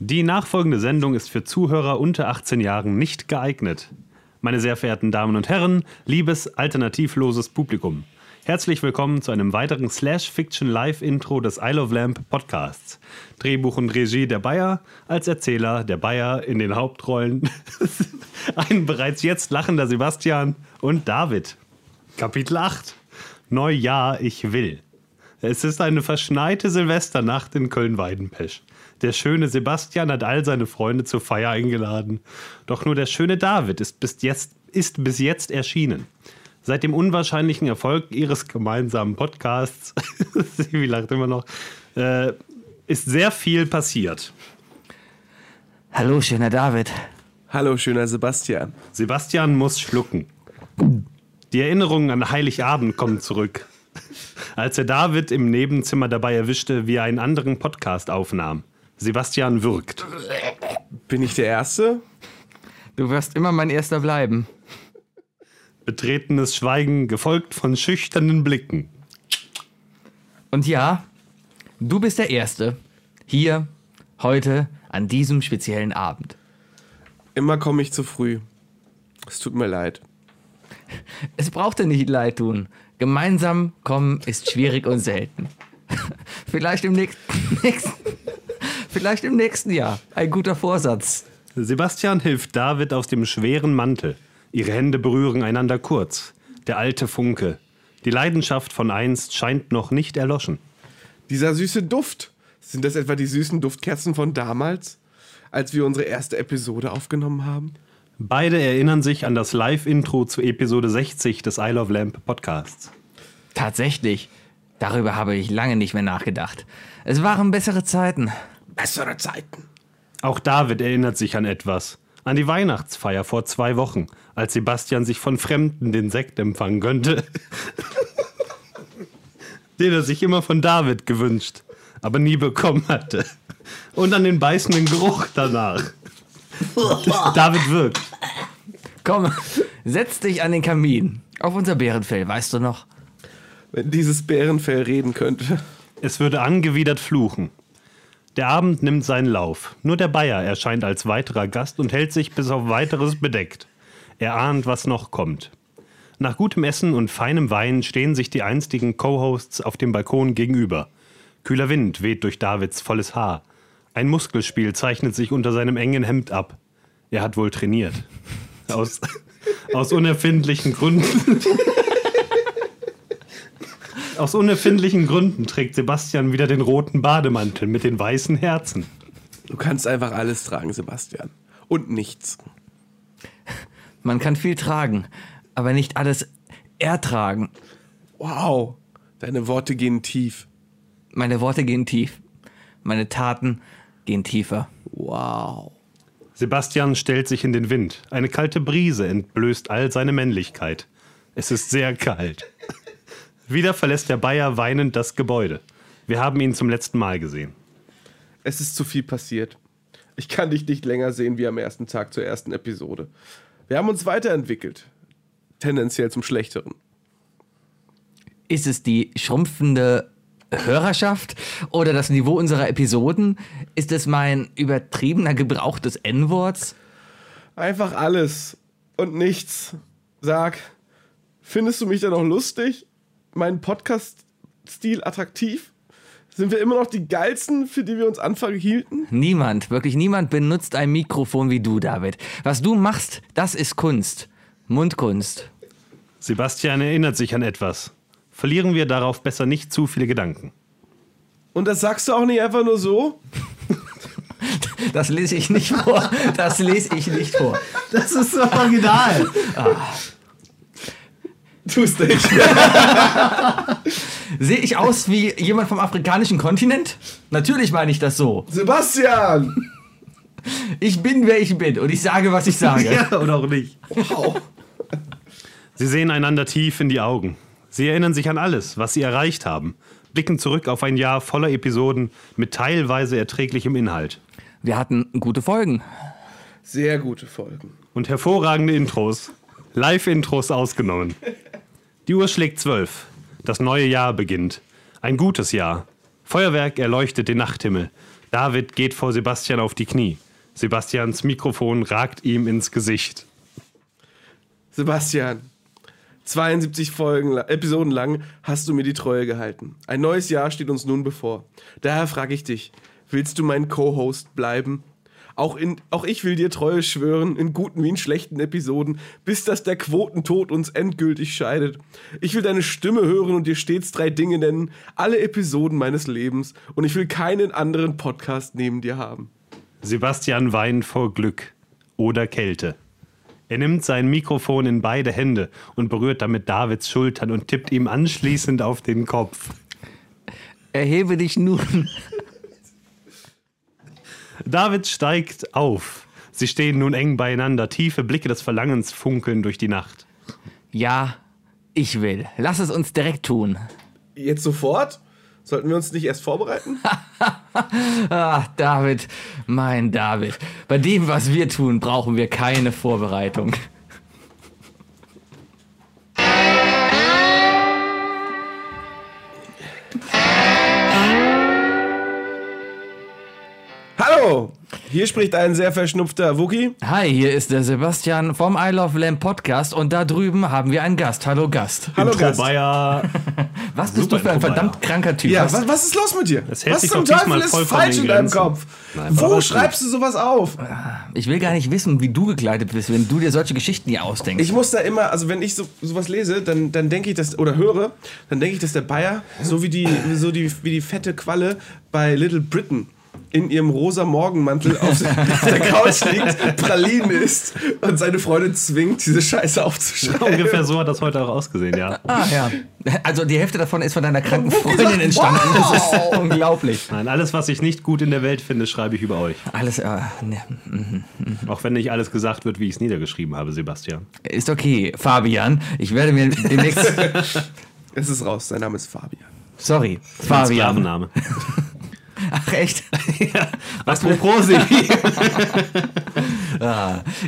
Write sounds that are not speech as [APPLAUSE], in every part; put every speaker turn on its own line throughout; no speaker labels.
Die nachfolgende Sendung ist für Zuhörer unter 18 Jahren nicht geeignet. Meine sehr verehrten Damen und Herren, liebes alternativloses Publikum, herzlich willkommen zu einem weiteren Slash Fiction Live Intro des Isle of Lamp Podcasts. Drehbuch und Regie der Bayer, als Erzähler der Bayer in den Hauptrollen [LAUGHS] ein bereits jetzt lachender Sebastian und David. Kapitel 8 Neujahr, ich will. Es ist eine verschneite Silvesternacht in Köln-Weidenpesch. Der schöne Sebastian hat all seine Freunde zur Feier eingeladen. Doch nur der schöne David ist bis jetzt, ist bis jetzt erschienen. Seit dem unwahrscheinlichen Erfolg ihres gemeinsamen Podcasts, [LAUGHS] Sivi lacht immer noch, äh, ist sehr viel passiert.
Hallo, schöner David.
Hallo, schöner Sebastian.
Sebastian muss schlucken. Die Erinnerungen an Heiligabend kommen zurück. Als er David im Nebenzimmer dabei erwischte, wie er einen anderen Podcast aufnahm. Sebastian würgt.
Bin ich der Erste?
Du wirst immer mein Erster bleiben.
Betretenes Schweigen, gefolgt von schüchternen Blicken.
Und ja, du bist der Erste. Hier, heute, an diesem speziellen Abend.
Immer komme ich zu früh. Es tut mir leid.
Es brauchte nicht leid tun. Gemeinsam kommen ist schwierig und selten. [LAUGHS] Vielleicht im nächsten, [LAUGHS] nächsten, vielleicht im nächsten Jahr. Ein guter Vorsatz.
Sebastian hilft David aus dem schweren Mantel. Ihre Hände berühren einander kurz. Der alte Funke. Die Leidenschaft von einst scheint noch nicht erloschen.
Dieser süße Duft. Sind das etwa die süßen Duftkerzen von damals, als wir unsere erste Episode aufgenommen haben?
Beide erinnern sich an das Live-Intro zu Episode 60 des Isle of Lamp Podcasts.
Tatsächlich. Darüber habe ich lange nicht mehr nachgedacht. Es waren bessere Zeiten.
Bessere Zeiten.
Auch David erinnert sich an etwas. An die Weihnachtsfeier vor zwei Wochen, als Sebastian sich von Fremden den Sekt empfangen gönnte. [LAUGHS] den er sich immer von David gewünscht, aber nie bekommen hatte. Und an den beißenden Geruch danach. David wirkt.
Komm, [LAUGHS] setz dich an den Kamin. Auf unser Bärenfell, weißt du noch?
Wenn dieses Bärenfell reden könnte.
Es würde angewidert fluchen. Der Abend nimmt seinen Lauf. Nur der Bayer erscheint als weiterer Gast und hält sich bis auf weiteres bedeckt. Er ahnt, was noch kommt. Nach gutem Essen und feinem Wein stehen sich die einstigen Co-Hosts auf dem Balkon gegenüber. Kühler Wind weht durch Davids volles Haar. Ein Muskelspiel zeichnet sich unter seinem engen Hemd ab. Er hat wohl trainiert. Aus, [LAUGHS] aus unerfindlichen Gründen. Aus unerfindlichen Gründen trägt Sebastian wieder den roten Bademantel mit den weißen Herzen.
Du kannst einfach alles tragen, Sebastian. Und nichts.
Man kann viel tragen, aber nicht alles ertragen.
Wow. Deine Worte gehen tief.
Meine Worte gehen tief. Meine Taten gehen tiefer.
Wow.
Sebastian stellt sich in den Wind. Eine kalte Brise entblößt all seine Männlichkeit. Es ist sehr kalt. Wieder verlässt der Bayer weinend das Gebäude. Wir haben ihn zum letzten Mal gesehen.
Es ist zu viel passiert. Ich kann dich nicht länger sehen wie am ersten Tag zur ersten Episode. Wir haben uns weiterentwickelt. Tendenziell zum Schlechteren.
Ist es die schrumpfende Hörerschaft oder das Niveau unserer Episoden? Ist es mein übertriebener Gebrauch des N-Worts?
Einfach alles und nichts. Sag, findest du mich denn noch lustig? Meinen Podcast-Stil attraktiv? Sind wir immer noch die geilsten, für die wir uns Anfang hielten?
Niemand, wirklich niemand benutzt ein Mikrofon wie du, David. Was du machst, das ist Kunst. Mundkunst.
Sebastian erinnert sich an etwas. Verlieren wir darauf besser nicht zu viele Gedanken.
Und das sagst du auch nicht einfach nur so?
Das lese ich nicht vor. Das lese ich nicht vor.
Das ist so
[LAUGHS]
original.
Ah. Tust dich.
[LAUGHS]
Sehe ich aus wie jemand vom afrikanischen Kontinent? Natürlich meine ich das so.
Sebastian!
Ich bin, wer ich bin und ich sage, was ich sage.
Ja, oder auch nicht.
Wow.
Sie sehen einander tief in die Augen. Sie erinnern sich an alles, was sie erreicht haben, blicken zurück auf ein Jahr voller Episoden mit teilweise erträglichem Inhalt
Wir hatten gute Folgen.
Sehr gute Folgen.
und hervorragende Intros, Live-Intros ausgenommen. Die Uhr schlägt zwölf. Das neue Jahr beginnt. Ein gutes Jahr. Feuerwerk erleuchtet den Nachthimmel. David geht vor Sebastian auf die Knie. Sebastians Mikrofon ragt ihm ins Gesicht.
Sebastian, 72 Folgen, la- Episoden lang hast du mir die Treue gehalten. Ein neues Jahr steht uns nun bevor. Daher frage ich dich, willst du mein Co-Host bleiben? Auch, in, auch ich will dir Treue schwören, in guten wie in schlechten Episoden, bis dass der Quotentod uns endgültig scheidet. Ich will deine Stimme hören und dir stets drei Dinge nennen, alle Episoden meines Lebens, und ich will keinen anderen Podcast neben dir haben.
Sebastian weint vor Glück oder Kälte. Er nimmt sein Mikrofon in beide Hände und berührt damit Davids Schultern und tippt ihm anschließend auf den Kopf.
Erhebe dich nun.
David steigt auf. Sie stehen nun eng beieinander, tiefe Blicke des Verlangens funkeln durch die Nacht.
Ja, ich will. Lass es uns direkt tun.
Jetzt sofort? Sollten wir uns nicht erst vorbereiten?
Ach, Ah, David, mein David. Bei dem, was wir tun, brauchen wir keine Vorbereitung.
Hallo! Hier spricht ein sehr verschnupfter Wookie.
Hi, hier ist der Sebastian vom I Love Lamb Podcast und da drüben haben wir einen Gast. Hallo Gast.
Hallo
Intro
Gast. [LAUGHS]
Bayer.
Was bist
Super
du für ein
Intro,
verdammt kranker Typ?
Ja,
was?
was, was ist los mit dir?
hält
was
sich
zum
doch
Teufel
diesmal
ist
voll von
falsch
den
in deinem
Grenzen.
Kopf?
Nein, war
Wo
aber
schreibst du sowas auf?
Ich will gar nicht wissen, wie du gekleidet bist, wenn du dir solche Geschichten hier ausdenkst.
Ich muss da immer, also wenn ich so, sowas lese, dann, dann denke ich das, oder höre, dann denke ich, dass der Bayer, so wie die, so die, wie die fette Qualle bei Little Britain, in ihrem rosa Morgenmantel auf,
[LAUGHS]
der- auf der Couch liegt, Pralinen isst und seine Freundin zwingt, diese Scheiße aufzuschreiben.
Ungefähr so hat das heute auch ausgesehen, ja.
ah, ja. Also die Hälfte davon ist von deiner kranken Freundin entstanden. Das ist [LAUGHS] unglaublich.
Nein, alles, was ich nicht gut in der Welt finde, schreibe ich über euch.
Alles äh, ne,
Auch wenn nicht alles gesagt wird, wie ich es niedergeschrieben habe, Sebastian.
ist okay, Fabian. Ich werde mir demnächst.
[LAUGHS] Es ist raus, sein Name ist Fabian.
Sorry,
Mein
Fabian.
[LAUGHS]
Sklavenname.
Ach echt?
Was für Prosi.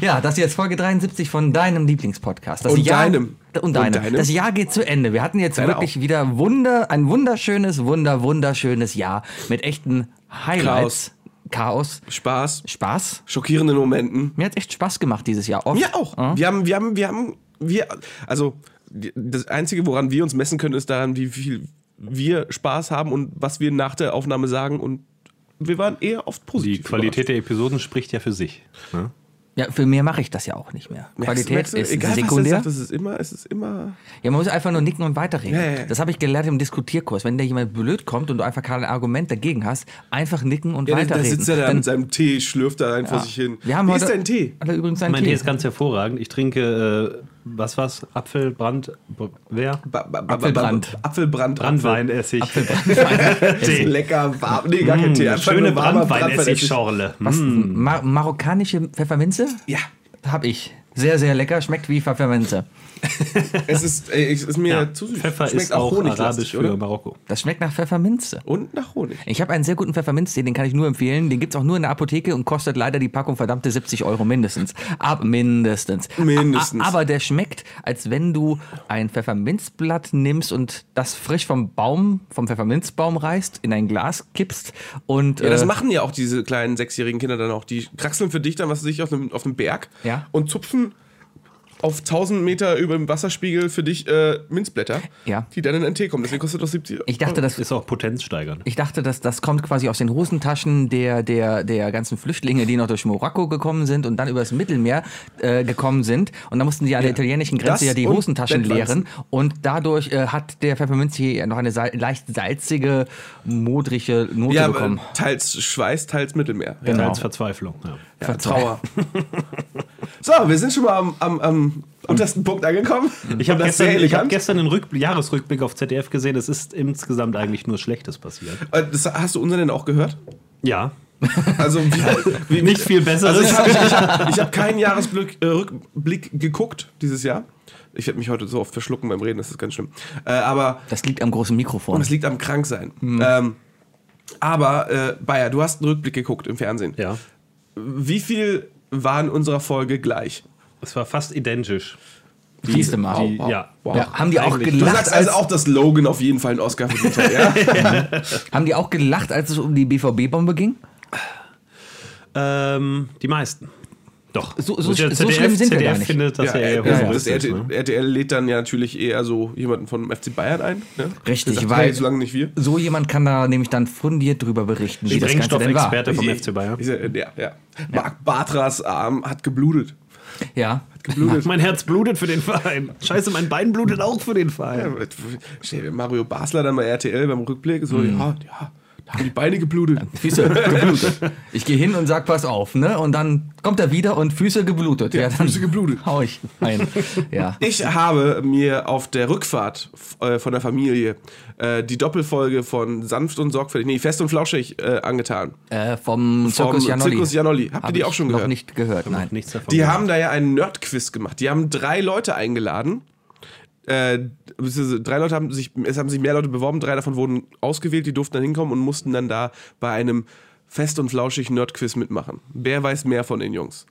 Ja, das ist jetzt Folge 73 von deinem Lieblingspodcast. Das
Und deinem.
Und deinem.
Und deinem. Genau.
Das Jahr geht zu Ende. Wir hatten jetzt
Deiner
wirklich wieder Wunder, ein wunderschönes, wunder, wunderschönes Jahr mit echten Highlights. Chaos.
Spaß,
Spaß.
schockierenden Momenten.
Mir hat echt Spaß gemacht dieses Jahr. Oft.
Mir auch. Wir haben, wir haben, wir haben, wir, also die- das Einzige, woran wir uns messen können, ist daran, wie viel wir Spaß haben und was wir nach der Aufnahme sagen und wir waren eher oft positiv.
Die Qualität der Episoden spricht ja für sich. Ne?
Ja, für mehr mache ich das ja auch nicht mehr.
überrascht.
Qualität
Merkst du, merkst du,
ist
egal,
sekundär.
Was er sagt, es ist immer, es ist immer.
ja, man muss einfach nur nicken und weiterreden.
Ja, ja, ja.
Das habe ich gelernt im Diskutierkurs. Wenn da jemand blöd kommt und du einfach kein Argument dagegen hast, einfach nicken und
Ja, da
weiterreden.
sitzt er da
Dann-
mit seinem Tee, schlürft da rein vor sich hin.
Wir haben
Wie
heute,
ist dein Tee?
Hat er übrigens einen
Mein Tee
Tee.
ist
[LAUGHS]
ganz hervorragend. Ich trinke, äh, was war's? Apfelbrand, B- wer?
Ba- ba- ba-
Apfelbrand.
ba- ba- Apfelbrand.
Brandweinessig. [LAUGHS]
Apfel-
Tee.
Lecker, warm. Nee, gar kein Tee.
Eine
einfach
schöne
nur warmer
Brandweinessig-Schorle.
Was?
Mm.
Mar marokkanische Pfefferminze?
Ja.
Hab ich. Sehr, sehr lecker. Schmeckt wie Pfefferminze.
Es ist, ey, es ist mir
Ja,
zu süß.
Pfeffer
Schmeckt
ist auch
honiglastig,
arabisch für
oder?
Marokko.
Das schmeckt nach Pfefferminze.
Und nach Honig.
Ich habe einen sehr guten Pfefferminztee, den kann ich nur empfehlen. Den gibt's auch nur in der Apotheke und kostet leider die Packung verdammte 70 Euro mindestens. Ab mindestens.
Mindestens.
A a- aber der schmeckt, als wenn du ein Pfefferminzblatt nimmst und das frisch vom Baum, vom Pfefferminzbaum reißt, in ein Glas kippst und.
Ja, das
äh,
machen ja auch diese kleinen sechsjährigen Kinder dann auch. Die kraxeln für dich dann, was weiß ich, auf einem, auf einem Berg
Ja.
und zupfen auf 1000 Meter über dem Wasserspiegel für dich äh, Minzblätter,
Ja.
die dann in einen Tee kommen. Deswegen kostet das 70 Euro.
ich dachte, das
Ist auch potenzsteigernd.
Ich dachte, das, das kommt quasi aus den Hosentaschen der, der, der ganzen Flüchtlinge, die noch durch Marokko gekommen sind und dann übers Mittelmeer äh, gekommen sind. Und da mussten die an der italienischen Grenze
Das
ja die
und
Hosentaschen
Bettwanzen.
leeren. Und dadurch äh, hat der Pfefferminztee noch eine sal leicht salzige, modrige Note
ja, aber
bekommen.
teils Schweiß, teils Mittelmeer. Ja,
genau.
Teils Verzweiflung. Ja.
ja, Trauer. [LAUGHS] so, wir sind schon mal am, am, am untersten Punkt angekommen.
Ich habe
Und das ist
gestern,
sehr
ich hab
elegant.
gestern den Rückbl- Jahresrückblick auf ZDF gesehen. Es ist insgesamt eigentlich nur Schlechtes passiert.
Äh, Das hast du unseren denn auch gehört?
Ja.
Also wie, wie,
Nicht viel Besseres.
Also ich
[LAUGHS]
habe ich hab, ich hab keinen Jahresblick äh, Rückblick geguckt dieses Jahr. Ich werde mich heute so oft verschlucken beim Reden, das ist ganz schlimm. Äh, aber
Das liegt am großen Mikrofon.
das liegt am Kranksein. Ähm, aber äh, Bayer, du hast einen Rückblick geguckt im Fernsehen.
ja.
Wie viel war in unserer Folge gleich?
Es war fast identisch.
Siehste mal.
Die, ja.
Wow.
Ja, haben die auch
Eigentlich.
Du
gelacht,
sagst also auch, dass Logan auf jeden Fall einen Oscar verdient hat, ja?
als, haben die auch gelacht, als es um die BVB-Bombe ging?
Ähm, die meisten. Doch.
So- so
Muss ja
sch- so schlimm sind wir
ZDF
gar nicht.
findet das ja,
ja,
eher
ja, ja. Das
humoristisch,
RTL,
ne?
RTL lädt dann ja natürlich eher so jemanden vom FC Bayern ein. Ne?
Richtig,
das sagt
weil-
Ja, solange nicht wir.
So jemand kann da nämlich dann fundiert drüber berichten, wie das Ganze denn war.
Sprengstoffexperte vom FC Bayern.
Ich, ich, ja, ja. Marc Bartras Arm hat geblutet.
Ja.
Geblutet.
Mein Herz blutet für den Verein. Scheiße, mein Bein blutet auch für den Verein.
Stell dir Mario Basler dann bei RTL beim Rückblick so,
Mhm.
ja, ja, da haben die Beine geblutet.
Füße geblutet. Ich gehe hin und sag, pass auf, ne? Und dann kommt er wieder und Füße geblutet. Ja, dann
Füße geblutet.
Hau ich ein. Ja.
Ich habe mir auf der Rückfahrt f- äh, von der Familie äh, die Doppelfolge von Sanft und Sorgfältig, nee, Fest und Flauschig äh, angetan.
Äh, vom
Vom
Zirkus Janolli.
Zirkus Janolli. Habt ihr
Hab
die
ich
auch schon
Noch
gehört?
nicht gehört, nein.
Nichts davon. Oh
Die haben da ja einen Nerd-Quiz gemacht. Die haben drei Leute eingeladen. Äh, beziehungsweise drei Leute haben sich, es haben sich mehr Leute beworben, drei davon wurden ausgewählt, die durften dann hinkommen und mussten dann da bei einem fest und flauschig Nerd-Quiz mitmachen. Wer weiß mehr von den Jungs?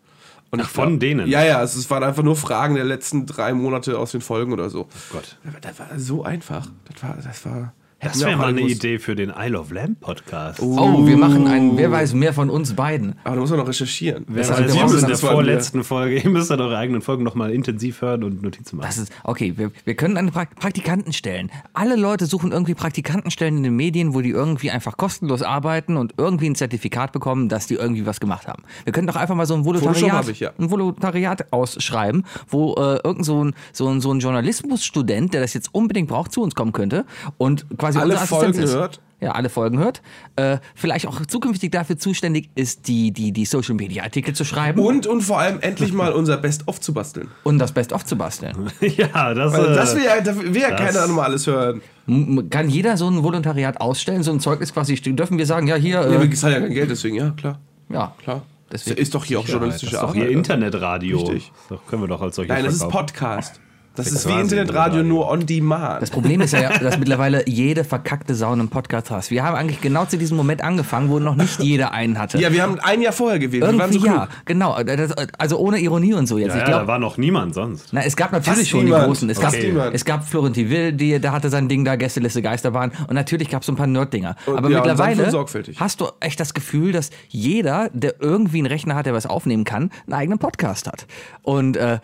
Und ich
von denen?
Ja, ja, es, es waren einfach nur Fragen der letzten drei Monate aus den Folgen oder so.
Gott.
Aber Das war so einfach. Das war, das war. hätten
Das
wir
wäre
auch
mal
alle
eine
gewusst.
Idee für den Isle of Lamb Podcast.
Oh, wir machen einen, wer weiß mehr von uns beiden.
Aber da muss man noch recherchieren.
Wer
das
weiß,
hat der
was
Wahnsinn,
in der
das waren wir.
vorletzten Folge. Ihr müsst dann eure eigenen Folgen nochmal intensiv hören und Notizen machen.
Das ist, okay, wir, wir können einen pra Praktikanten stellen. Alle Leute suchen irgendwie Praktikantenstellen in den Medien, wo die irgendwie einfach kostenlos arbeiten und irgendwie ein Zertifikat bekommen, dass die irgendwie was gemacht haben. Wir können doch einfach mal so ein Volontariat,
hab ich, ja.
ein Volontariat ausschreiben, wo äh, irgend so ein, so, ein, so ein Journalismusstudent, der das jetzt unbedingt braucht, zu uns kommen könnte und quasi
Alle
unser Assistent
Folgen
ist.
hört.
Ja, alle Folgen hört. Äh, vielleicht auch zukünftig dafür zuständig ist, die, die, die Social Media Artikel zu schreiben und,
Und, und vor allem endlich mal unser Best-of zu basteln.
das Best-of zu basteln.
[LAUGHS] ja, das,
Weil das
äh,
will ja, da will ja
das-
keiner nochmal alles hören.
M- m- Kann jeder so ein Volontariat ausstellen, so ein Zeugnis quasi? st- Dürfen wir sagen, ja, hier,
Ja,
äh,
wir zahlen ja kein Geld, deswegen, ja, klar.
ja,
Klar.
Deswegen-
ist doch hier auch journalistische
ist doch
Arbeit.
hier Internetradio.
Richtig.
Das können wir doch als solches
Nein, das ist
verkaufen.
Podcast. Das
Das
ist
ist
wie
Wahnsinn,
Internetradio,
Internetradio.
nur on
Das
demand.
Problem ist ja, dass mittlerweile jede verkackte Sau einen Podcast hat. Wir haben eigentlich genau zu diesem Moment angefangen, wo noch nicht jeder einen hatte.
Ja, wir haben ein Jahr vorher gewählt. wir waren
Irgendwie
so
ja,
klug.
genau. äh, Das, also ohne Ironie und so jetzt.
Ja,
ich
ja,
glaube,
da war noch niemand sonst.
Na, es gab natürlich
Fast
schon
niemand.
die großen. Es gab,
Fast niemand.
es gab Florentin Will, die, der hatte sein Ding da, Gästeliste Geisterbahn. Und natürlich gab es so ein paar Nerd-Dinger.
Und
Aber
ja, und sanft
mittlerweile
und sorgfältig.
hast du echt das Gefühl, dass jeder, der irgendwie einen Rechner hat, der was aufnehmen kann, einen eigenen Podcast hat. Und äh,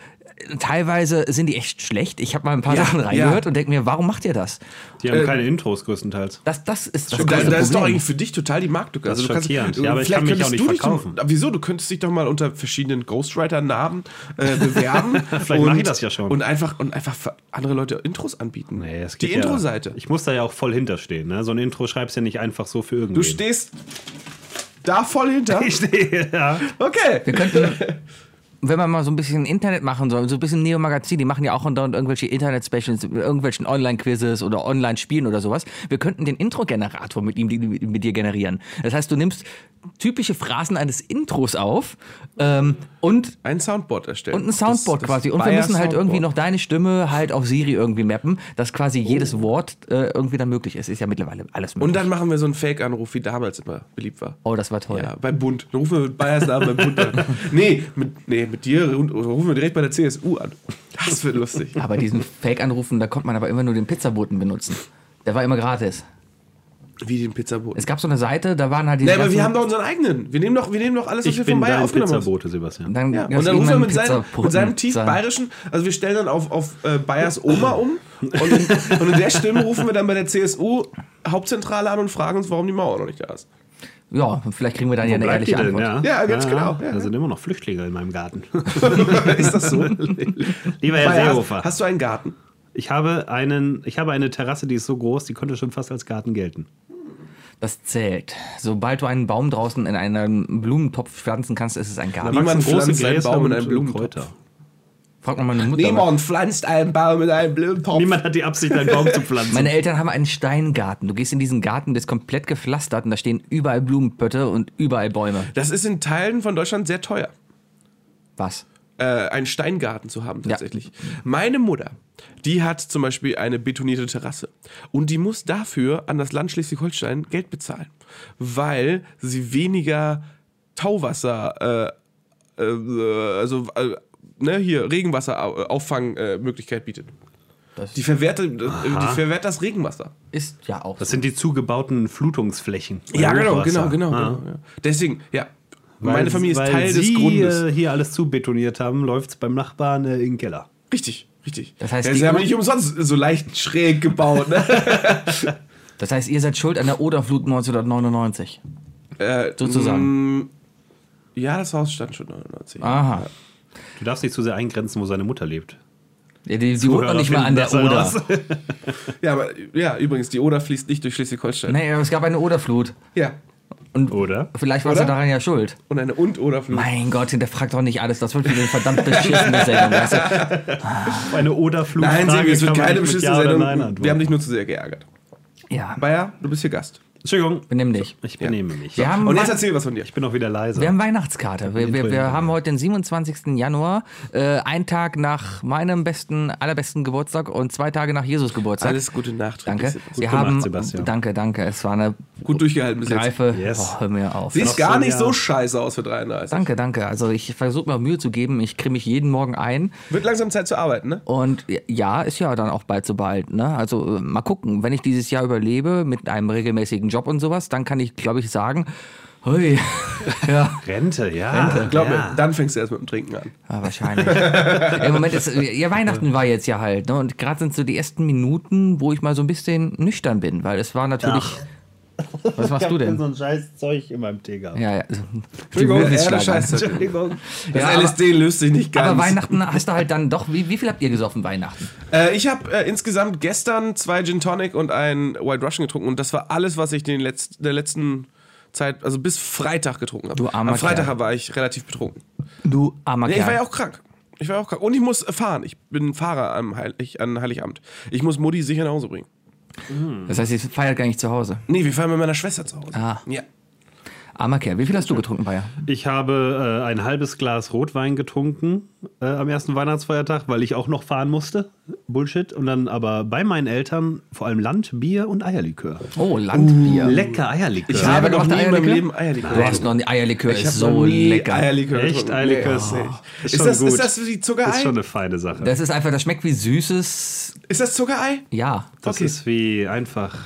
teilweise sind die echt schlecht. Ich habe mal ein paar
Ja,
Sachen reingehört
ja.
und denke mir, warum macht ihr das?
Die haben
Äh,
keine Intros größtenteils.
Das, das ist das
Und Da,
große
da ist doch
Problem.
eigentlich für dich total die Marktlücke.
Das ist
du kannst- äh,
schockierend. Ja, aber ich
vielleicht
kann mich
könntest
auch nicht
du dich doch-
verkaufen.
Wieso? Du könntest dich doch mal unter verschiedenen Ghostwriter-Namen äh, bewerben.
[LAUGHS] Vielleicht mach ich das ja schon.
Und einfach, und einfach für andere Leute Intros anbieten.
Nee, es
Die
geht ja-
Intro-Seite.
Ich muss da ja auch voll hinterstehen. Ne? So ein Intro schreibst du ja nicht einfach so für
Du
irgendwen.
stehst da voll hinter.
Ich stehe, ja.
Okay.
Wir könnten, wenn man mal so ein bisschen Internet machen soll, so ein bisschen Neo-Magazin, die machen ja auch und dauernd irgendwelche Internet-Specials, mit irgendwelchen Online-Quizzes oder Online-Spielen oder sowas. Wir könnten den Intro-Generator mit ihm, mit dir generieren. Das heißt, du nimmst typische Phrasen eines Intros auf ähm, und
Ein Soundboard erstellen.
und ein Soundboard
Das- das
quasi. Und wir
Bayer
müssen halt irgendwie
Soundboard. Oh.
noch deine Stimme halt auf Siri irgendwie mappen, dass quasi jedes Wort äh, irgendwie dann möglich ist. Ist ja mittlerweile alles
Und
möglich.
dann machen wir so einen Fake-Anruf, wie damals immer beliebt war.
oh, das war toll.
Ja, beim Bund. Dann rufen wir mit Bayers Namen beim
[LAUGHS]
Bund an. Nee, mit, nee, mit dir ru- rufen wir direkt bei der CSU an. Das wird lustig.
Aber bei
[LAUGHS]
diesen Fake-Anrufen, da konnte man aber immer nur den Pizzaboten benutzen. Der war immer gratis.
Wie den Pizzaboten.
Es gab so eine Seite, da waren halt die.
Nee, aber wir haben doch unseren eigenen. Wir nehmen doch, wir nehmen doch alles, was
Ich
wir von
bin
Bayer
dein
aufgenommen haben.
Pizzabote, Sebastian.
Dann,
Ja,
gab's
und dann rufen wir
irgendwann
mit, seinem-
Pizzaboten
mit seinem tief
sein.
bayerischen, also wir stellen dann auf, auf äh, Bayers Oma um und in, und in der Stimme rufen wir dann bei der CSU Hauptzentrale an und fragen uns, warum die Mauer noch nicht da ist. [LAUGHS]
Ja, vielleicht kriegen wir dann
Wo
ja eine
bleibt die
ehrliche
denn?
Antwort.
Ja,
Ja, ganz genau, ja, ja.
Da sind immer noch Flüchtlinge in meinem
[LAUGHS]
Garten.
ist das so?
Lieber Herr
Bayer,
Seehofer,
hast, hast du einen Garten?
ich, habe einen, ich habe eine Terrasse, die ist so groß, die könnte schon fast als Garten gelten.
Das zählt. Sobald du einen Baum draußen in einen Blumentopf pflanzen kannst, ist es ein Garten.
Na, Niemand
Wachsen
pflanzt einen
Gräser
Baum in
und
einen Blumentopf.
Kräuter.
Frag mal meine Mutter.
Niemand pflanzt einen Baum mit einem Blumentopf.
Niemand hat die Absicht, einen Baum
[LAUGHS]
zu pflanzen.
Meine Eltern haben einen Steingarten. Du gehst in diesen Garten, der ist komplett gepflastert und da stehen überall Blumenpötte und überall Bäume.
Das ist in Teilen von Deutschland sehr teuer,
Was?
äh, einen Steingarten zu haben tatsächlich. Meine Mutter, die hat zum Beispiel eine betonierte Terrasse und die muss dafür an das Land Schleswig-Holstein Geld bezahlen, weil sie weniger Tauwasser, äh, äh, also äh, ne, hier Regenwasserauffangen äh, Möglichkeit bietet.
Das
Die verwertet, die verwehrt das Regenwasser.
ist ja auch.
Das sind die zugebauten Flutungsflächen. bei
Ja, genau, genau,
Hochwasser.
genau.
Ah.
genau ja. Deswegen, ja.
Weil-
Meine Familie ist
weil
Teil
sie,
des Grundes.
äh, hier alles zubetoniert haben, läuft es beim Nachbarn äh, in den Keller.
Richtig, richtig.
Das heißt,
ja,
die
sie haben
Ur-
nicht umsonst so leicht schräg gebaut. [LAUGHS] Ne?
Das heißt, ihr seid schuld an der Oderflut 1999.
Äh,
Sozusagen. Ah.
mm, Ja, das Haus stand schon 1990.
Aha.
Du darfst nicht zu sehr eingrenzen, wo seine Mutter lebt.
Ja, die die wohnt noch
Zuhörer
nicht mal
finden
an der
das heraus.
Oder.
Ja, aber ja, übrigens, die Oder fließt nicht durch Schleswig-Holstein.
Nee, aber es gab eine Oderflut.
Ja.
[LAUGHS]
Und
Oder?
vielleicht war sie
Oder?
daran ja schuld.
Und eine Und-Oder-Flut.
Mein Gott, hinterfragt doch nicht alles. Das wird wieder eine verdammt beschissene Sendung. Weißt du?
Eine Oderflut.
Nein, Sebi, es wird keine beschissene Sendung. Wir
Wir
haben dich nur zu sehr geärgert.
Ja,
Bayer, du bist hier Gast.
Entschuldigung,
benimm dich.
ich benehme mich.
Wir haben,
Und jetzt
Wei-
erzähl was von dir.
Ich bin auch wieder leise.
wir haben Weihnachtskarte. Wir, wir, wir haben heute den 27. Januar, äh, einen Tag nach meinem besten, allerbesten Geburtstag und zwei Tage nach Jesus Geburtstag.
Alles Gute Nacht.
danke.
Gut
wir
gemacht,
haben,
Sebastian.
Danke, danke. Es war eine
Gut durchgehalten bis jetzt.
reife.
Yes.
Oh, hör mir auf.
Siehst
Noch so
gar
ein
nicht so
Jahr.
scheiße aus für 33.
Danke, danke. Also ich versuche mir Mühe zu geben. Ich kriege mich jeden Morgen ein.
Wird langsam Zeit zu arbeiten, ne?
Und ja, ist ja dann auch bald zu behalten. Ne? Also äh, mal gucken, wenn ich dieses Jahr überlebe mit einem regelmäßigen Job und sowas, dann kann ich, glaube ich, sagen,
[LAUGHS]
hui, ja,
Rente, ja. Rente, ja.
Glaub mir, dann fängst du erst mit dem Trinken an.
ja, Ah, wahrscheinlich. Im Moment ist, äh, ja, Weihnachten war jetzt ja halt. Ne? Und gerade sind so die ersten Minuten, wo ich mal so ein bisschen nüchtern bin, weil es war natürlich... Was machst du denn?
ein scheiß Zeug in meinem Tee gehabt.
Ja, ja. so-
genau. Entschuldigung,
Wilden
ja, das
Schlag
[LAUGHS]
an.
Scheiße.
Entschuldigung.
Das
Ja, aber-
LSD löst sich nicht ganz.
Aber Weihnachten hast du halt dann doch... Wie, wie viel habt ihr gesoffen Weihnachten?
Äh, ich habe äh, insgesamt gestern zwei Gin Tonic und ein White Russian getrunken und das war alles, was ich in den Letz der letzten Zeit, also bis Freitag getrunken habe.
Du armer
Am Freitag
Kerl.
war ich relativ betrunken.
Du armer
Nee,
Kerl.
ich war ja auch krank. Ich war ja auch krank. Und ich muss äh, fahren. Ich bin Fahrer am Heilig, an Heiligabend. Ich muss Mutti sicher nach Hause bringen.
Das heißt, ihr feiert gar nicht zu Hause.
Nee, wir fahren mit meiner Schwester zu Hause.
Ah.
Ja.
Armer Kerl, wie viel hast du getrunken, Bayer?
Ich habe äh, ein halbes Glas Rotwein getrunken äh, am ersten Weihnachtsfeiertag, weil ich auch noch fahren musste. Bullshit. Und dann aber bei meinen Eltern vor allem Land, Bier und Eierlikör. Uh,
Oh, Landbier.
Lecker Eierlikör.
Ich
Ja,
habe
aber du
noch
hast
nie in meinem
Eierlikör?
Leben Eierlikör
Du hast noch nie Eierlikör,
Ich
ist
habe noch
so
nie
lecker.
Eierlikör
Echt
getrunken.
Eierlikör
Nee,
ist,
oh.
ist,
Ist
schon
das-
gut.
ist das wie Zuckerei?
Ist schon eine feine Sache. Das,
Das ist einfach, das schmeckt wie süßes,
Ist das Zuckerei?
ja.
okay.
ist wie einfach.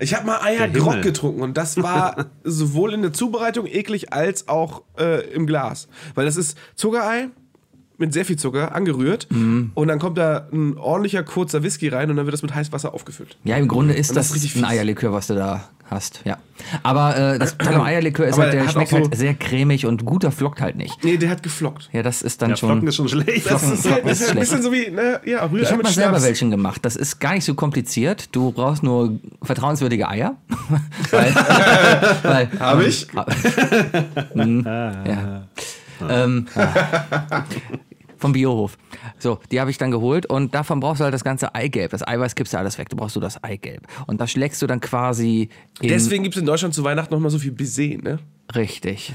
Ich habe mal
Der Himmel.
Eiergrog getrunken und das
[LAUGHS]
war sowohl in der Zubereitung eklig als auch äh, im Glas. Weil das ist Zuckerei mit sehr viel Zucker angerührt
Mhm.
und dann kommt da ein ordentlicher kurzer Whisky rein und dann wird das mit heißem Wasser aufgefüllt.
Ja, im Grunde ist
Und das
das,
ist richtig
ein
fies.
Eierlikör, was du da hast, ja. Aber äh,
[CLEARS THROAT]
das Teil am Eierlikör ist
Aber
halt, der
hat auch
schmeckt
so-
halt sehr cremig und guter flockt halt nicht.
Nee, der hat geflockt.
Ja, das ist dann
Ja, Flocken
schon...
ist schon schlecht.
Das ist, halt, das
Oh ist
ist halt ein
schlecht.
bisschen so wie, ne, ja, Rührei
Ich habe
mit
Äh, mal selber
Schnaps.
welchen gemacht. Das ist gar nicht so kompliziert. Du brauchst nur vertrauenswürdige Eier. [LAUGHS]
[LAUGHS]
weil, weil,
Hab
[LAUGHS]
ich?
Hm, ja. Ähm, ah. vom Biohof. So, die habe ich dann geholt und davon brauchst du halt das ganze Eigelb. Das Eiweiß kippst du alles weg. Du brauchst nur das Eigelb. Und das schlägst du dann quasi in.
Deswegen gibt es in Deutschland zu Weihnachten nochmal so viel Baiser, ne?
richtig.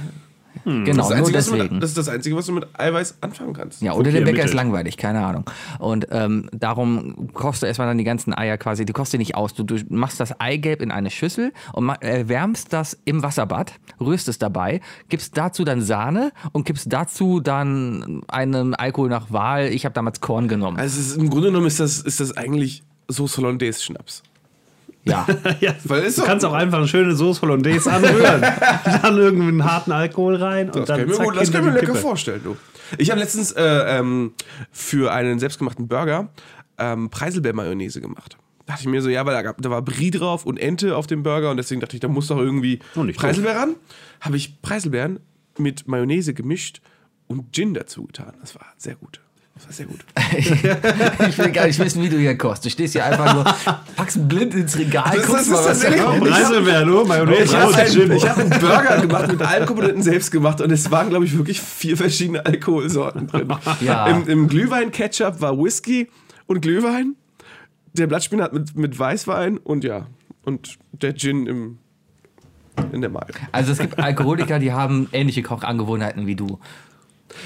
Genau, nur
was du
deswegen.
Mit, Hm, das ist das Einzige, was du mit Eiweiß anfangen kannst.
Ja, oder der Bäcker
Mittelt.
ist langweilig, keine Ahnung. Und ähm, darum kochst du erstmal dann die ganzen Eier quasi, die kochst du nicht aus. Du, du machst das Eigelb in eine Schüssel und ma- erwärmst das im Wasserbad, rührst es dabei, gibst dazu dann Sahne und gibst dazu dann einen Alkohol nach Wahl. Ich habe damals Korn genommen.
Also es ist, im Grunde genommen ist das, ist das eigentlich Sauce Hollandaise Schnaps.
Ja,
[LAUGHS]
[LAUGHS] Ja,
Weil ist
du
doch-
kannst auch einfach eine schöne Soße Hollandaise
[LAUGHS]
anrühren. dann irgendwie einen harten Alkohol rein und
Das
dann
kann ich mir,
zack,
gut, das
hinter
kann ich mir
die
lecker
Kippe.
vorstellen, du. Ich habe letztens äh, ähm, für einen selbstgemachten Burger ähm, Preiselbeer-Mayonnaise gemacht. Dachte ich mir so, ja, weil da, gab, da war Brie drauf und Ente auf dem Burger und deswegen dachte ich, da muss doch irgendwie
Oh, nicht
Preiselbeer ran. Habe ich Preiselbeeren mit Mayonnaise gemischt und Gin dazu getan. Das war sehr gut. Das war sehr gut.
ich will gar nicht wissen, wie du hier kochst. Du stehst hier einfach nur, packst blind ins Regal,
Das-
guckst
das
mal,
ist
was da
tatsächlich-
kommt.
Oh, Preiselbeeren, nur Mayonnaise.
Ich
raus,
habe einen,
Jim.
ich hab einen Burger gemacht mit allen Komponenten selbst gemacht und es waren, glaube ich, wirklich vier verschiedene Alkoholsorten drin.
Ja.
Im, im Glühwein-Ketchup war Whisky und Glühwein. Der Blattspinat hat mit, mit Weißwein und ja, und der Gin im, in der Mayo.
Also es gibt Alkoholiker, die haben ähnliche Kochangewohnheiten wie du.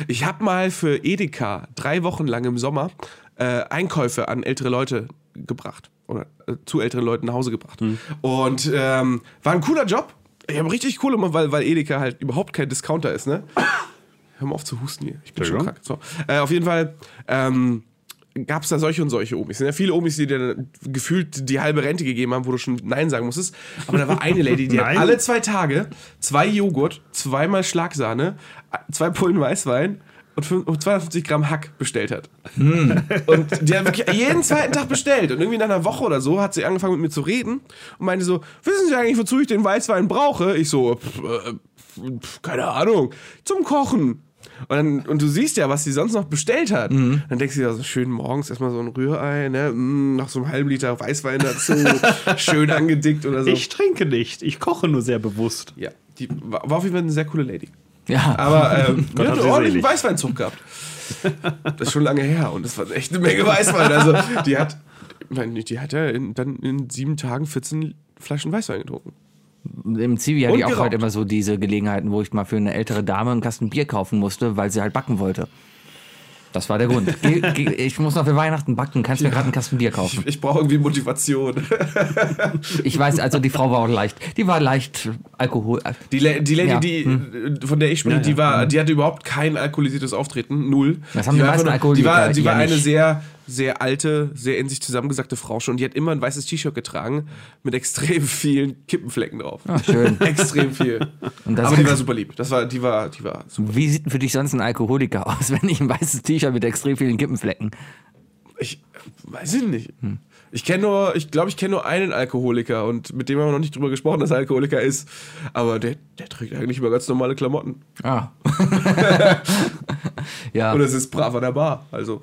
Ich habe mal für Edeka drei Wochen lang im Sommer äh, Einkäufe an ältere Leute gebracht oder äh, zu älteren Leuten nach Hause gebracht. Und ähm, war ein cooler Job. Ich habe richtig cool gemacht, weil, weil Edeka halt überhaupt kein Discounter ist, ne? Hör mal auf zu husten hier. Ich bin schon
Entschuldigung.
krank. So. Äh, auf jeden Fall ähm, gab es da solche und solche Omis. Es sind ja viele Omis, die dir dann gefühlt die halbe Rente gegeben haben, wo du schon Nein sagen musstest. Aber da war eine Lady, die hat
Nein?
alle zwei Tage zwei Joghurt, zweimal Schlagsahne, zwei Pullen Weißwein und fün- und 250 Gramm Hack bestellt hat. Und die hat wirklich jeden zweiten Tag bestellt. Und irgendwie nach einer Woche oder so hat sie angefangen mit mir zu reden und meinte so, wissen Sie eigentlich, wozu ich den Weißwein brauche? Ich so, pf, äh, pf, pf, keine Ahnung, zum Kochen. Und, dann, und du siehst ja, was sie sonst noch bestellt hat. Dann denkst du dir so schön morgens erstmal so ein Rührei, ne? Mm, noch so einen halben Liter Weißwein dazu, schön angedickt oder so.
Ich trinke nicht, ich koche nur sehr bewusst.
ja, die war war auf jeden Fall eine sehr coole Lady.
Ja.
[LAUGHS]
Aber ähm,
Gott
wir
hab
hatten
sie
ordentlichen
selig. [LAUGHS]
Weißweinzug gehabt. Das ist schon lange her und das war echt eine Menge Weißwein. Also die hat, ich meine, die hat ja in, dann in sieben Tagen 14 Flaschen Weißwein getrunken.
Im Zivi hatte
Und
ich auch
geraucht.
halt immer so diese Gelegenheiten, wo ich mal für eine ältere Dame einen Kasten Bier kaufen musste, weil sie halt backen wollte. Das war der Grund.
[LAUGHS]
Geh- geh- ich muss noch für Weihnachten backen, kannst mir gerade einen Kasten Bier kaufen.
Ich, ich brauche irgendwie Motivation.
Ich weiß, also die Frau war auch leicht. Die war leicht Alkohol. äh,
Die, La- die Lady,
Ja, Hm.
die, äh, von der ich spreche, die, war, die hatte überhaupt kein alkoholisiertes Auftreten, null.
Das haben
die
die
war einfach
meisten
nur- Die
Alkoholiker halt
war, die
ja
war eine
nicht.
sehr, sehr alte, sehr in sich zusammengesackte Frau schon. Die hat immer ein weißes T-Shirt getragen mit extrem vielen Kippenflecken drauf.
Ah, schön.
[LAUGHS] Extrem viel.
Und das
Aber die war super lieb. Das war, die war, die war super.
Wie sieht denn für dich sonst ein Alkoholiker aus, [LAUGHS] wenn ich ein weißes T-Shirt mit extrem vielen Kippenflecken?
Ich äh, weiß ich nicht.
Hm.
Ich kenne nur, ich glaube, ich kenne nur einen Alkoholiker und mit dem haben wir noch nicht drüber gesprochen, dass er Alkoholiker ist. Aber der, der trägt eigentlich immer ganz normale Klamotten.
Ah. [LAUGHS] ja.
Und es ist brav an der Bar. Also.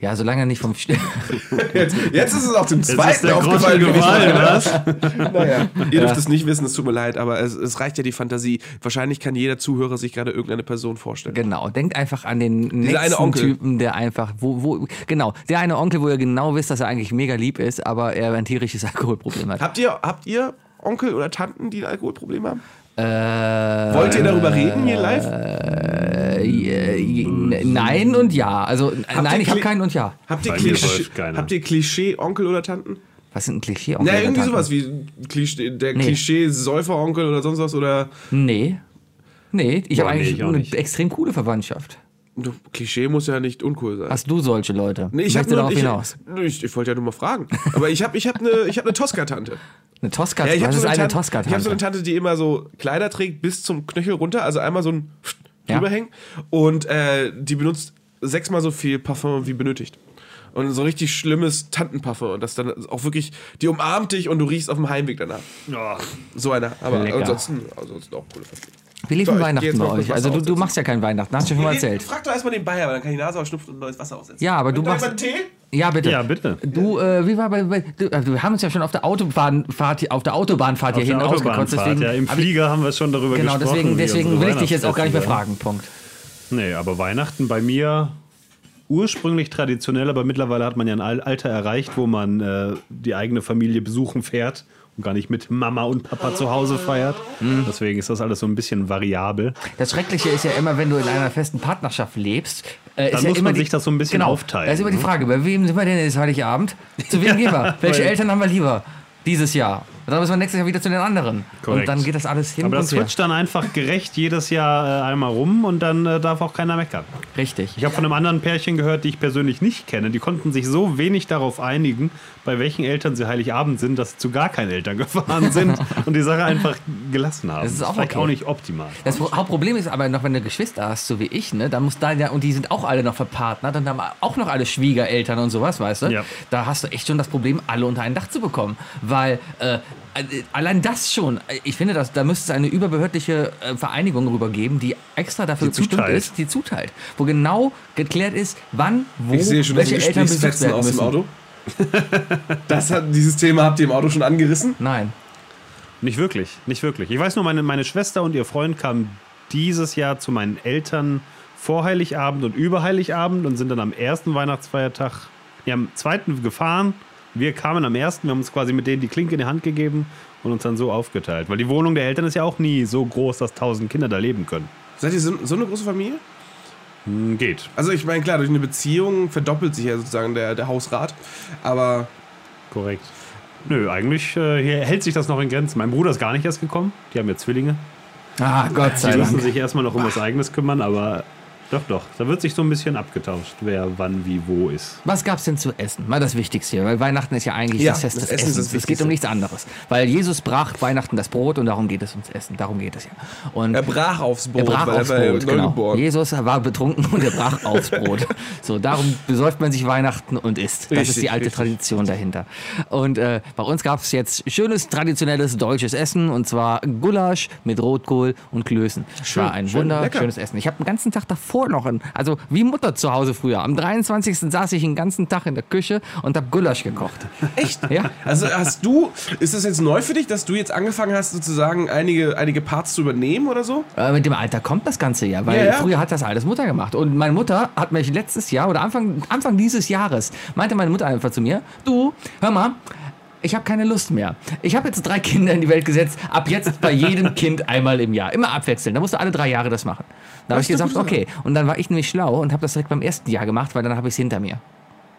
ja, solange er nicht vom St
Jetzt, jetzt ist es auch dem
Jetzt ist
zweiten
der ne? Groschen
aufgefallen.
gefallen, was?
[LAUGHS] Naja, ihr dürft es nicht wissen, es tut mir leid, aber es, es reicht ja die Fantasie. Wahrscheinlich kann jeder Zuhörer sich gerade irgendeine Person vorstellen.
Genau, denkt einfach an den nächsten
eine Onkel.
Typen, der einfach, wo, wo, genau, der eine Onkel, wo ihr genau wisst, dass er eigentlich mega lieb ist, aber er ein tierisches [LAUGHS] Alkoholproblem hat.
Habt ihr, habt ihr Onkel oder Tanten, die ein Alkoholproblem haben?
Äh,
Wollt ihr darüber reden hier live?
äh, je- n- nein und ja. Also, n- nein,
ihr
ich habe
Kli-
keinen und ja.
Habt ihr,
Bei mir
Klischee,
läuft keiner.
habt ihr Klischee Onkel oder Tanten?
Was sind ein Klischee?
Na, irgendwie sowas wie Klischee, der
Nee.
Klischee Säuferonkel oder sonst was oder
Nee. Nee, ich habe
Boah, nee,
eigentlich
ich auch
eine
nicht.
extrem coole Verwandtschaft.
Du, Klischee muss ja nicht uncool sein.
Hast du solche Leute?
Nee, ich
Möchtest
hab
du
nur,
darauf
ich,
hinaus.
ich, ich wollte ja nur mal fragen. Aber ich habe ich hab eine ich hab ne Tosca-Tante.
Eine Tosca,
Ja, ich habe
was
so,
ist
eine
eine
Tante-
Tosca?
ich hab so eine Tante, die immer so Kleider trägt bis zum Knöchel runter, also einmal so ein
Ja.
drüberhängen. Und äh, die benutzt sechsmal so viel Parfum wie benötigt. Und so richtig schlimmes Tantenparfum. Und das dann auch wirklich, die umarmt dich und du riechst auf dem Heimweg danach.
Ja.
So einer. Aber
Lecker.
ansonsten, ansonsten auch coole Verpflichtung.
Wir liefen
So, ich geh jetzt
Weihnachten
mal
bei
kurz
euch.
was
Also du, du
aufsetzen.
machst ja kein Weihnachten, hast du schon mal erzählt.
Frag doch erstmal den Bayer, weil dann kann die Nase ausschnupfen und neues Wasser aufsetzen.
Ja, aber du
Möchtest
machst-
jemand Tee?
Ja, bitte.
Ja, bitte.
Du, äh, wie war bei, bei du, äh, wir haben uns ja schon auf der Autobahnfahrt, hier- auf der Autobahnfahrt
Auf
hierhin
der
ausgekotzt,
Autobahnfahrt,
deswegen,
ja. Im
hab ich,
Flieger haben wir schon darüber
genau,
gesprochen.
deswegen,
wie
deswegen
unsere
will ich dich jetzt auch gar nicht mehr
Weihnachtsfeste
fragen. Punkt.
waren. Nee, aber Weihnachten bei mir ursprünglich traditionell, aber mittlerweile hat man ja ein Al- Alter erreicht, wo man äh, die eigene Familie besuchen fährt und gar nicht mit Mama und Papa zu Hause feiert.
Mhm.
Deswegen ist das alles so ein bisschen variabel.
Das Schreckliche ist ja immer, wenn du in einer festen Partnerschaft lebst, äh, ist
Dann
ja
muss
immer
man
die,
sich das so ein bisschen
genau,
aufteilen,
Da ist immer die
ne?
Frage, bei wem sind wir denn jetzt Heiligabend?
[LAUGHS]
Zu wem gehen wir? Welche
weil-
Eltern haben wir lieber dieses Jahr? Und dann müssen wir nächstes Jahr wieder zu den anderen.
Korrekt.
Und dann geht das alles hin
Aber
und
das
her.
switcht dann einfach gerecht jedes Jahr äh, einmal rum und dann äh, darf auch keiner meckern.
Richtig.
Ich habe von einem anderen Pärchen gehört, die ich persönlich nicht kenne. Die konnten sich so wenig darauf einigen, bei welchen Eltern sie Heiligabend sind, dass sie zu gar keinen Eltern [LAUGHS] gefahren
[LAUGHS]
sind und die Sache einfach gelassen haben.
Das ist auch
vielleicht
okay.
auch nicht optimal.
Das Hauptproblem ist aber noch, wenn du Geschwister hast, so wie ich, ne, dann muss deine, und die sind auch alle noch verpartnert und haben auch noch alle Schwiegereltern und sowas, weißt du?
Ja.
Da hast du echt schon das Problem, alle unter ein Dach zu bekommen. Weil äh, allein das schon, äh, ich finde, dass, da müsste es eine überbehördliche äh, Vereinigung rüber geben, die extra
Die
dafür bestimmt
zuteilt.
ist, die zuteilt. Wo genau geklärt ist, wann, wo,
Ich sehe schon, dass
welche
die
Eltern besucht
Gesprächsfetzen
werden
aus
müssen.
dem Auto. [LAUGHS] Das hat, dieses Thema habt ihr im Auto schon angerissen?
Nein.
Nicht wirklich, nicht wirklich. Ich weiß nur, meine, meine Schwester und ihr Freund kamen dieses Jahr zu meinen Eltern vor Heiligabend und über Heiligabend und sind dann am ersten Weihnachtsfeiertag, ja, am zweiten gefahren. Wir kamen am ersten, wir haben uns quasi mit denen die Klinke in die Hand gegeben und uns dann so aufgeteilt. Weil die Wohnung der Eltern ist ja auch nie so groß, dass tausend Kinder da leben können.
Seid ihr so, so eine große Familie?
Hm, Geht.
Also ich meine, klar, durch eine Beziehung verdoppelt sich ja sozusagen der, der Hausrat. Aber
Korrekt. Nö, eigentlich äh, hier hält sich das noch in Grenzen. Mein Bruder ist gar nicht erst gekommen. Die haben ja Zwillinge.
Ah, Gott
Die
sei
müssen
Dank.
sich erstmal noch um was Eigenes kümmern, aber Doch, doch. Da wird sich so ein bisschen abgetauscht, wer wann wie wo ist.
Was gab's denn zu essen? Mal das Wichtigste, weil Weihnachten ist ja eigentlich
Ja,
das Fest
das
des
Essen ist
Essens.
das
es geht um
Wichtigste.
nichts anderes. Weil Jesus brach Weihnachten das Brot und darum geht es ums Essen. Darum geht es ja. Und
Er brach aufs Brot,
er brach
weil
aufs
er war
Brot,
neu
genau.
geboren.
Jesus war betrunken und er brach
[LAUGHS]
aufs Brot. So, darum besäuft man sich Weihnachten und isst. Das ist
Richtig,
die alte
richtig.
Tradition dahinter. Und äh, bei uns gab es jetzt schönes traditionelles deutsches Essen und zwar Gulasch mit Rotkohl und Klößen.
Schön,
war ein
schön, lecker.
wunderschönes Essen. Ich habe den ganzen Tag davor noch, ein, also wie Mutter zu Hause früher. Am 23. saß ich den ganzen Tag in der Küche und habe Gulasch gekocht.
Echt?
Ja.
Also hast du, ist das jetzt neu für dich, dass du jetzt angefangen hast, sozusagen einige, einige Parts zu übernehmen oder so?
Äh, mit dem Alter kommt das Ganze ja, weil
Ja, ja.
früher hat das alles Mutter gemacht. Und meine Mutter hat mich letztes Jahr oder Anfang, Anfang dieses Jahres, meinte meine Mutter einfach zu mir, du, hör mal, ich habe keine Lust mehr. Ich habe jetzt drei Kinder in die Welt gesetzt, ab jetzt bei jedem Kind einmal im Jahr. Immer abwechseln, da musst du alle drei Jahre das machen. Da habe ich
ist doch
gesagt,
gut,
okay. Und dann war ich nämlich schlau und habe das direkt beim ersten Jahr gemacht, weil dann habe ich es hinter mir.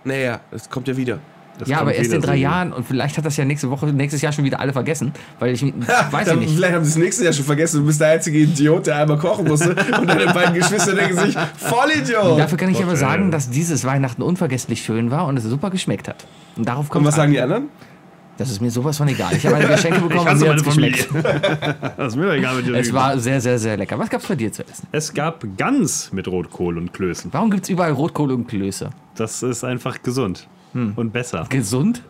Naja, das kommt ja wieder.
Das
ja,
kommt
aber erst
wieder
in drei
so.
Jahren und vielleicht hat das ja nächste Woche, nächstes Jahr schon wieder alle vergessen, weil ich weiß ich
Dann-
nicht.
Vielleicht haben sie das nächste Jahr schon vergessen, du bist der einzige Idiot, der einmal kochen musste. Und deine beiden Geschwister denken sich, Vollidiot!
Dafür kann ich aber
Gott,
sagen,
ey.
dass dieses Weihnachten unvergesslich schön war und es super geschmeckt hat. Und darauf
Und
kommt
was sagen die anderen?
Das ist mir sowas von egal. Ich habe meine Geschenke
[LAUGHS] Ich
bekommen und
hasse
mir
meine
hat's
Familie. [LAUGHS]
geschmeckt.
das ist mir doch egal, mit dir
Es war sehr, sehr, sehr lecker. Was gab's bei dir zu essen?
es gab Gans mit Rotkohl und Klößen.
Warum gibt's überall Rotkohl und Klöße?
Das ist einfach gesund.
Hm.
Und besser,
Gesund?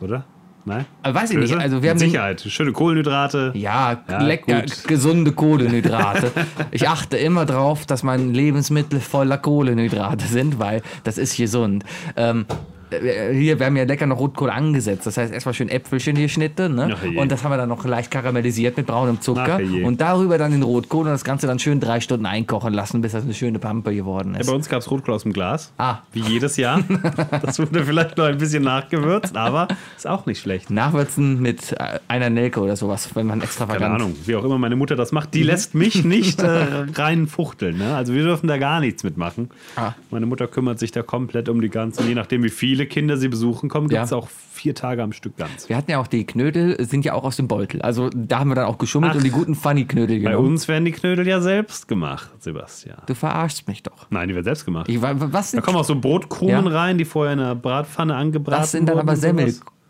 oder? Nein?
Äh, weiß ich nicht.
Klöße?
Also wir haben
Mit Sicherheit. Schöne Kohlenhydrate.
Ja,
Ja,
lecker,
gut.
gesunde Kohlenhydrate. Ich achte immer drauf, dass meine Lebensmittel voller Kohlenhydrate sind, weil das ist gesund. Ähm, äh, hier, wir haben ja lecker noch Rotkohl angesetzt. Das heißt, erstmal schön Äpfelchen geschnitten. Ne?
Ach je.
Und das haben wir dann noch leicht karamellisiert mit braunem
Ach
Zucker.
je.
Und darüber dann den Rotkohl und das Ganze dann schön drei Stunden einkochen lassen, bis das eine schöne Pampe geworden
Ja,
ist.
bei uns gab es Rotkohl aus dem Glas.
Ah.
Wie jedes
[LAUGHS]
Jahr. Das wurde vielleicht noch ein bisschen nachgewürzt, aber ist auch nicht schlecht.
Nachwürzen mit äh, einer Nelke oder sowas, wenn man extravagant.
Keine Ahnung, wie auch immer meine Mutter das macht,
Mhm.
die lässt mich nicht äh,
[LAUGHS]
reinfuchteln. Ne? Also wir dürfen da gar nichts mitmachen.
Ah.
Meine Mutter kümmert sich da komplett um die ganzen. Je nachdem, wie viele Kinder sie besuchen kommen, gibt es
Ja.
auch vier Tage am Stück ganz.
Wir hatten ja auch die Knödel, sind ja auch aus dem Beutel. Also da haben wir dann auch geschummelt
Ach.
und die guten Funny-Knödel
Bei
genommen.
uns werden die Knödel ja selbst gemacht, Sebastian.
Du verarschst mich doch.
Nein, die werden selbst gemacht.
Ich, wa- wa- was
Da
sind,
kommen auch so Brotkrumen
Ja.
rein, die vorher in einer Bratpfanne angebraten
das sind dann
wurden
aber
und sowas.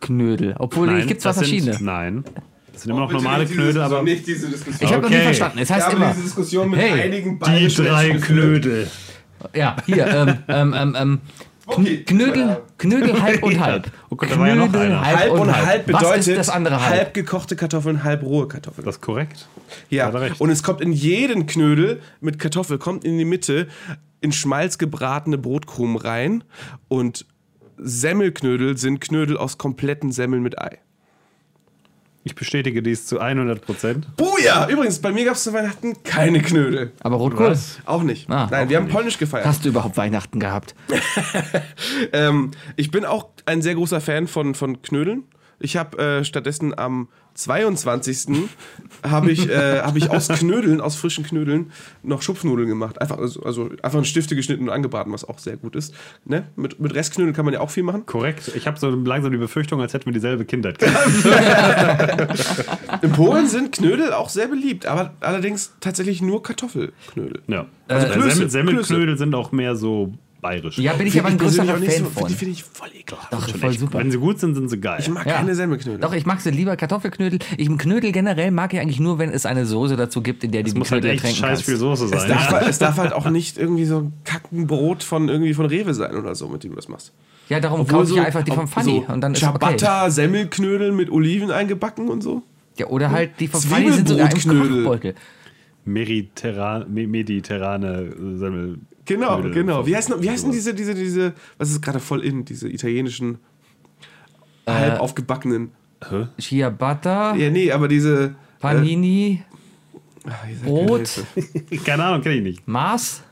Semmelknödel. Obwohl,
Nein,
es gibt zwar
das
verschiedene.
Sind, nein, das sind immer noch normale Knödel, aber
Oh, Nicht diese Diskussion.
ich habe noch
Okay.
nie verstanden. Es
Wir
heißt
haben
immer,
diese Diskussion mit
Hey,
einigen
die
bayerischen
drei
Menschen geführt.
Knödel.
ja, hier, ähm, ähm, ähm, ähm, Kn-
Okay.
Knödel, Knödel halb und halb.
Oh Gott, da war ja noch einer.
Halb und halb bedeutet
Was ist das andere halb?
halb gekochte Kartoffeln, halb rohe Kartoffeln.
Das ist korrekt.
Ja,
hat er recht.
und es kommt in jeden Knödel mit Kartoffel, kommt in die Mitte in Schmalz gebratene Brotkrumen rein und Semmelknödel sind Knödel aus kompletten Semmeln mit Ei.
Ich bestätige dies zu 100 Prozent.
Buja! Übrigens, bei mir gab es zu Weihnachten keine Knödel.
Aber Rotkohl?
Was?
Auch nicht.
Ah,
Nein, wir haben polnisch gefeiert.
Hast du überhaupt Weihnachten gehabt?
Ähm, ich bin auch ein sehr großer Fan von, von Knödeln. Ich habe äh, stattdessen am 22. habe ich, äh, hab ich aus Knödeln, aus frischen Knödeln, noch Schupfnudeln gemacht. Einfach, also, also einfach in Stifte geschnitten und angebraten, was auch sehr gut ist. Ne? Mit, mit Restknödeln kann man ja auch viel machen.
Korrekt. Ich habe so langsam die Befürchtung, als hätten wir dieselbe Kindheit [LAUGHS] gehabt.
Äh,
In Polen sind Knödel auch sehr beliebt, aber allerdings tatsächlich nur Kartoffelknödel.
Ja. Also
Äh, Klöße,
Semmel,
Klöße.
Semmelknödel sind auch mehr so bayerisch.
Ja, bin ich aber ein
persönlich
größerer
auch nicht
Fan
so-
von.
Die finde ich voll ekelhaft.
Doch,
Schon
voll
echt-
super.
Wenn sie gut sind, sind sie geil.
Ich mag
Ja.
keine Semmelknödel.
Doch, ich mag sie lieber Kartoffelknödel. Ich, Knödel generell mag ich eigentlich nur, wenn es eine Soße dazu gibt, in der du die
Muss halt
Knödel
echt
ertränken
scheiß
kannst.
viel Soße
Es
sein.
darf,
Ja. [LAUGHS]
es darf halt auch nicht irgendwie so ein Kackenbrot von irgendwie von Rewe sein oder so, mit dem du das machst.
Ja, darum
Obwohl
kaufe ich ja einfach die vom
ob-
Funny.
so
und dann ist okay.
Ciabatta, Semmelknödel mit Oliven eingebacken und so.
Ja, oder halt die vom Funny sind sogar im
Zwiebelbrotknödel.
Kochbeutel.
Meritera- me- mediterrane äh, Semmel.
Genau,
Knödel.
genau. Wie heißen, wie heißen diese, diese, diese, was ist gerade voll in, diese italienischen,
Äh,
halb aufgebackenen.
Ciabatta,
Ja, nee, aber diese.
Panini,
Äh, ah, ihr seid
Brot.
keine Hilfe.
Keine Ahnung, kenne ich nicht.
Mars.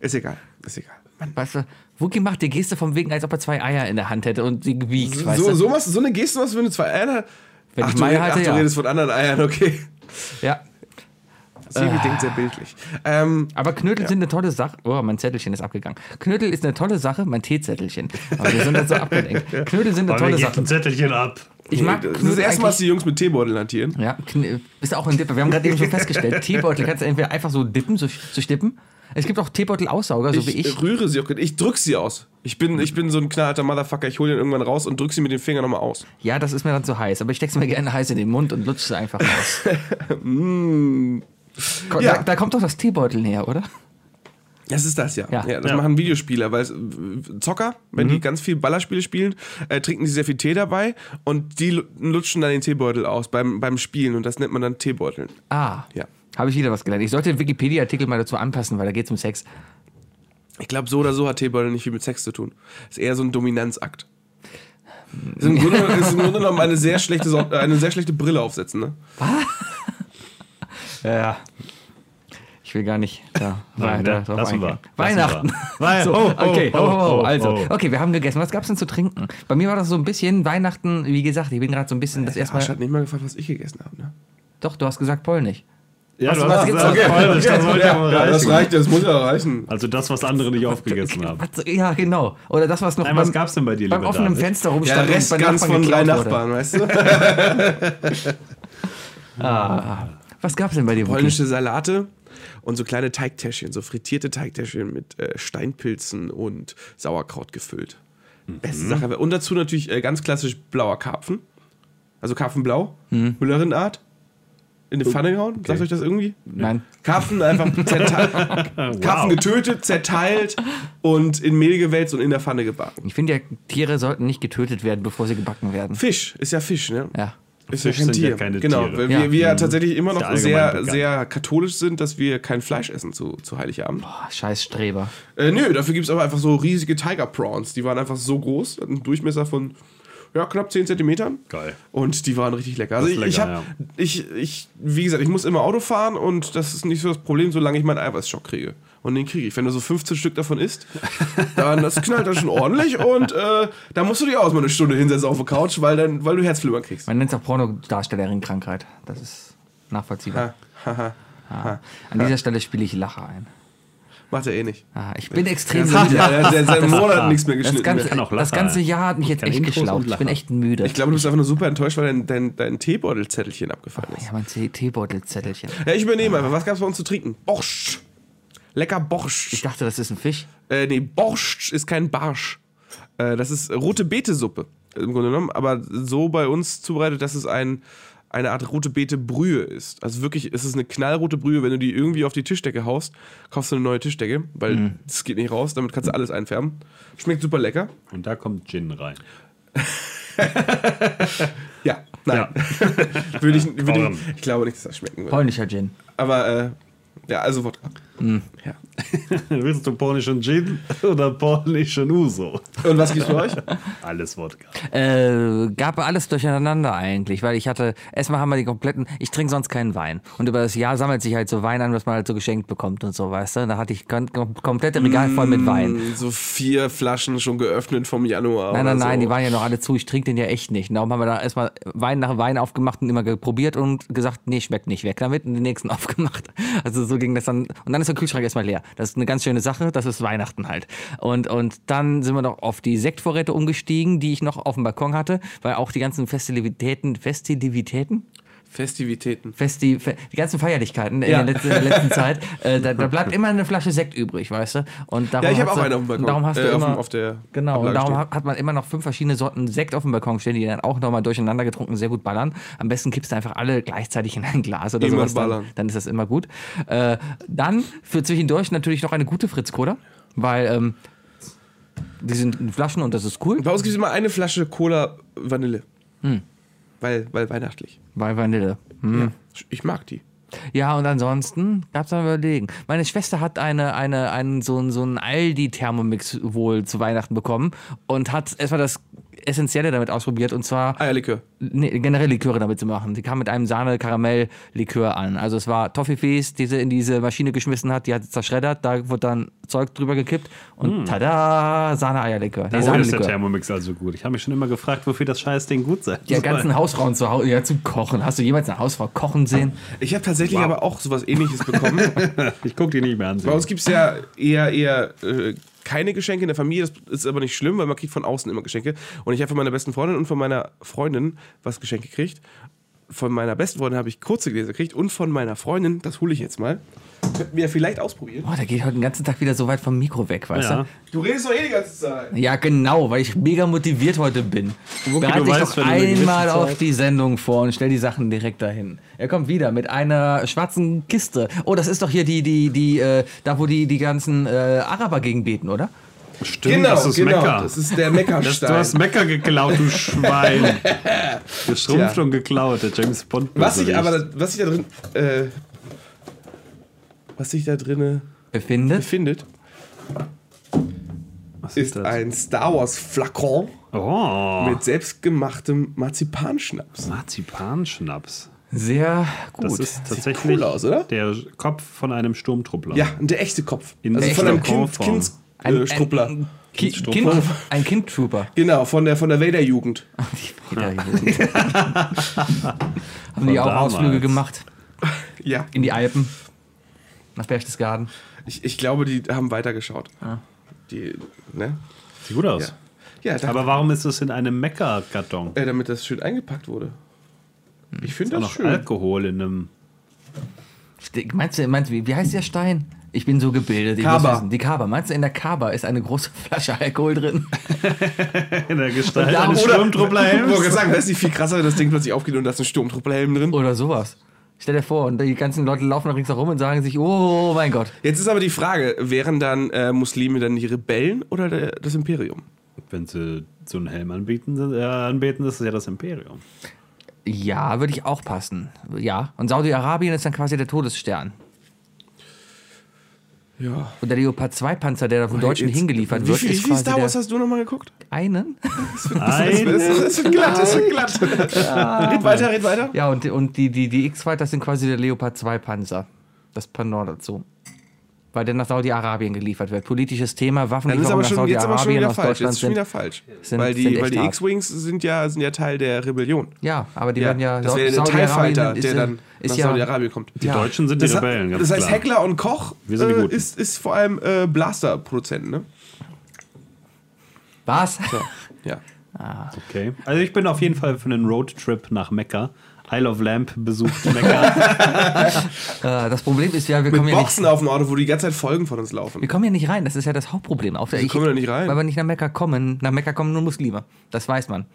Ist egal, ist egal.
Weißt du, Wookie macht die Geste vom Wegen, als ob er zwei Eier in der Hand hätte und sie wiegt, weißt
So,
du?
so, machst, du- so eine Geste machst du, wenn du zwei Eier.
Wenn
ach,
ich
du,
meine
red-
hatte,
ach,
ja. Äh.
du redest von anderen Eiern, okay.
Ja.
Sebi denkt sehr bildlich. Ähm,
Aber Knödel sind eine tolle Sache. Oh, mein Zettelchen ist abgegangen. Knödel ist eine tolle Sache, mein Teezettelchen. Aber wir sind da so abgelenkt.
[LAUGHS]
Knödel sind eine
Oh,
Aber wir
tolle
geben ein
Sache.
Zettelchen ab.
Ich mag
das ist das
Knödel
erste Mal, dass
eigentlich.
die Jungs mit Teebeuteln hantieren. [LAUGHS]
Ja, Kn- ist auch ein Dipper. Wir haben gerade eben schon festgestellt, Teebeutel kannst du entweder einfach so dippen, so, so stippen. Es gibt auch Teebeutel-Aussauger, so wie ich.
rühre sie auch. Ich drück sie aus. Ich bin, ich bin so ein knallharter Motherfucker. Ich hole den irgendwann raus und drück sie mit dem Finger nochmal aus.
Ja, das ist mir dann zu heiß, aber ich steck's mir gerne heiß in den Mund und lutsche es einfach aus. Hm. Ko-
Ja.
da, da kommt doch das Teebeutel näher, oder?
Das ist das ja.
Ja. Mhm.
Ja, das
Ja.
machen Videospieler, weil es, äh, Zocker, wenn die ganz viel Ballerspiele spielen, äh, trinken die sehr viel Tee dabei und die lu- lutschen dann den Teebeutel aus beim, beim Spielen und das nennt man dann Teebeuteln.
Ah.
Ja.
Habe ich wieder was gelernt. Ich sollte den Wikipedia-Artikel mal dazu anpassen, weil da geht's um Sex.
Ich glaube, so oder so hat Teebeutel nicht viel mit Sex zu tun. Ist eher so ein Dominanzakt. Ist im Grunde, ist im Grunde genommen eine sehr schlechte, Sau- äh, eine sehr schlechte Brille aufsetzen, ne?
Ja. Ich will gar nicht da
[LAUGHS] Nein,
weiter
ne?
drauf
Lassen wir.
eingehen.
Lassen [LAUGHS]
Weihnachten.
wir. Wei-
so,
oh, oh,
[LAUGHS] okay,
oh,
ho, ho, ho.
oh,
also,
oh.
okay, wir haben gegessen. Was gab's denn zu trinken? Bei mir war das so ein bisschen Weihnachten, wie gesagt, ich bin gerade so ein
Äh,
bisschen das
Erstmal.
erstmal.
Ich hat nicht mal gefragt, was ich gegessen habe, ne?
Doch, du hast gesagt Polnisch.
Ja, du
was
hast
gibt's
gesagt,
da?
Polnisch, das wollte ich aber reichen.
das muss ja reichen.
Also das, was andere nicht aufgegessen haben.
Was, ja, genau. Oder das, was noch
Nein, was gab's denn bei dir,
beim
lieber
offenen
David?
Fenster
Ja,
rumstand
der Rest
und bei
ganz von
Nachbarn
drei
geklaut wurde.
Nachbarn, weißt du?
Ah. Was gab's denn bei dir? Polnisch.
[LAUGHS] polnische Salate und so kleine Teigtäschchen, so frittierte Teigtäschchen mit äh, Steinpilzen und Sauerkraut gefüllt.
Mhm.
Beste Sache. Und dazu natürlich äh, ganz klassisch blauer Karpfen. Also Karpfenblau,
Mhm.
Müllerin-Art. In
Oh,
eine Pfanne gehauen. Sagt euch das irgendwie?
Nein.
Karpfen einfach
[LAUGHS]
zerteilt. Karpfen getötet, zerteilt und in Mehl gewälzt und in der Pfanne gebacken.
Ich finde ja, Tiere sollten nicht getötet werden, bevor sie gebacken werden.
Fisch ist ja Fisch, ne?
Ja.
Ist
Fisch sind ja keine
genau,
Tiere. Mhm.
weil wir,
Ja.
wir ja tatsächlich immer
Ist ja
noch
allgemein
sehr,
bekannt.
sehr katholisch sind, dass wir kein Fleisch essen zu, zu Heiligabend.
Boah, Ah, scheiß Streber.
Äh, nö, dafür gibt es aber einfach so riesige Tiger Prawns. Die waren einfach so groß, hatten einen Durchmesser von ja, knapp 10 Zentimetern.
Geil.
Und die waren richtig lecker. Also ich,
ist
ich, hab,
lecker,
ich, ich, wie gesagt, ich muss immer Auto fahren und das ist nicht so das Problem, solange ich meinen Eiweißschock kriege. Und den kriege ich. Wenn du so 15 Stück
[LAUGHS]
davon isst, dann das knallt dann schon ordentlich und äh, da musst du dich auch erstmal eine Stunde hinsetzen auf der Couch, weil, dann, weil du Herzflimmern kriegst.
Man nennt es auch Pornodarstellerin-Krankheit. Das ist nachvollziehbar.
Ha, haha.
Ah. An dieser Stelle spiele ich Lacher ein.
Macht er eh nicht.
Ah, ich bin extrem
Der
müde.
hat seit seit Monaten nichts mehr
Das
geschnitten.
ganze,
kann auch Lacher
das ganze
ein.
Jahr hat mich jetzt
kann
echt
Intros
geschlaucht.
und
Ich bin
Lacher.
echt müde.
Ich glaube, du bist einfach nur super enttäuscht, weil dein, dein, dein Teebeutelzettelchen abgefallen ist.
Ah, ja, mein Tee- Teebeutelzettelchen.
Ja, ich übernehme einfach. Was gab's bei uns zu trinken? Borscht. Lecker Borscht.
Ich dachte, das ist ein Fisch.
äh, nee, Borscht ist kein Barsch. Äh, das ist rote Beete-Suppe im Grunde genommen, aber so bei uns zubereitet, dass es ein, eine Art rote Beete-Brühe ist. Also wirklich, es ist eine knallrote Brühe. Wenn du die irgendwie auf die Tischdecke haust, kaufst du eine neue Tischdecke, weil das geht nicht raus. Damit kannst du alles einfärben. Schmeckt super lecker.
Und da kommt Gin rein.
Ja, nein,
Ja.
[LAUGHS] würde ich, würde
Korn.
ich, ich glaube nicht, dass das schmecken würde.
Polnischer Gin.
Aber äh, ja, also Wodka. Ja.
[LAUGHS] Willst du polnischen Gin oder polnischen Uso?
Und was gibt's für euch?
Alles Wodka.
Äh, gab alles durcheinander eigentlich, weil ich hatte, erstmal haben wir die kompletten, ich trinke sonst keinen Wein. Und über das Jahr sammelt sich halt so Wein an, was man halt so geschenkt bekommt und so, weißt du. Und da hatte ich kon- kom komplette Regal voll
Mm.
mit Wein.
So vier Flaschen schon geöffnet vom Januar.
Nein,
oder
nein, nein,
so.
die waren ja noch alle zu. Ich trinke den ja echt nicht. Und Darum haben wir da erstmal Wein nach Wein aufgemacht und immer probiert und gesagt, nee, schmeckt nicht weg damit und den nächsten [LAUGHS] aufgemacht. Also so ging das dann. Und dann ist der Kühlschrank erstmal leer. Das ist eine ganz schöne Sache. Das ist Weihnachten halt. Und, und dann sind wir noch auf die Sektvorräte umgestiegen, die ich noch auf dem Balkon hatte, weil auch die ganzen Festivitäten, Festivitäten?
Festivitäten.
Festi, Fe- die ganzen Feierlichkeiten
Ja.
in, der letzten, in der
[LAUGHS]
letzten Zeit, äh, da, da bleibt immer eine Flasche Sekt übrig, weißt du? Und darum
Ja, ich habe
hast
auch
du-
einen auf dem Balkon.
Darum hast du
Äh, auf
immer,
dem- auf der
genau, und
Ablage
darum
stehen.
hat- hat man immer noch fünf verschiedene Sorten Sekt auf dem Balkon stehen, die dann auch nochmal durcheinander getrunken sehr gut ballern. Am besten kippst du einfach alle gleichzeitig in ein Glas oder
Immer
sowas. Dann,
ballern.
dann ist das immer gut. Äh, dann für zwischendurch natürlich noch eine gute Fritz-Cola, weil ähm, die sind in Flaschen und das ist cool.
Bei uns gibt es immer eine Flasche Cola Vanille.
Hm.
Weil, weil weihnachtlich.
Bei Vanille. Hm.
Ja. Ich mag die.
Ja, und ansonsten gab's da überlegen. Meine Schwester hat eine, eine, einen, so einen, so einen Aldi-Thermomix wohl zu Weihnachten bekommen und hat erstmal das Essentielle damit ausprobiert und zwar
Eierlikör.
nee, generell Liköre damit zu machen. Sie kam mit einem Sahne-Karamell-Likör an. Also es war Toffifees, die sie in diese Maschine geschmissen hat, die hat sie zerschreddert, da wurde dann Zeug drüber gekippt und tada, Sahne-Eierlikör. Nee,
Warum Hm. Oh, ist der
Sahne-Likör.
Thermomix also gut? Ich habe mich schon immer gefragt, wofür das Scheißding gut sein
Die
soll.
ganzen Hausfrauen zu, Hau ja, zu kochen. Hast du jemals eine Hausfrau kochen sehen?
Ich habe tatsächlich aber auch sowas ähnliches bekommen.
[LAUGHS]
Ich gucke die nicht mehr an.
Bei uns gibt es ja eher, eher äh, keine Geschenke in der Familie. Das ist aber nicht schlimm, weil man kriegt von außen immer Geschenke. Und ich habe von meiner besten Freundin und von meiner Freundin was Geschenke gekriegt. Von meiner besten Freundin habe ich kurze Gläser gekriegt und von meiner Freundin, das hole ich jetzt mal, könnten wir vielleicht ausprobieren.
Boah, der Oh, geht heute den ganzen Tag wieder so weit vom Mikro weg, weißt
Ja.
du?
Du redest doch eh die ganze Zeit.
Ja, genau, weil ich mega motiviert heute bin. Bereite
du
dich
weißt,
doch
wenn du eine gewisse
einmal
Zeit-
auf die Sendung vor und stell die Sachen direkt dahin. Er kommt wieder mit einer schwarzen Kiste. Oh, das ist doch hier die, die, die, äh, da wo die, die ganzen äh, Araber gegen beten, oder?
Stimmt, das ist Mekka.
Genau, Das ist der Meckerstein.
Das, du hast Mekka geklaut, du
[LAUGHS]
Schwein. Geschrumpft und geklaut, der James Bond.
was ich
Bösewicht.
aber, was ich da drin, äh, was sich da drinne
Befindet?
befindet,
Was
ist
das?
ein Star Wars Flakon
Oh,
mit selbstgemachtem Marzipanschnaps.
Marzipanschnaps.
Sehr gut.
Das ist tatsächlich
cool aus, oder?
der Kopf von einem Sturmtruppler.
Ja, und der echte Kopf.
In
also
der
von
echten
einem kind,
Kornform.
Kinds,
Ein-
äh, Struppler.
Ein, Ki kind,
Kindstrupper. [LAUGHS]
ein Kindtrooper.
Genau, von der, von der Vader-Jugend.
[LAUGHS]
Haben die auch
damals.
Ausflüge gemacht
Ja.
in die Alpen? Nach Berchtesgaden?
Ich, ich glaube, die haben weitergeschaut.
Ah.
Die, ne?
Sieht gut aus.
Ja. Ja, da,
Aber warum ist es in einem Mekka-Karton?
äh, damit das schön eingepackt wurde.
Hm.
Ich finde
Auch
das
noch
schön.
Alkohol in einem.
Ste- Meinst du, meinst du, wie wie heißt der Stein? Ich bin so gebildet. Ich muss
Kaba.
wissen. Die Kaba. Meinst du, in der Kaba ist eine große [LAUGHS] Flasche Alkohol
[LAUGHS]
drin?
[LAUGHS] In der Gestalt
darum-
eines [LAUGHS]
oder-
Ich wollte
Sturmtrupplerhelms.
gerade sagen, das ist nicht viel krasser, wenn das Ding plötzlich aufgeht und da ist ein Sturmtrupplerhelm drin.
Oder sowas. Stell dir vor, und die ganzen Leute laufen da ringsherum und sagen sich, oh mein Gott.
Jetzt ist aber die Frage, wären dann äh, Muslime dann die Rebellen oder der, das Imperium?
Wenn sie so einen Helm anbieten, äh, anbeten, das ist ja das Imperium. [LAUGHS]
Ja, würde ich auch passen. Ja. Und Saudi-Arabien ist dann quasi der Todesstern.
Ja.
Und der Leopard 2-Panzer, der da von Deutschen hingeliefert wird,
Wie viel, wie
ist
viel
quasi
Star Wars
der
hast du nochmal geguckt?
einen. [LAUGHS]
Das,
Ein,
das wird glatt, das wird glatt. red weiter, red weiter.
Ja, und, und die, die, die X-Fighters sind quasi der Leopard 2 Panzer. Das Pendant dazu. Weil der nach Saudi-Arabien geliefert wird. Politisches Thema,
Dann ist
Waffenlieferungen
aber
nach
schon, jetzt aber schon
Saudi-Arabien
wieder
aus
falsch. Jetzt
Deutschland
ist schon
sind.
wieder falsch.
sind-
weil die,
sind
weil die
echt hart.
X-Wings sind ja, sind ja Teil der Rebellion.
Ja, aber die
Ja,
werden ja.
das wäre der
Saudi-Arabien
TIE-Fighter,
ist
der
ja-
dann nach
ist ja,
Saudi-Arabien kommt.
die
Ja.
Deutschen sind die
Das,
Rebellen, ganz
das heißt,
klar.
Heckler und Koch
Wir sind die
äh,
Guten.
ist, ist vor allem äh, Blaster-Produzenten, ne?
Was?
Ja.
Okay. Also ich bin auf jeden Fall für einen Roadtrip nach Mekka. Isle of Lamp [LAUGHS] besucht Mekka.
[LAUGHS] äh, das Problem ist ja, wir kommen
Mit
ja, nicht,
Boxen auf dem Auto, wo die ganze Zeit Folgen von uns laufen.
wir kommen ja nicht rein. Das ist ja das Hauptproblem. Auf der, ich,
kommen wir da nicht rein?
Weil wir nicht nach Mekka kommen. Nach Mekka kommen nur Muslime. Das weiß man.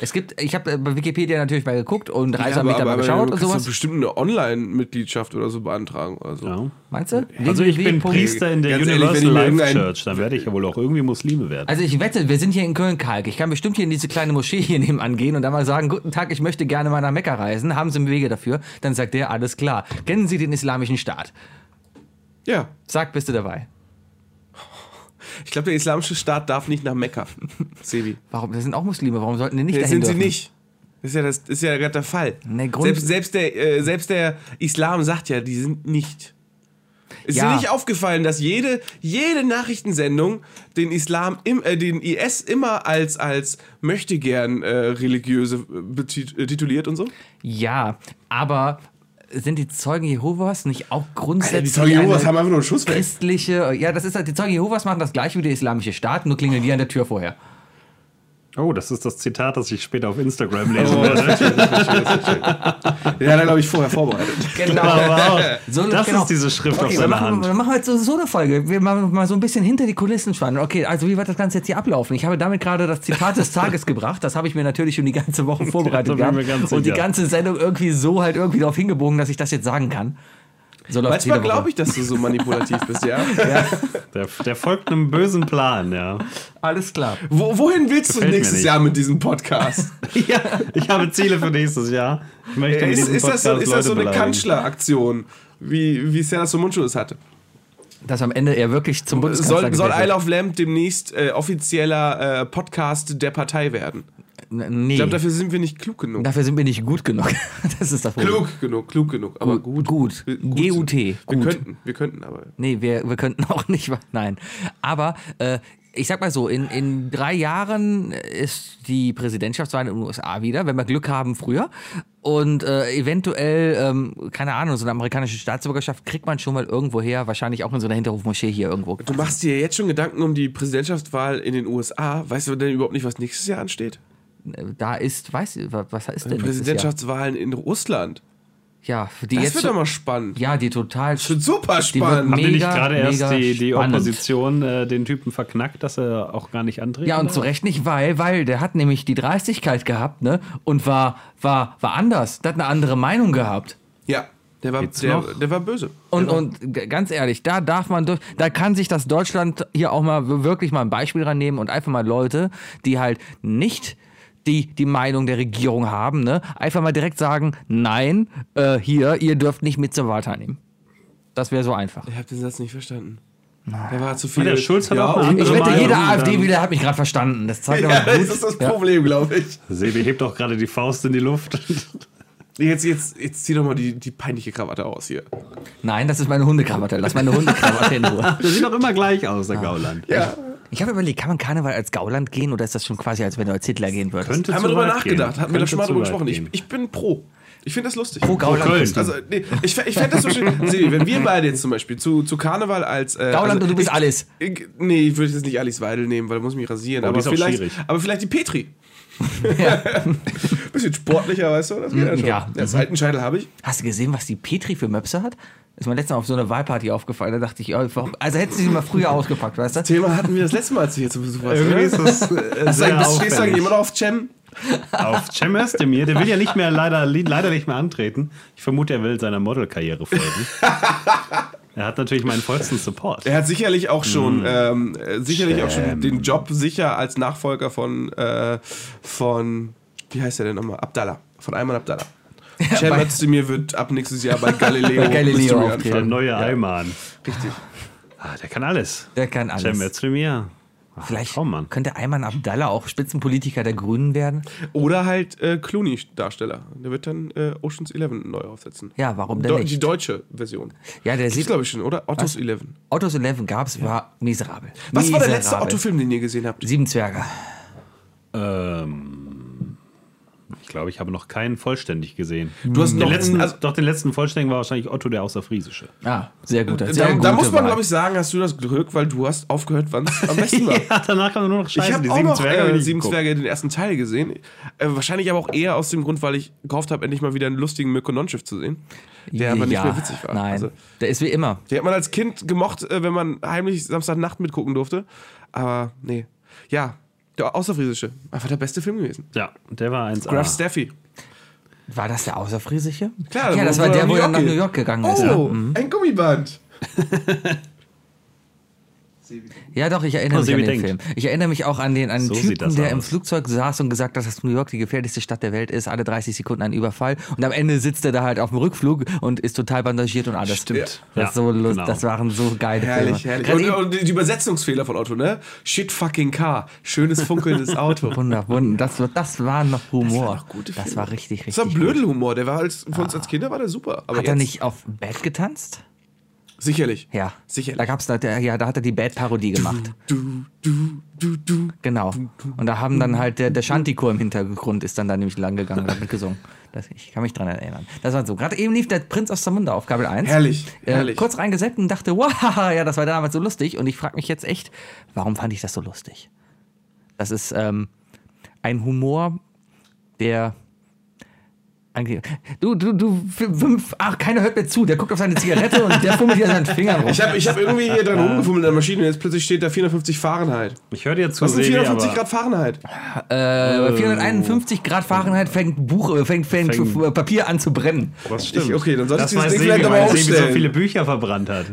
Es gibt, ich habe bei Wikipedia natürlich mal geguckt und Reiseanbieter mal geschaut
du
und
kannst doch
sowas.
bestimmt eine Online-Mitgliedschaft oder so beantragen. Oder so.
Ja.
Meinst du?
Also ich bin
www.punkt-
Priester in der
Ganz ehrlich, wenn ich
Universal
mir
Life
irgendein-
Church. Dann werde ich ja wohl auch irgendwie Muslime werden.
Also ich wette, wir sind hier in Köln-Kalk. Ich kann bestimmt hier in diese kleine Moschee hier nebenan gehen und dann mal sagen, guten Tag, ich möchte gerne mal nach Mekka reisen. Haben Sie Wege dafür? Dann sagt der, alles klar. Kennen Sie den islamischen Staat?
ja.
Sag, bist du dabei?
Ich glaube, der islamische Staat darf nicht nach Mekka. [LAUGHS] Sebi.
Warum? Das sind auch Muslime. Warum sollten die nicht
Nee,
dahin
sind sie
dürfen?
nicht. Das ist ja, das ist ja gerade der Fall.
Nee, Grund-
selbst, selbst, der, äh, selbst der Islam sagt ja, die sind nicht. Ist
Ja.
dir nicht aufgefallen, dass jede, jede Nachrichtensendung den Islam, im, äh, den IS immer als, als möchte gern äh, religiöse äh, betit- äh, tituliert und so?
Ja, aber sind die Zeugen Jehovas nicht auch grundsätzlich eine
einfach nur einen Schuss [LAUGHS]
christliche... Ja, das ist halt, die Zeugen Jehovas machen das gleiche wie der islamische Staat, nur klingeln die an der Tür vorher.
Oh, das ist das Zitat, das ich später auf Instagram lesen
Oh,
werde.
Den hat er, glaube ich, vorher vorbereitet.
Genau. Wow.
[LAUGHS] So,
das
genau.
ist diese Schrift auf
Okay, wir
seiner
machen,
Hand.
wir machen halt so, so eine Folge. Wir machen mal so ein bisschen hinter die Kulissen spannen. Okay, also wie wird das Ganze jetzt hier ablaufen? Ich habe damit gerade das Zitat des Tages gebracht. Das habe ich mir natürlich schon die
[LAUGHS]
ganze Woche
Da
vorbereitet
bin ich mir
gehabt.
ganz
Und die
sicher.
ganze Sendung irgendwie so halt irgendwie darauf hingebogen, dass ich das jetzt sagen kann. So läuft's
Manchmal
jede Woche.
glaube ich, dass du so manipulativ
[LAUGHS]
bist, ja?
[LAUGHS] Der, der folgt einem bösen Plan, ja.
Alles klar.
Wo, wohin willst
Gefällt
du
mir
nächstes
nicht.
Jahr mit diesem Podcast? [LAUGHS]
ja.
Ich habe Ziele für nächstes Jahr. Ich möchte mit
Ist,
diesem
ist, das, so,
Podcast
ist das so
Leute
eine
beleidigen.
Kanzleraktion, wie, wie Senna Sumuncu es hatte?
Dass am Ende er wirklich zum Bundeskanzler
Soll, soll
gewählt wird.
Isle of Lamp demnächst äh, offizieller äh, Podcast der Partei werden?
N- Nee,
Ich glaube, dafür sind wir nicht klug genug.
dafür sind wir nicht gut genug. [LAUGHS] Das ist das Problem.
klug genug, klug genug, aber gut.
Gut.
Wir-
GUT.
sind- Wir
Gut.
könnten, wir könnten aber.
Nee, wir, wir könnten [LAUGHS] auch nicht. wa- Nein. Aber äh, ich sag mal so, in, in drei Jahren ist die Präsidentschaftswahl in den USA wieder, wenn wir Glück haben früher. Und äh, eventuell, ähm, keine Ahnung, so eine amerikanische Staatsbürgerschaft kriegt man schon mal irgendwo her, wahrscheinlich auch in so einer Hinterhofmoschee hier irgendwo.
Du machst dir jetzt schon Gedanken um die Präsidentschaftswahl in den USA. Weißt du denn überhaupt nicht, was nächstes Jahr ansteht?
Äh, Da ist, weiß ich, wa- was ist denn? nächstes Jahr?
Präsidentschaftswahlen in Russland.
Ja, die
Das
jetzt.
wird doch mal spannend.
ja, die total.
Schon super
Die wird
spannend.
Haben die nicht
Mega,
gerade erst
mega
die, die
spannend.
Opposition äh, den Typen verknackt, dass er auch gar nicht antreten
Ja, und
darf?
zu Recht nicht, weil, weil der hat nämlich die Dreistigkeit gehabt, ne? Und war, war, war anders. Der hat eine andere Meinung gehabt.
Ja, der war,
Geht's
der,
noch?
der war böse.
Und, und g- ganz ehrlich, da darf man durch, da kann sich das Deutschland hier auch mal w- wirklich mal ein Beispiel rannehmen und einfach mal Leute, die halt nicht die, die Meinung der Regierung haben, ne, einfach mal direkt sagen, nein, äh, hier, ihr dürft nicht mit zur Wahl teilnehmen. Das wäre so einfach.
Ich habe den Satz nicht verstanden. Der war zu viel.
Ja, der Schulz hat auch eine
und-
Ich
andere
wette,
Meinung
jeder
dann.
AfD-Wähler hat mich gerade verstanden. Das zeigt
Ja,
aber
das
gut.
ist das
Ja.
Problem, glaube ich.
Sebi hebt auch gerade die Faust in die Luft. [LAUGHS]
Jetzt, jetzt, jetzt zieh doch mal die, die peinliche Krawatte aus hier.
Nein, das ist meine Hundekrawatte. Lass meine Hundekrawatte in Ruhe. [LAUGHS]
Das sieht doch immer gleich aus, der Gauland.
Ah. Ja,
Ich habe überlegt, kann man Karneval als Gauland gehen oder ist das schon quasi, als wenn du als Hitler gehen würdest?
Könnte
haben wir
zu
drüber
weit
nachgedacht,
gehen.
hatten wir
Könnte
da schon mal
zu
drüber
weit
gesprochen. Ich,
gehen.
ich bin pro. Ich finde das lustig.
Pro Gauland.
Köln.
bist du.
Also, nee, ich, fä- ich fände das so schön.
[LAUGHS]
Sebi, wenn wir beide jetzt zum Beispiel zu, zu Karneval als. Äh,
Gauland
also,
und du bist
ich,
alles.
Ich, nee, ich würde jetzt nicht Alice Weidel nehmen, weil da muss ich mich rasieren.
Oh, die
aber,
ist auch
vielleicht,
schwierig.
aber vielleicht die [LAUGHS] Petri. Bisschen sportlicher, weißt du? Das geht Mm, ja schon.
ja.
Das alten Scheitel habe ich.
Hast du gesehen, was die Petri für Möpse hat? Ist mir letztens auf so einer Wahlparty aufgefallen. Da dachte ich, oh, warum- also hätten sie sie mal früher ausgepackt, weißt du?
Thema hatten wir das letzte Mal, als du hier zu Besuch warst.
Irgendwie
oder?
ist das äh, sehr
Sag, bist- Stehst du
auffällig.
eigentlich immer noch auf Cem?
Auf Cem Özdemir, der will ja nicht mehr leider, leider nicht mehr antreten. Ich vermute, er will seiner Modelkarriere
[LAUGHS]
folgen. er hat natürlich meinen vollsten Support.
Er hat sicherlich auch
Hm.
schon, ähm, äh, sicherlich auch schon den Job sicher als Nachfolger von, äh, von wie heißt er denn nochmal? Abdallah. Von Ayman Abdallah. Cem
bei-
Özdemir wird ab nächstes Jahr bei Galileo,
Bei Galileo
Mystery
auftreten.
Der
anfangen.
neue Eimann.
Richtig.
Ah, der kann alles.
Der kann alles.
Cem Özdemir. Ah,
Vielleicht
Traummann.
könnte Ayman Abdallah auch Spitzenpolitiker der Grünen werden.
Oder halt äh, Clooney-Darsteller. Der wird dann äh, Oceans 11 neu aufsetzen.
Ja, warum denn
Deu die
nicht?
deutsche Version.
Ja, der
Ist,
sieht,
glaube ich, schon, oder? Ottos 11.
Autos 11 gab es, war miserabel.
Was war der letzte
Miserabel.
Otto-Film, den ihr gesehen habt?
Sieben Zwerge.
Ähm, ich glaube, ich habe noch keinen vollständig gesehen.
Du hast
Den
noch-
letzten,
also-
doch den letzten vollständigen war wahrscheinlich Otto der
[LAUGHS]
Außerfriesische.
Ah, sehr gut. Sehr
Da, da
gute
muss man,
Wahl.
glaube ich, sagen, hast du das Glück, weil du hast aufgehört, wann es am
[LAUGHS]
besten war.
Ja, danach kam nur noch Scheiße.
Ich habe
die
auch
sieben
noch
Zwerge. hab ich
äh,
nicht
Sieben
geguckt.
Zwerge den ersten Teil gesehen. Äh, wahrscheinlich aber auch eher aus dem Grund, weil ich gehofft habe, endlich mal wieder einen lustigen Mirko Nonchef zu sehen. Der aber nicht
Ja,
mehr witzig war.
Nein,
Also,
der ist wie immer.
die hat man als Kind gemocht, äh, wenn man heimlich Samstagnacht mitgucken durfte. Aber nee. Ja, der Außerfriesische. Einfach der beste Film gewesen.
Ja, der war
Ah.
1A.
Graf Steffi.
War das der Außerfriesische?
Klar,
ja,
wo-
das
wo
war
er
der, wo er
New
nach
York
New
geht.
York gegangen ist. ne? ja. Mhm.
Oh, ein [LAUGHS] Gummiband.
Ja, doch, ich erinnere
Oh,
mich
Sebi
an den
denkt.
Film. Ich erinnere mich auch an den, an den
So sieht
Typen,
das
der im
aus.
Flugzeug saß und gesagt hat, dass New York die gefährlichste Stadt der Welt ist, alle 30 Sekunden ein Überfall. Und am Ende sitzt er da halt auf dem Rückflug und ist total bandagiert und alles.
Stimmt.
Das,
Ja,
ist so lust,
genau.
das waren so geile
Herrlich,
Filme.
herrlich.
Gerade
Und,
eben-
und die Übersetzungsfehler von Otto, ne? Shit fucking car. Schönes
[LAUGHS]
funkelndes Auto.
Wunder, wunder. Das, war- das war noch Humor. Das war,
noch gute Filme.
richtig, richtig. Ah.
Das war Blödelhumor. Der war als, für uns als Kinder war der super. Aber
Hat er
jetzt-
nicht auf Bad getanzt?
Sicherlich.
Ja.
Sicherlich.
Da gab's da, der, ja, da hat er die Bad-Parodie gemacht.
Du, du, du, du.
Genau. Und da haben dann halt der, der Shantikor im Hintergrund ist dann da nämlich lang gegangen und hat mitgesungen. Das, ich kann mich dran erinnern. Das war so. Gerade eben lief der Prinz aus Zamunda auf Kabel 1.
Herrlich,
Äh,
herrlich.
Kurz reingeseppt und dachte, wow, [LAUGHS] ja, das war damals so lustig. Und ich frage mich jetzt echt, warum fand ich das so lustig? Das ist ähm, ein Humor, der. ange- Du, du, du, fünf, ach, keiner hört mir zu. Der guckt auf seine Zigarette und der fummelt hier an seinen Fingern rum.
Ich habe ich hab irgendwie hier dran rumgefummelt an der Maschine und jetzt plötzlich steht da 450 Fahrenheit.
Ich höre dir zu,
Was sind
Sebi,
450
aber
Grad Fahrenheit?
Äh, bei 451 Grad Fahrenheit fängt Buch, äh, fängt, fängt,
Fängt-
Papier an zu brennen.
das stimmt.
Ich- okay, dann sollte
das
ich dieses
weiß
Ding
Sebi,
vielleicht aber
weil
auch
Sebi so
stellen.
viele Bücher verbrannt
[LAUGHS]
hat.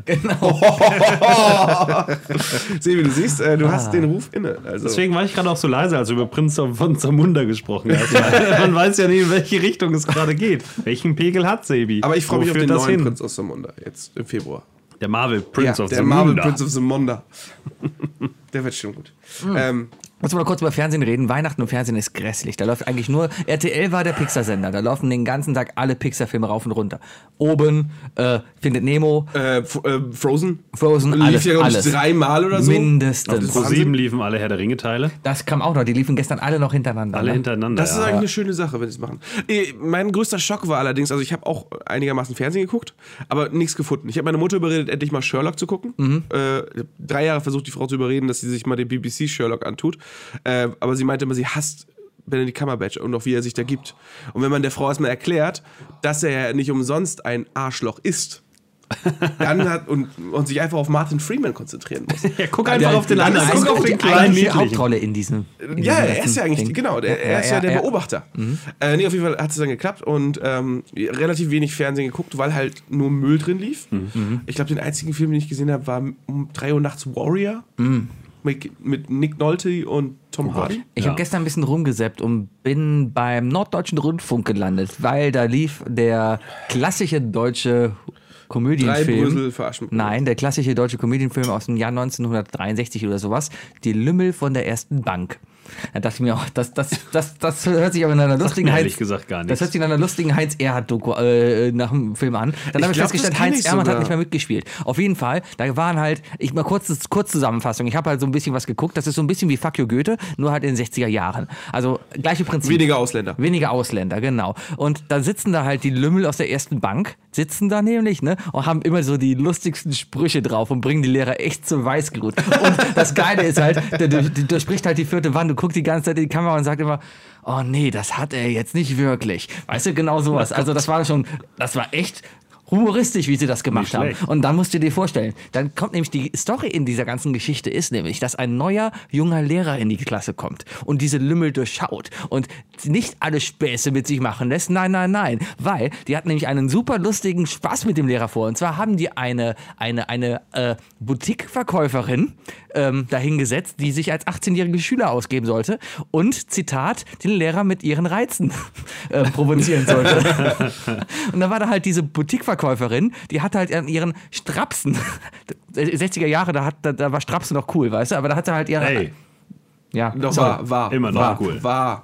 Sebi, du siehst, äh,
Ah.
du hast den Ruf inne. Also.
Deswegen war ich gerade auch so leise, als du über Prinz von Zamunda gesprochen hast. [LAUGHS] Weil Man weiß ja nie, in welche Richtung es gerade geht. Welchen Pegel hat Sebi?
Aber ich freue
Wo
mich auf
führt
den
das
neuen
hin?
Prinz aus Samunda jetzt im Februar.
Der Marvel Prince
ja,
of
der Marvel
Zamunda.
Prince of Samunda. [LAUGHS] der wird schon gut.
Hm.
Ähm,
Lass mal kurz über Fernsehen reden. Weihnachten und Fernsehen ist grässlich. Da läuft eigentlich nur, RTL war der Pixar-Sender. Da laufen den ganzen Tag alle Pixar-Filme rauf und runter. Oben, äh, Findet Nemo,
äh, F- äh, Frozen?
Frozen,
Lief
alles,
ja, glaub ich,
alles.
dreimal oder so.
Mindestens.
Pro 7 liefen alle Herr der Ringe Teile.
das kam auch noch. Die liefen gestern alle noch hintereinander.
Alle
ne?
hintereinander.
Das ist
ja.
eigentlich eine schöne Sache, wenn sie es machen. Eh, Mein größter Schock war allerdings, also ich habe auch einigermaßen Fernsehen geguckt, aber nichts gefunden. Ich habe meine Mutter überredet, endlich mal Sherlock zu gucken.
Mhm.
Äh, ich hab drei Jahre versucht, die Frau zu überreden, dass sie sich mal den BBC Sherlock antut. Äh, aber sie meinte immer, sie hasst Benedict Cumberbatch und auch wie er sich da gibt. Und wenn man der Frau erstmal erklärt, dass er ja nicht umsonst ein Arschloch
[LAUGHS]
ist, dann hat und, und sich einfach auf Martin Freeman konzentrieren muss.
Ja, guck einfach
der-
auf den
der-
anderen.
der-
Guck
der-
auf
der-
den
die
kleinen
eigentliche
Niedlichen.
Hauptrolle in diesem. In diesem
Ja, er ist ja
ganzen
eigentlich,
Ding.
genau, der, er ist ja, der Beobachter.
Mhm.
Äh, nee, auf jeden Fall hat es dann geklappt und ähm, relativ wenig Fernsehen geguckt, weil halt nur Müll drin lief.
Mhm.
Ich glaube, den einzigen Film, den ich gesehen habe, war um 3 Uhr nachts Warrior
Mhm.
mit, mit Nick Nolte und
Oh
Tom Hardy.
Ich
Ja.
habe gestern ein bisschen rumgesäppt und bin beim Norddeutschen Rundfunk gelandet, weil da lief der klassische deutsche
Drei
Komödienfilm.
Brüssel verarschen.
Nein, der klassische deutsche Komödienfilm aus dem Jahr 1963 oder sowas. Die Lümmel von der ersten Bank. Da dachte ich mir auch, das, das, das, das hört sich aber in einer lustigen
mir
Heinz.
ehrlich gesagt gar
Das
nichts.
hört sich in einer lustigen Heinz Erhardt-Doku äh, nach dem Film an. Dann habe ich
glaub,
festgestellt,
das kenn
Heinz
ich
Erhardt hat
sogar.
nicht mehr mitgespielt. Auf jeden Fall, da waren halt, ich mal kurz, kurz Zusammenfassung. Ich habe halt so ein bisschen was geguckt. Das ist so ein bisschen wie Fuck You Goethe, nur halt in den 60er Jahren. Also gleiche Prinzip.
Weniger Ausländer.
Weniger Ausländer, genau. Und da sitzen da halt die Lümmel aus der ersten Bank, sitzen da nämlich, ne, und haben immer so die lustigsten Sprüche drauf und bringen die Lehrer echt zur Weißglut. Und das Geile ist halt, der, der, der spricht halt die vierte Wand und guckt die ganze Zeit in die Kamera und sagt immer, oh nee, das hat er jetzt nicht wirklich. Weißt du, genau sowas. Also das war schon, das war echt humoristisch, wie sie das gemacht
Nicht
haben.
schlecht.
Und dann musst du dir vorstellen, dann kommt nämlich die Story in dieser ganzen Geschichte ist nämlich, dass ein neuer junger Lehrer in die Klasse kommt und diese Lümmel durchschaut und nicht alle Späße mit sich machen lässt. Nein, nein, nein, weil die hat nämlich einen super lustigen Spaß mit dem Lehrer vor. Und zwar haben die eine eine eine äh, Boutique-Verkäuferin ähm, dahingesetzt, die sich als 18-jährige Schüler ausgeben sollte und Zitat den Lehrer mit ihren Reizen [LAUGHS] äh,
[LAUGHS]
provozieren sollte. Und dann war da halt diese Boutique-Verkäuferin, die hatte halt an ihren Strapsen. [LAUGHS] 60er Jahre, da, hat, da, da war Strapsen noch cool, weißt du? Aber da hatte halt ihre.
Hey,
ja,
Doch,
sorry.
war, war.
Immer noch
war,
cool.
War.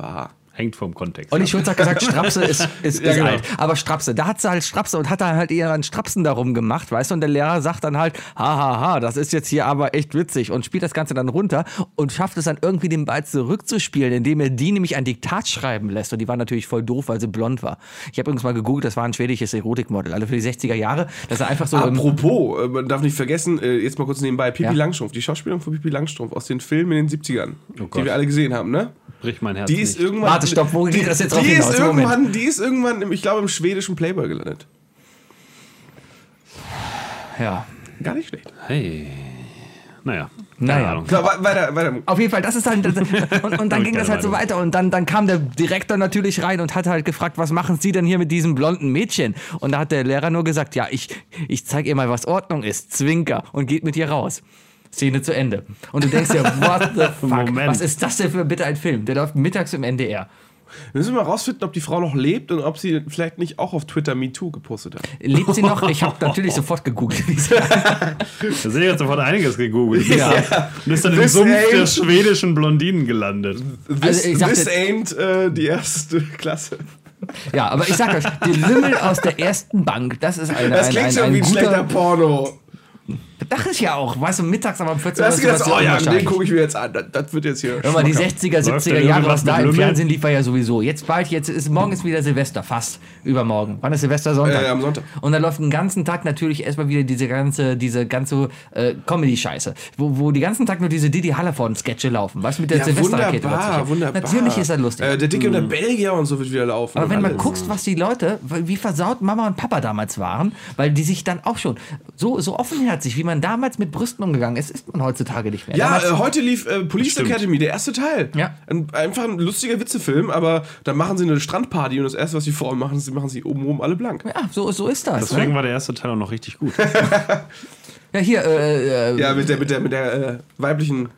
War.
hängt vom Kontext.
Olli
ab.
Schulz hat gesagt, Strapse ist, ist,
Ja,
ist
genau.
alt. Aber Strapse, da hat sie halt Strapse und hat da halt ihren Strapsen darum gemacht, weißt du? Und der Lehrer sagt dann halt, hahaha, das ist jetzt hier aber echt witzig und spielt das Ganze dann runter und schafft es dann irgendwie den Ball zurückzuspielen, indem er die nämlich ein Diktat schreiben lässt. Und die war natürlich voll doof, weil sie blond war. Ich habe übrigens mal gegoogelt, das war ein schwedisches Erotikmodel, also für die 60er Jahre. Das ist einfach so im-
Apropos, äh, man darf nicht vergessen, äh, jetzt mal kurz nebenbei, Pippi
Ähm. Ja. Oh
Langstrumpf, die Schauspielerin von Pippi Langstrumpf aus den Filmen in den 70ern,
Gott.
die wir alle gesehen haben, ne?
Bricht mein Herz
Die ist
nicht.
irgendwann.
Warte, stopp, wo geht
die,
das jetzt
die
drauf
ist
hinaus? Moment.
irgendwann, Die ist irgendwann, im, ich glaube, im schwedischen Playboy gelandet.
ja.
Gar nicht schlecht.
Hey. Naja. keine
Naja.
Ahnung.
So, wa- weiter, weiter.
Auf jeden Fall, das ist dann.
[LAUGHS]
Das, und, und dann
ich
ging das
keine
halt so weiter. Und dann, dann kam der Direktor natürlich rein und hat halt gefragt, was machen Sie denn hier mit diesem blonden Mädchen? Und da hat der Lehrer nur gesagt, ja, ich, ich zeig ihr mal, was Ordnung ist. Zwinker. Und geht mit ihr raus. Szene zu Ende. Und du
[LAUGHS]
denkst dir, what the fuck?
Moment.
Was ist das denn für bitte ein Film? Der läuft mittags im NDR.
Müssen wir mal rausfinden, ob die Frau noch lebt und ob sie vielleicht nicht auch auf Twitter MeToo gepostet hat.
Lebt sie noch? Ich habe natürlich sofort gegoogelt. [LAUGHS] wie sie-
Da sind jetzt sofort einiges
[LAUGHS]
gegoogelt. Ja. Du bist dann im
This
Sumpf
ain't-
der schwedischen Blondinen gelandet.
This,
Also, ich sagte-
this ain't äh, die erste Klasse.
ja, aber ich sag euch, die Lümmel aus der ersten Bank, das ist eine,
Das
ein,
klingt
ein,
schon
ein
wie ein schlechter
guter...
Porno.
Das ist ja auch, weißt du, mittags aber um 14
Da hast du
ist
gedacht,
sowas
oh ja, den
unwahrscheinlich.
gucke ich mir jetzt an. Das, das wird jetzt hier.
Hör mal, die
schmackhaft.
60er,
Läuft
70er
denn
Jahre,
irgendwas
was da
mit
im
Lümmel?
Fernsehen lief, war ja sowieso. Jetzt bald, jetzt ist morgen ist wieder Silvester, fast. Übermorgen. Wann ist Silvester? Sonntag.
Äh, am Sonntag.
Und da läuft den ganzen Tag natürlich erstmal wieder diese ganze, diese ganze äh, Comedy-Scheiße, wo, wo die ganzen Tag nur diese Didi Hallerforn-Sketche laufen. Weißt du, mit der
ja,
Silvesterrakete.
wunderbar,
plötzlich.
wunderbar.
Natürlich ist das lustig. Mhm.
Äh, der Dicke und der Belgier und so wird wieder laufen.
Aber wenn
und
man
alles.
guckst, was die Leute, wie versaut Mama und Papa damals waren, weil die sich dann auch schon so, so offenherzig, wie man damals mit Brüsten umgegangen ist, ist man heutzutage nicht mehr.
Ja,
damals,
äh, heute lief äh, Police
Stimmt.
Academy, der erste Teil.
Ja.
Ein, einfach ein lustiger Witzefilm, aber dann machen sie eine Strandparty und das erste, was die Frauen machen, sie machen sie oben rum alle blank.
ja so, so ist das.
Deswegen
ne?
war der erste Teil auch noch richtig gut.
Ja, hier, äh, äh,
Ja, mit der, mit der, mit der äh, weiblichen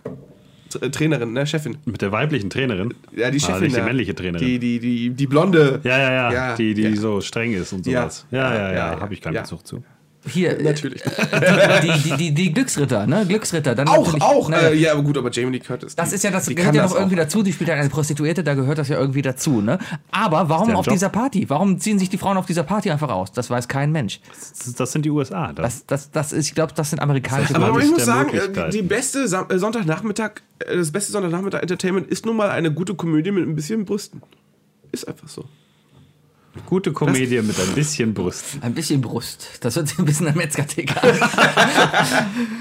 T- äh, Trainerin, ne, Chefin.
Mit der weiblichen Trainerin.
Ja, die
Ah,
Chefin.
nicht die
da.
männliche Trainerin.
Die, die, die, die blonde.
ja, ja, ja,
Ja,
Die, die
ja.
so streng ist und
Ja.
sowas. Ja, ja, ja.
Ja, ja,
Habe ich keinen
ja.
Bezug zu.
hier.
[LAUGHS]
äh,
Natürlich.
die, die, die, die Glücksritter, ne? Glücksritter. Dann
auch,
natürlich-
auch.
naja,
Äh, ja, aber gut, aber Jamie Lee Curtis.
das
die-
ist ja das,
die
gehört
kann
ja
das
noch irgendwie
auch.
dazu. Die spielt ja eine Prostituierte, da gehört das ja irgendwie dazu, ne? Aber warum
deren
auf
Job.
dieser Party? Warum ziehen sich die Frauen auf dieser Party einfach aus? Das weiß kein Mensch.
Das, das sind die USA. Das,
Das, das, das ist, ich glaube, das sind amerikanische
Aber
Bereich
ich muss
der
sagen, äh,
Möglichkeiten.
die, die beste Sam äh, Sonntagnachmittag, äh, das beste Sonntagnachmittag Entertainment ist nun mal eine gute Komödie mit ein bisschen Brüsten. Ist einfach so.
Gute Komödie mit ein bisschen Brust.
Ein bisschen Brust. Das wird ein bisschen am [LAUGHS] Metzger-Ticker.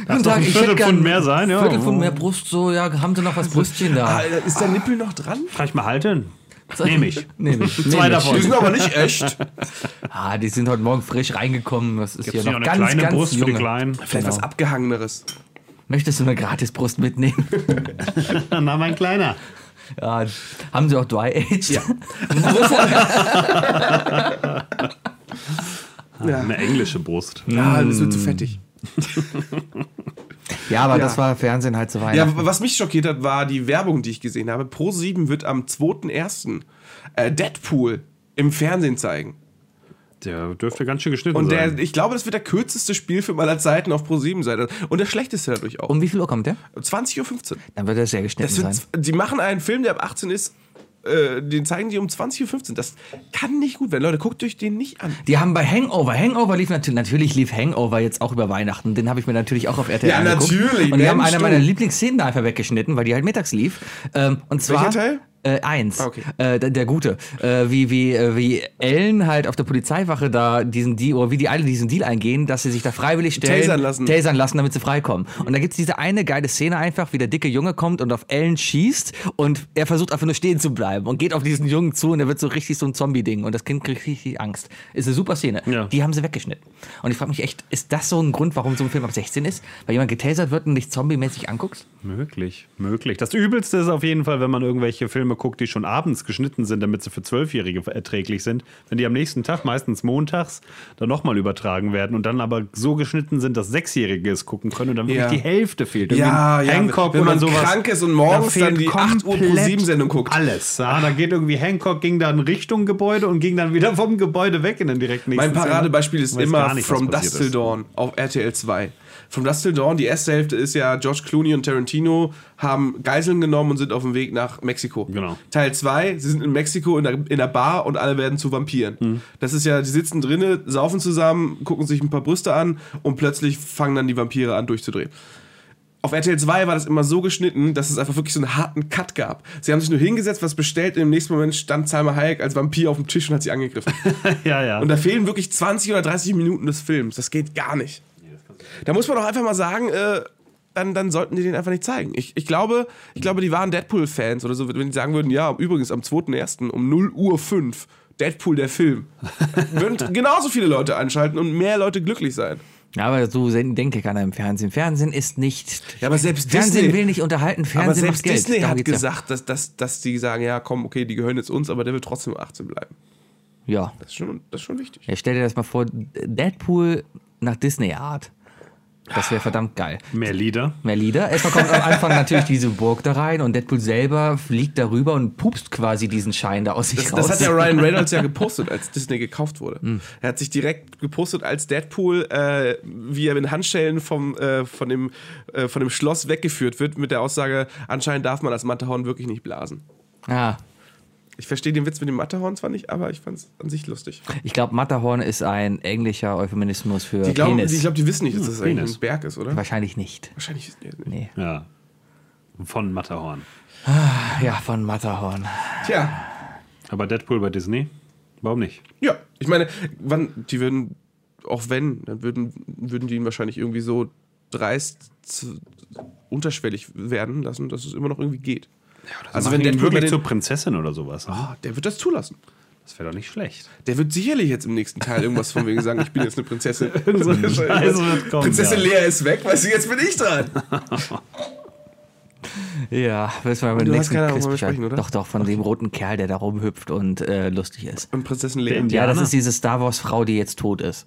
Guten
doch ein Viertelpfund
gern
mehr sein, ja.
Viertelpfund mehr Brust, so, ja, haben Sie noch was Brustchen da?
Alter, Ah, ist der Nippel noch dran?
Kann ich mal halten? Nehme ich. [LAUGHS]
Nehme ich.
Zwei
Nehm ich.
davon.
aber nicht echt.
Ah, die sind heute Morgen frisch reingekommen. Das ist
Gibt's
ja
hier
noch
eine
ganz,
kleine
ganz
Brust für
junge.
die Kleinen? [LAUGHS]
Vielleicht was Abgehangeneres.
Möchtest du eine Gratisbrust mitnehmen?
Na, mein Kleiner.
ja, haben Sie auch Dry Age? [LAUGHS] Ja.
Ja,
Eine englische Brust.
ja das wird zu fettig.
aber
Ja.
das war Fernsehen halt zu
Ja,
Weihnachten.
w- was mich schockiert hat, war die Werbung, die ich gesehen habe. Pro7 wird am 2.1. äh, Deadpool im Fernsehen zeigen.
Der dürfte ganz schön geschnitten
Und
sein.
der, ich glaube, das wird der kürzeste Spielfilm aller Zeiten auf Pro7 sein. Und der schlechteste dadurch auch.
Um wie viel Uhr kommt der?
20.15 Uhr.
Dann wird er sehr geschnitten
Das wird,
sein.
die machen einen Film, der ab 18 ist. Äh, den zeigen die um 20.15 Uhr. Das kann nicht gut werden. Leute, guckt euch den nicht an.
Die haben bei Hangover, Hangover lief natürlich, natürlich lief Hangover jetzt auch über Weihnachten. Den habe ich mir natürlich auch auf RTL
Ja,
angeguckt.
natürlich,
Und die haben
Mensch,
eine
du.
meiner Lieblingsszenen da einfach weggeschnitten, weil die halt mittags lief. Ähm, und zwar
Welcher Teil?
Äh, eins.
Ah, okay.
Äh, der, der gute. Äh, wie, wie, äh, wie Ellen halt auf der Polizeiwache da diesen Deal, oder wie die alle diesen Deal eingehen, dass sie sich da freiwillig stellen.
Tasern lassen.
Tasern lassen, damit sie freikommen. Und da gibt es diese eine geile Szene einfach, wie der dicke Junge kommt und auf Ellen schießt und er versucht einfach nur stehen zu bleiben und geht auf diesen Jungen zu und er wird so richtig so ein Zombie-Ding und das Kind kriegt richtig Angst. Ist eine super Szene.
Ja.
Die haben sie weggeschnitten. Und ich frage mich echt, ist das so ein Grund, warum so ein Film ab 16 ist? Weil jemand getasert wird und dich zombie-mäßig anguckst?
Möglich, möglich. Das Übelste ist auf jeden Fall, wenn man irgendwelche Filme guckt, die schon abends geschnitten sind, damit sie für Zwölfjährige erträglich sind. Wenn die am nächsten Tag, meistens montags, dann nochmal übertragen werden und dann aber so geschnitten sind, dass Sechsjährige es gucken können und dann wirklich
Ja.
die Hälfte fehlt.
Ja,
Irgendwie
ja,
Hancock
wenn
oder
man
sowas.
krank ist und morgens
da fehlt
dann die 8 Uhr
komplett
Pro7-Sendung guckt.
Alles. Ja, da geht irgendwie Hancock ging dann Richtung Gebäude und ging dann wieder vom Gebäude weg in den direkten nächsten
Mein Paradebeispiel ist
Weiß
immer
gar nicht, was
From
passiert
Dust Till
ist.
Dawn auf RTL 2. From Dust Till Dawn, die erste Hälfte ist ja, George Clooney und Tarantino haben Geiseln genommen und sind auf dem Weg nach Mexiko.
Genau.
Teil 2, sie sind in Mexiko in der, in der Bar und alle werden zu Vampiren.
Mhm.
Das ist ja, die sitzen drinnen, saufen zusammen, gucken sich ein paar Brüste an und plötzlich fangen dann die Vampire an durchzudrehen auf RTL 2 war das immer so geschnitten, dass es einfach wirklich so einen harten Cut gab. Sie haben sich nur hingesetzt, was bestellt und im nächsten Moment stand Salma Hayek als Vampir auf dem Tisch und hat
[LAUGHS]
sie angegriffen.
Ja, ja.
und da fehlen wirklich 20 oder 30 Minuten des Films. Das geht gar nicht. Da muss man doch einfach mal sagen, äh, dann, dann sollten die den einfach nicht zeigen. Ich, ich, glaube, ich glaube, die waren Deadpool-Fans oder so, wenn die sagen würden, ja, übrigens am 2.1. um 0 Uhr 5 Deadpool der Film. [LAUGHS] Würden genauso viele Leute anschalten und mehr Leute glücklich sein.
Ja, aber so sen- denke keiner im Fernsehen. Fernsehen ist nicht.
Ja, aber selbst
Fernsehen
Disney-
will nicht unterhalten, Fernsehen
Aber selbst
macht Geld.
Disney
Darum
hat
geht's
gesagt, dass, dass, dass die sagen, ja komm, okay, die gehören jetzt uns, aber der will trotzdem 18 bleiben.
Ja. ja.
Das ist schon, das ist schon wichtig.
ja. Stell dir das mal vor, Deadpool nach Disney-Art. Das wäre verdammt geil.
Mehr Lieder.
Mehr Lieder. Erstmal kommt am Anfang natürlich diese Burg da rein und Deadpool selber fliegt darüber und pupst quasi diesen Schein da aus sich raus.
Das,
Hm.
das hat
[LAUGHS]
ja Ryan Reynolds ja gepostet, als Disney gekauft wurde. Er hat sich direkt gepostet als Deadpool, äh, wie er mit Handschellen vom, äh, von, dem, äh, von dem Schloss weggeführt wird, mit der Aussage, anscheinend darf man als Matterhorn wirklich nicht blasen.
ja.
Ich verstehe den Witz mit dem Matterhorn zwar nicht, aber ich fand es an sich lustig.
Ich glaube, Matterhorn ist ein englischer Euphemismus für
Die glauben,
Penis. Hm,
die, ich glaube, die wissen nicht, dass das eigentlich
Penis.
ein Berg ist, oder?
Wahrscheinlich nicht.
Wahrscheinlich wissen die das nicht.
Nee.
Ja. Von Matterhorn.
Ja, von Matterhorn.
Tja,
Aber Deadpool bei Disney? Warum nicht?
Ja, ich meine, wann, die würden, auch wenn, dann würden, würden die ihn wahrscheinlich irgendwie so dreist zu- unterschwellig werden lassen, dass es immer noch irgendwie geht. also wenn
Machen ihn
Deadpool
wirklich
wirklich den,
zur Prinzessin oder sowas.
Ah, der wird das zulassen.
Das wäre doch nicht schlecht.
Der wird sicherlich jetzt im nächsten Teil irgendwas von wegen sagen, ich bin jetzt eine [LAUGHS] Prinzessin.
so ein Scheiß wird kommen,
Prinzessin
ja.
Lea ist weg, weißt du, jetzt bin ich dran.
Ja, wissen wir beim
Du hast
nächsten
keine Ahnung,
Quiz
worüber wir
Bescheid.
sprechen, oder?
Doch, doch, von dem roten Kerl, der da rumhüpft und äh, lustig ist.
Und Prinzessin Lea.
Indianer?
Ja, das ist diese Star Wars-Frau, die jetzt tot ist.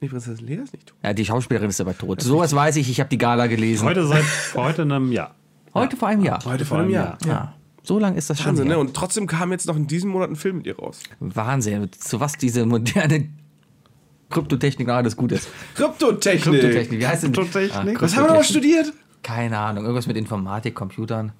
Nee, Prinzessin Lea ist nicht tot.
Ja, die Schauspielerin ist aber tot. Sowas weiß ich, ich habe die Gala gelesen. Heute,
Heute
[LAUGHS]
seit vor heute einem Jahr.
vor einem Jahr.
Heute
vor einem Jahr.
Ja. So lang ist das schon.
Wahnsinn,
her.
ne? Und trotzdem kam jetzt noch in diesem Monat ein Film mit ihr raus.
Wahnsinn, zu was diese moderne Kryptotechnik noch alles gut ist.
Kryptotechnik.
Kryptotechnik, wie heißt denn?
Kryptotechnik?
Ah,
Was haben wir noch mal studiert?
Keine Ahnung, irgendwas mit Informatik, Computern.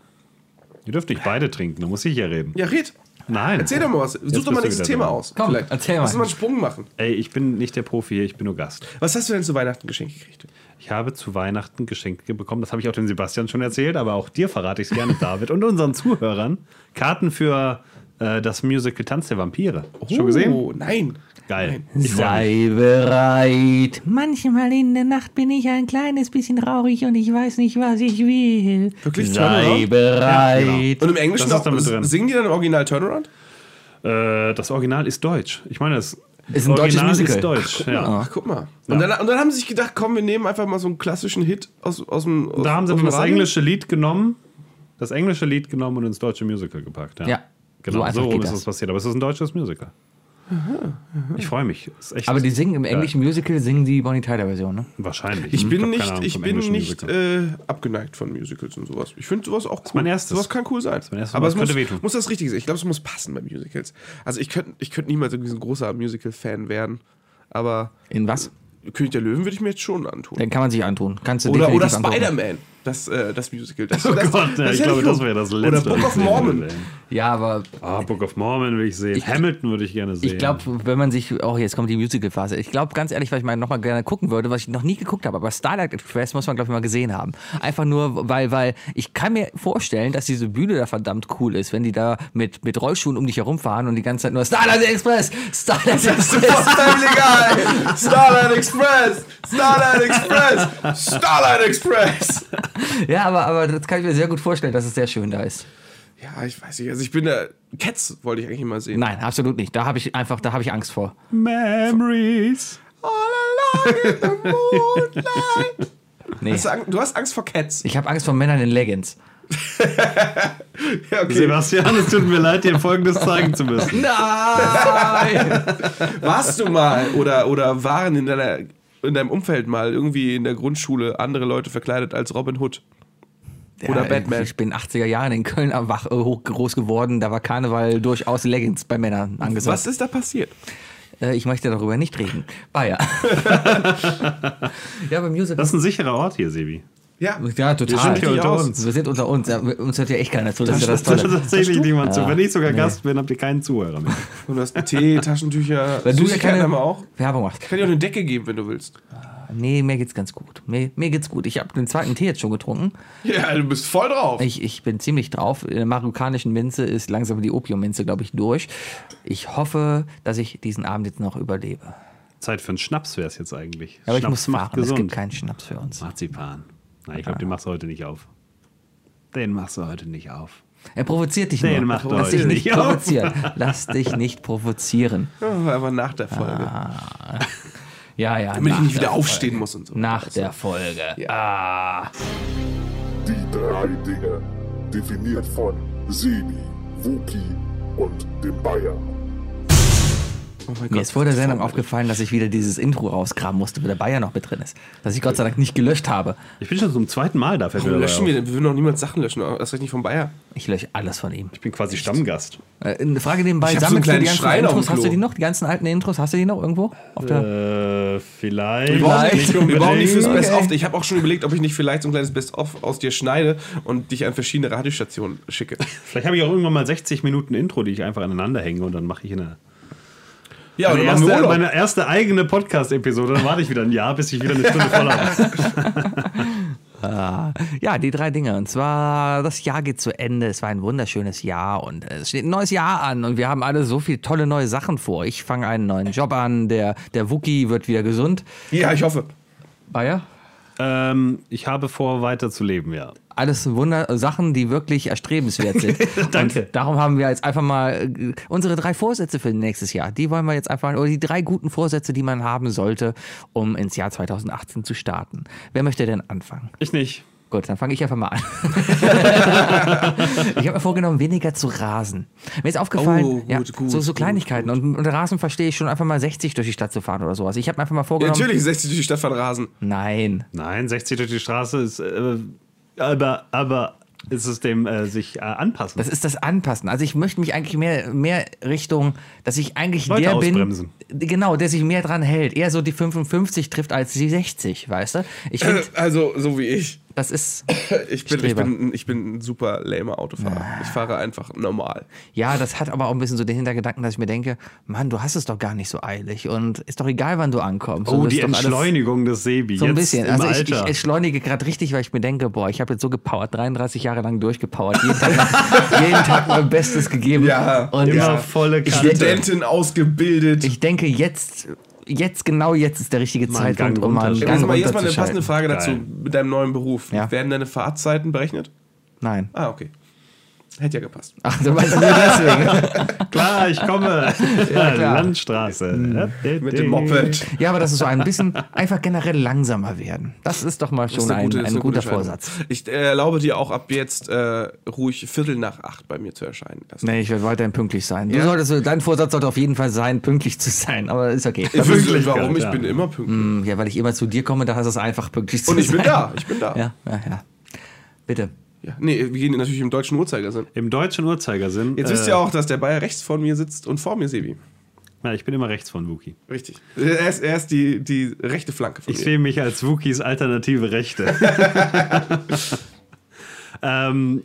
Ihr dürft nicht beide trinken, da muss ich ja reden.
Ja, red.
Nein.
Erzähl doch mal was. Such
Jetzt
doch mal
bist du wieder
nächstes Thema
dran.
aus.
Komm, erzähl mal.
Lass uns mal einen Sprung machen.
Ey, ich bin nicht der Profi hier, ich bin nur Gast.
Was hast du denn zu Weihnachten geschenkt gekriegt?
Ich habe zu Weihnachten Geschenke bekommen, das habe ich auch
[LAUGHS]
dem Sebastian schon erzählt, aber auch dir verrate ich es gerne, David, und unseren Zuhörern. Karten für äh, das Musical Tanz der Vampire. Schon gesehen?
Oh, nein.
Geil. Ich freu mich.
Sei bereit.
Manchmal in der Nacht bin ich ein kleines bisschen traurig und ich weiß nicht, was ich will.
Wirklich
Sei
Turnaround?
bereit.
Und im Englischen
Das ist damit
auch,
drin.
singen die dann im Original Turnaround?
Äh, das Original ist deutsch. Ich meine, das
Ist ein deutsches
Original
Musical.
ist deutsch. ja.
Ach, guck mal. Und, dann, und dann haben sie sich gedacht, komm, wir nehmen einfach mal so einen klassischen Hit aus, aus dem aus,
Da haben sie
aus
dann
dem
das
Radio.
englische Lied genommen, das englische Lied genommen und ins deutsche Musical gepackt. Ja,
Ja, so
genau.
einfach
So, rum
geht
ist
das.
es passiert. Aber es ist ein deutsches Musical. Ich freue mich. Ist echt
Aber die singen im englischen Musical, singen die Bonnie Tyler-Version, ne?
wahrscheinlich.
Ich bin
Hm, hab keine
nicht,
Ahnung
ich
vom
bin
englischen
nicht
Musical.
äh, abgeneigt von Musicals und sowas. Ich finde sowas auch cool.
mein erstes.
Sowas kann cool sein.
mein erstes,
Aber
was
es muss,
könnte wehtun.
muss das Richtige sein. Ich glaube, es muss passen bei Musicals. Also ich könnte ich könnte niemals irgendwie so ein großer Musical-Fan werden. Aber
In was?
König der Löwen würde ich mir jetzt schon antun.
Dann kann man sich antun. Kannst du
Oder, oder
definitiv angucken.
Spider-Man, das, äh, das Musical. Das,
Oh
das,
Gott, ja, ich
hätte
glaube,
Bock.
das wäre das letzte.
Oder
was
Book
ich
of
sehen
Mormon. [LAUGHS]
würde.
Ja, aber
Ah, Book of Mormon will ich sehen. Hamilton würde ich gerne sehen.
ich glaube, wenn man sich, oh, jetzt kommt die Musical-Phase. Ich glaube, ganz ehrlich, weil ich mal nochmal gerne gucken würde, was ich noch nie geguckt habe, aber Starlight Express muss man, glaube ich, mal gesehen haben. Einfach nur, weil, weil ich kann mir vorstellen, dass diese Bühne da verdammt cool ist, wenn die da mit, mit Rollschuhen um dich herumfahren und die ganze Zeit nur Starlight Express, Starlight Express.
Legal. Starlight Express! Starlight Express! Starlight Express!
Ja, aber, aber das kann ich mir sehr gut vorstellen, dass es sehr schön da ist.
Ja, ich weiß nicht. Also ich bin der. Cats wollte ich eigentlich immer sehen.
Nein, absolut nicht. Da habe ich einfach, da habe ich Angst vor. [LAUGHS]
Memories.
Nee.
Hast du, Ang- du hast Angst vor Cats.
Ich habe Angst vor Männern in Leggings.
Ja, okay.
Sebastian, es tut mir leid, dir Folgendes zeigen zu
[LAUGHS]
müssen.
Nein!
Warst du mal oder, oder waren in, deiner, in deinem Umfeld mal irgendwie in der Grundschule andere Leute verkleidet als Robin Hood? Oder
ja,
Batman.
Ich bin 80er Jahren in Köln am Wach, äh, hoch groß geworden. Da war Karneval durchaus Leggings bei Männern
Was
angesagt.
ist da passiert?
Äh, ich möchte darüber nicht reden. Ah,
[LAUGHS]
Bayer. ja, beim Musical.
Das ist ein sicherer Ort hier, Sebi.
Ja.
Ja,
Wir
total.
sind hier unter
aus.
uns.
Wir sind unter uns. Ja, uns hört ja echt keiner zu. Das ist ja das
Das ist
Tolle.
tatsächlich niemand zu.
Ja.
Wenn ich sogar Gast bin, habt ihr keinen Zuhörer mehr.
Und du hast
[LAUGHS]
Tee, Taschentücher.
Weil du ja
Süßigkeiten
keine
haben wir auch.
Werbung machst.
Ich kann dir auch eine Decke geben, wenn du willst.
Nee, mir geht's ganz gut. Mir, mir geht's gut. Ich habe den zweiten Tee jetzt schon getrunken.
Ja, du bist voll drauf.
Ich, ich bin ziemlich drauf. In der marokkanischen Minze ist langsam die Opiumminze, glaube ich, durch. Ich hoffe, dass ich diesen Abend jetzt noch überlebe.
Zeit für einen Schnaps wäre es jetzt eigentlich.
Aber ich
Schnaps
muss fahren. Es gibt keinen Schnaps für uns.
Marzipan. Na, ich glaube, den machst du heute nicht auf. Den machst du heute nicht auf.
Er provoziert dich
Den
nur.
macht
Lass
euch
dich nicht
nicht auf.
provozieren. Lass dich nicht provozieren.
Ja, aber nach der Folge.
Ja, ja. Ah,
Damit ich
nach
nicht wieder
der
aufstehen
Folge.
muss und so.
Nach der Folge. Ah.
Die drei Dinge, definiert von Sebi, Wookie und dem Bayer.
Oh mein
Mir
Gott.
ist vor der Sendung aufgefallen, dass ich wieder dieses Intro rausgraben musste, wo der Bayer noch mit drin ist. Dass ich Gott sei Dank nicht gelöscht habe.
Ich bin schon zum zweiten Mal dafür.
Warum löschen wir denn? Wir würden doch niemals Sachen löschen. Das recht nicht vom Bayer.
Ich lösche alles von ihm.
Ich bin quasi Stammgast.
Äh, eine Frage nebenbei.
Ich hab so
Sammelst
einen
du die ganzen
kleinen Schrein auf dem
Intros? Hast
Klo.
du die noch? Die ganzen alten Intros? Hast du die noch irgendwo? Auf der
Äh, vielleicht.
Wir brauchen nicht, wir brauchen nicht fürs
unbedingt.
Best-of. Ich habe auch schon überlegt, ob ich nicht vielleicht so ein kleines Best-of aus dir schneide und dich an verschiedene Radiostationen
[LAUGHS]
schicke.
Vielleicht habe ich auch irgendwann mal 60 Minuten Intro, die ich einfach aneinander hänge und dann mache ich eine.
Ja,
meine,
oder machst du
erste,
Urlaub.
meine erste eigene Podcast-Episode. Dann warte ich wieder ein Jahr, bis ich wieder eine Stunde voll habe.
Ja, die drei Dinge. Und zwar, das Jahr geht zu Ende. Es war ein wunderschönes Jahr und äh, es steht ein neues Jahr an und wir haben alle so viele tolle neue Sachen vor. Ich fange einen neuen Job an, der, der Wookie wird wieder gesund.
Ja, ich hoffe.
Bayer?
ähm, ich habe vor, weiterzuleben, ja.
Alles Wunder Sachen, die wirklich erstrebenswert sind.
Danke.
Und darum haben wir jetzt einfach mal äh, unsere drei Vorsätze für nächstes Jahr. Die wollen wir jetzt einfach, oder die drei guten Vorsätze, die man haben sollte, um ins Jahr 2018 zu starten. Wer möchte denn anfangen?
Ich nicht.
Gut, dann fange ich einfach mal
[LAUGHS]
an. ich habe mir vorgenommen, weniger zu rasen. Mir ist aufgefallen,
Oh, gut,
ja,
gut,
so, so
gut,
Kleinigkeiten. Und unter Rasen verstehe ich schon einfach mal 60 durch die Stadt zu fahren oder sowas. Ich habe mir einfach mal
Ja,
vorgenommen.
natürlich 60 durch die Stadt von Rasen.
Nein.
Nein, 60 durch die Straße ist. Äh, aber, aber ist es dem äh, sich äh, anpassen?
Das ist das Anpassen. Also ich möchte mich eigentlich mehr, mehr Richtung, dass ich eigentlich
Leute
der
ausbremsen.
bin, genau, der sich mehr
[COUGHS]
dran hält. Eher so die 55 trifft als die 60, weißt du? Ich finde,
Äh, Also, so wie ich.
Das ist.
Ich bin, ich
Hm. Streber. Ah.
bin, ich bin ein super lamer Autofahrer. Ich fahre einfach normal.
Ja, das hat aber auch ein bisschen so den Hintergedanken, dass ich mir denke, Mann, du hast es doch gar nicht so eilig und ist doch egal, wann du ankommst.
Oh,
Und
die
ist doch alles-
Entschleunigung des Sebi.
So ein
jetzt
bisschen.
Im
Also ich, ich
Alter.
entschleunige gerade richtig, weil ich mir denke, boah, ich habe jetzt so gepowert, 33 Jahre lang durchgepowert, jeden Tag,
[LAUGHS]
jeden Tag mein Bestes gegeben.
Ja,
und
Immer
ja,
volle Kante.
Studentin ausgebildet.
ich denke, jetzt, jetzt, genau jetzt ist der richtige
Mal einen
Zeitpunkt,
Gang
um mal einen
runter-
Jetzt
Gang
mal, jetzt mal eine
runterzuschalten.
passende Frage dazu
Geil.
mit deinem neuen Beruf.
Ja.
Werden deine Fahrzeiten berechnet?
Nein.
Ah, okay. Hätte ja gepasst.
Ach, du meinst nur deswegen.
Klar, ich
[LAUGHS]
komme.
klar. Hm.
Landstraße.
Mit dem Moped.
ja, aber das ist so ein bisschen einfach generell langsamer werden. Das ist doch mal schon
Ist eine
ein,
gute- ist
ein
eine gute
guter
Entscheidung.
Vorsatz.
Ich äh, erlaube dir auch ab jetzt äh, ruhig Viertel nach acht bei mir zu erscheinen. Das
Nee, ich werde weiterhin pünktlich sein. Du
Ja.
solltest, dein Vorsatz sollte auf jeden Fall sein, pünktlich zu sein, aber ist okay. Hm,
Ich wüsste nicht,
Pünktlichkeit,
warum? Ich
ja.
bin immer pünktlich.
Ja, weil ich immer zu dir komme, da hast es einfach pünktlich zu
Und ich bin
sein.
da, ich bin da.
Ja, ja, ja. Bitte.
Ja. Nee, wir gehen natürlich im deutschen Uhrzeigersinn.
Im deutschen Uhrzeigersinn. äh,
Jetzt wisst ihr auch, dass der Bayer rechts von mir sitzt und vor mir Sebi.
Ja, ich bin immer rechts von Wookie.
Richtig. Er ist, er ist die, die rechte Flanke von
Ich
mir.
sehe mich als Wookies alternative
[LAUGHS]
Rechte. ähm,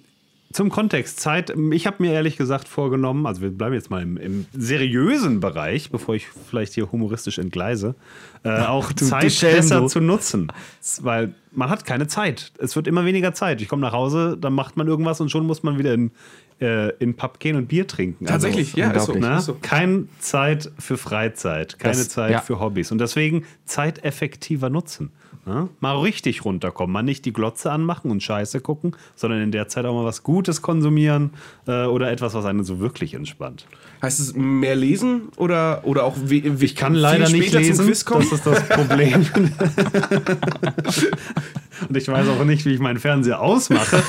zum Kontext, Zeit. Ich habe mir ehrlich gesagt vorgenommen, also wir bleiben jetzt mal im, im seriösen Bereich, bevor ich vielleicht hier humoristisch entgleise, äh, auch
du
Zeit
Schelm,
besser
du.
zu nutzen. S- Weil man hat keine Zeit. Es wird immer weniger Zeit. Ich komme nach Hause, dann macht man irgendwas und schon muss man wieder in, äh, in den Pub gehen und Bier trinken. Also,
Tatsächlich, ja, ist so.
unglaublich.
Ne?
Ist so.
Keine Zeit für Freizeit, keine
Das-
Zeit
ja.
für Hobbys. Und deswegen Zeit effektiver nutzen. Ne? Mal richtig runterkommen, mal nicht die Glotze anmachen und Scheiße gucken, sondern in der Zeit auch mal was Gutes konsumieren äh, oder etwas, was einen so wirklich entspannt.
Heißt es mehr lesen oder, oder auch we- we-
Ich kann leider
viel
nicht
später
lesen,
Zum Quiz kommen?
das ist das Problem. [LAUGHS] und ich weiß auch nicht, wie ich meinen Fernseher [LAUGHS] ausmache.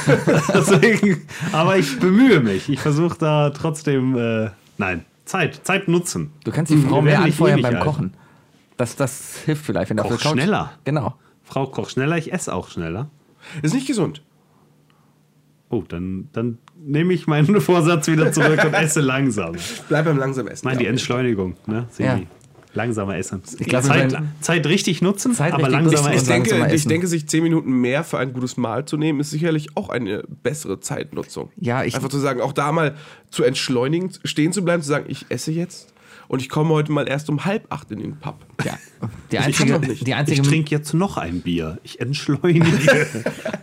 deswegen, aber ich bemühe mich. Ich versuche da trotzdem, äh, nein, Zeit, Zeit nutzen.
Du kannst die
Hm,
Frau
wir
mehr
werden eh nicht
anfeuern
ewig
beim
alt.
Kochen. Das, das hilft vielleicht, wenn du auf
Koch
der Couch
schneller.
Genau.
Frau kocht schneller, ich esse auch schneller.
Ist nicht gesund.
Oh, dann, dann nehme ich meinen [LAUGHS] Vorsatz wieder zurück und esse langsam.
Bleib beim langsamen Essen.
Nein, die Entschleunigung, ne? Sebi?
Ja.
Langsamer essen.
glaube,
Zeit,
wenn-
Zeit richtig nutzen,
Zeit
aber
richtig
langsamer
nutzen
ich
und
essen.
sagen Sie mal
denke, ich
essen.
denke, sich 10 Minuten mehr für ein gutes Mahl zu nehmen, ist sicherlich auch eine bessere Zeitnutzung.
Ja, ich-
Einfach zu sagen, auch da mal zu entschleunigen, stehen zu bleiben, zu sagen, ich esse jetzt und ich komme heute mal erst um halb acht in den Pub.
Ja. Die
Ich kann
einzige,
doch nicht.
die
Ich
einzige
trinke jetzt noch ein Bier. Ich entschleunige.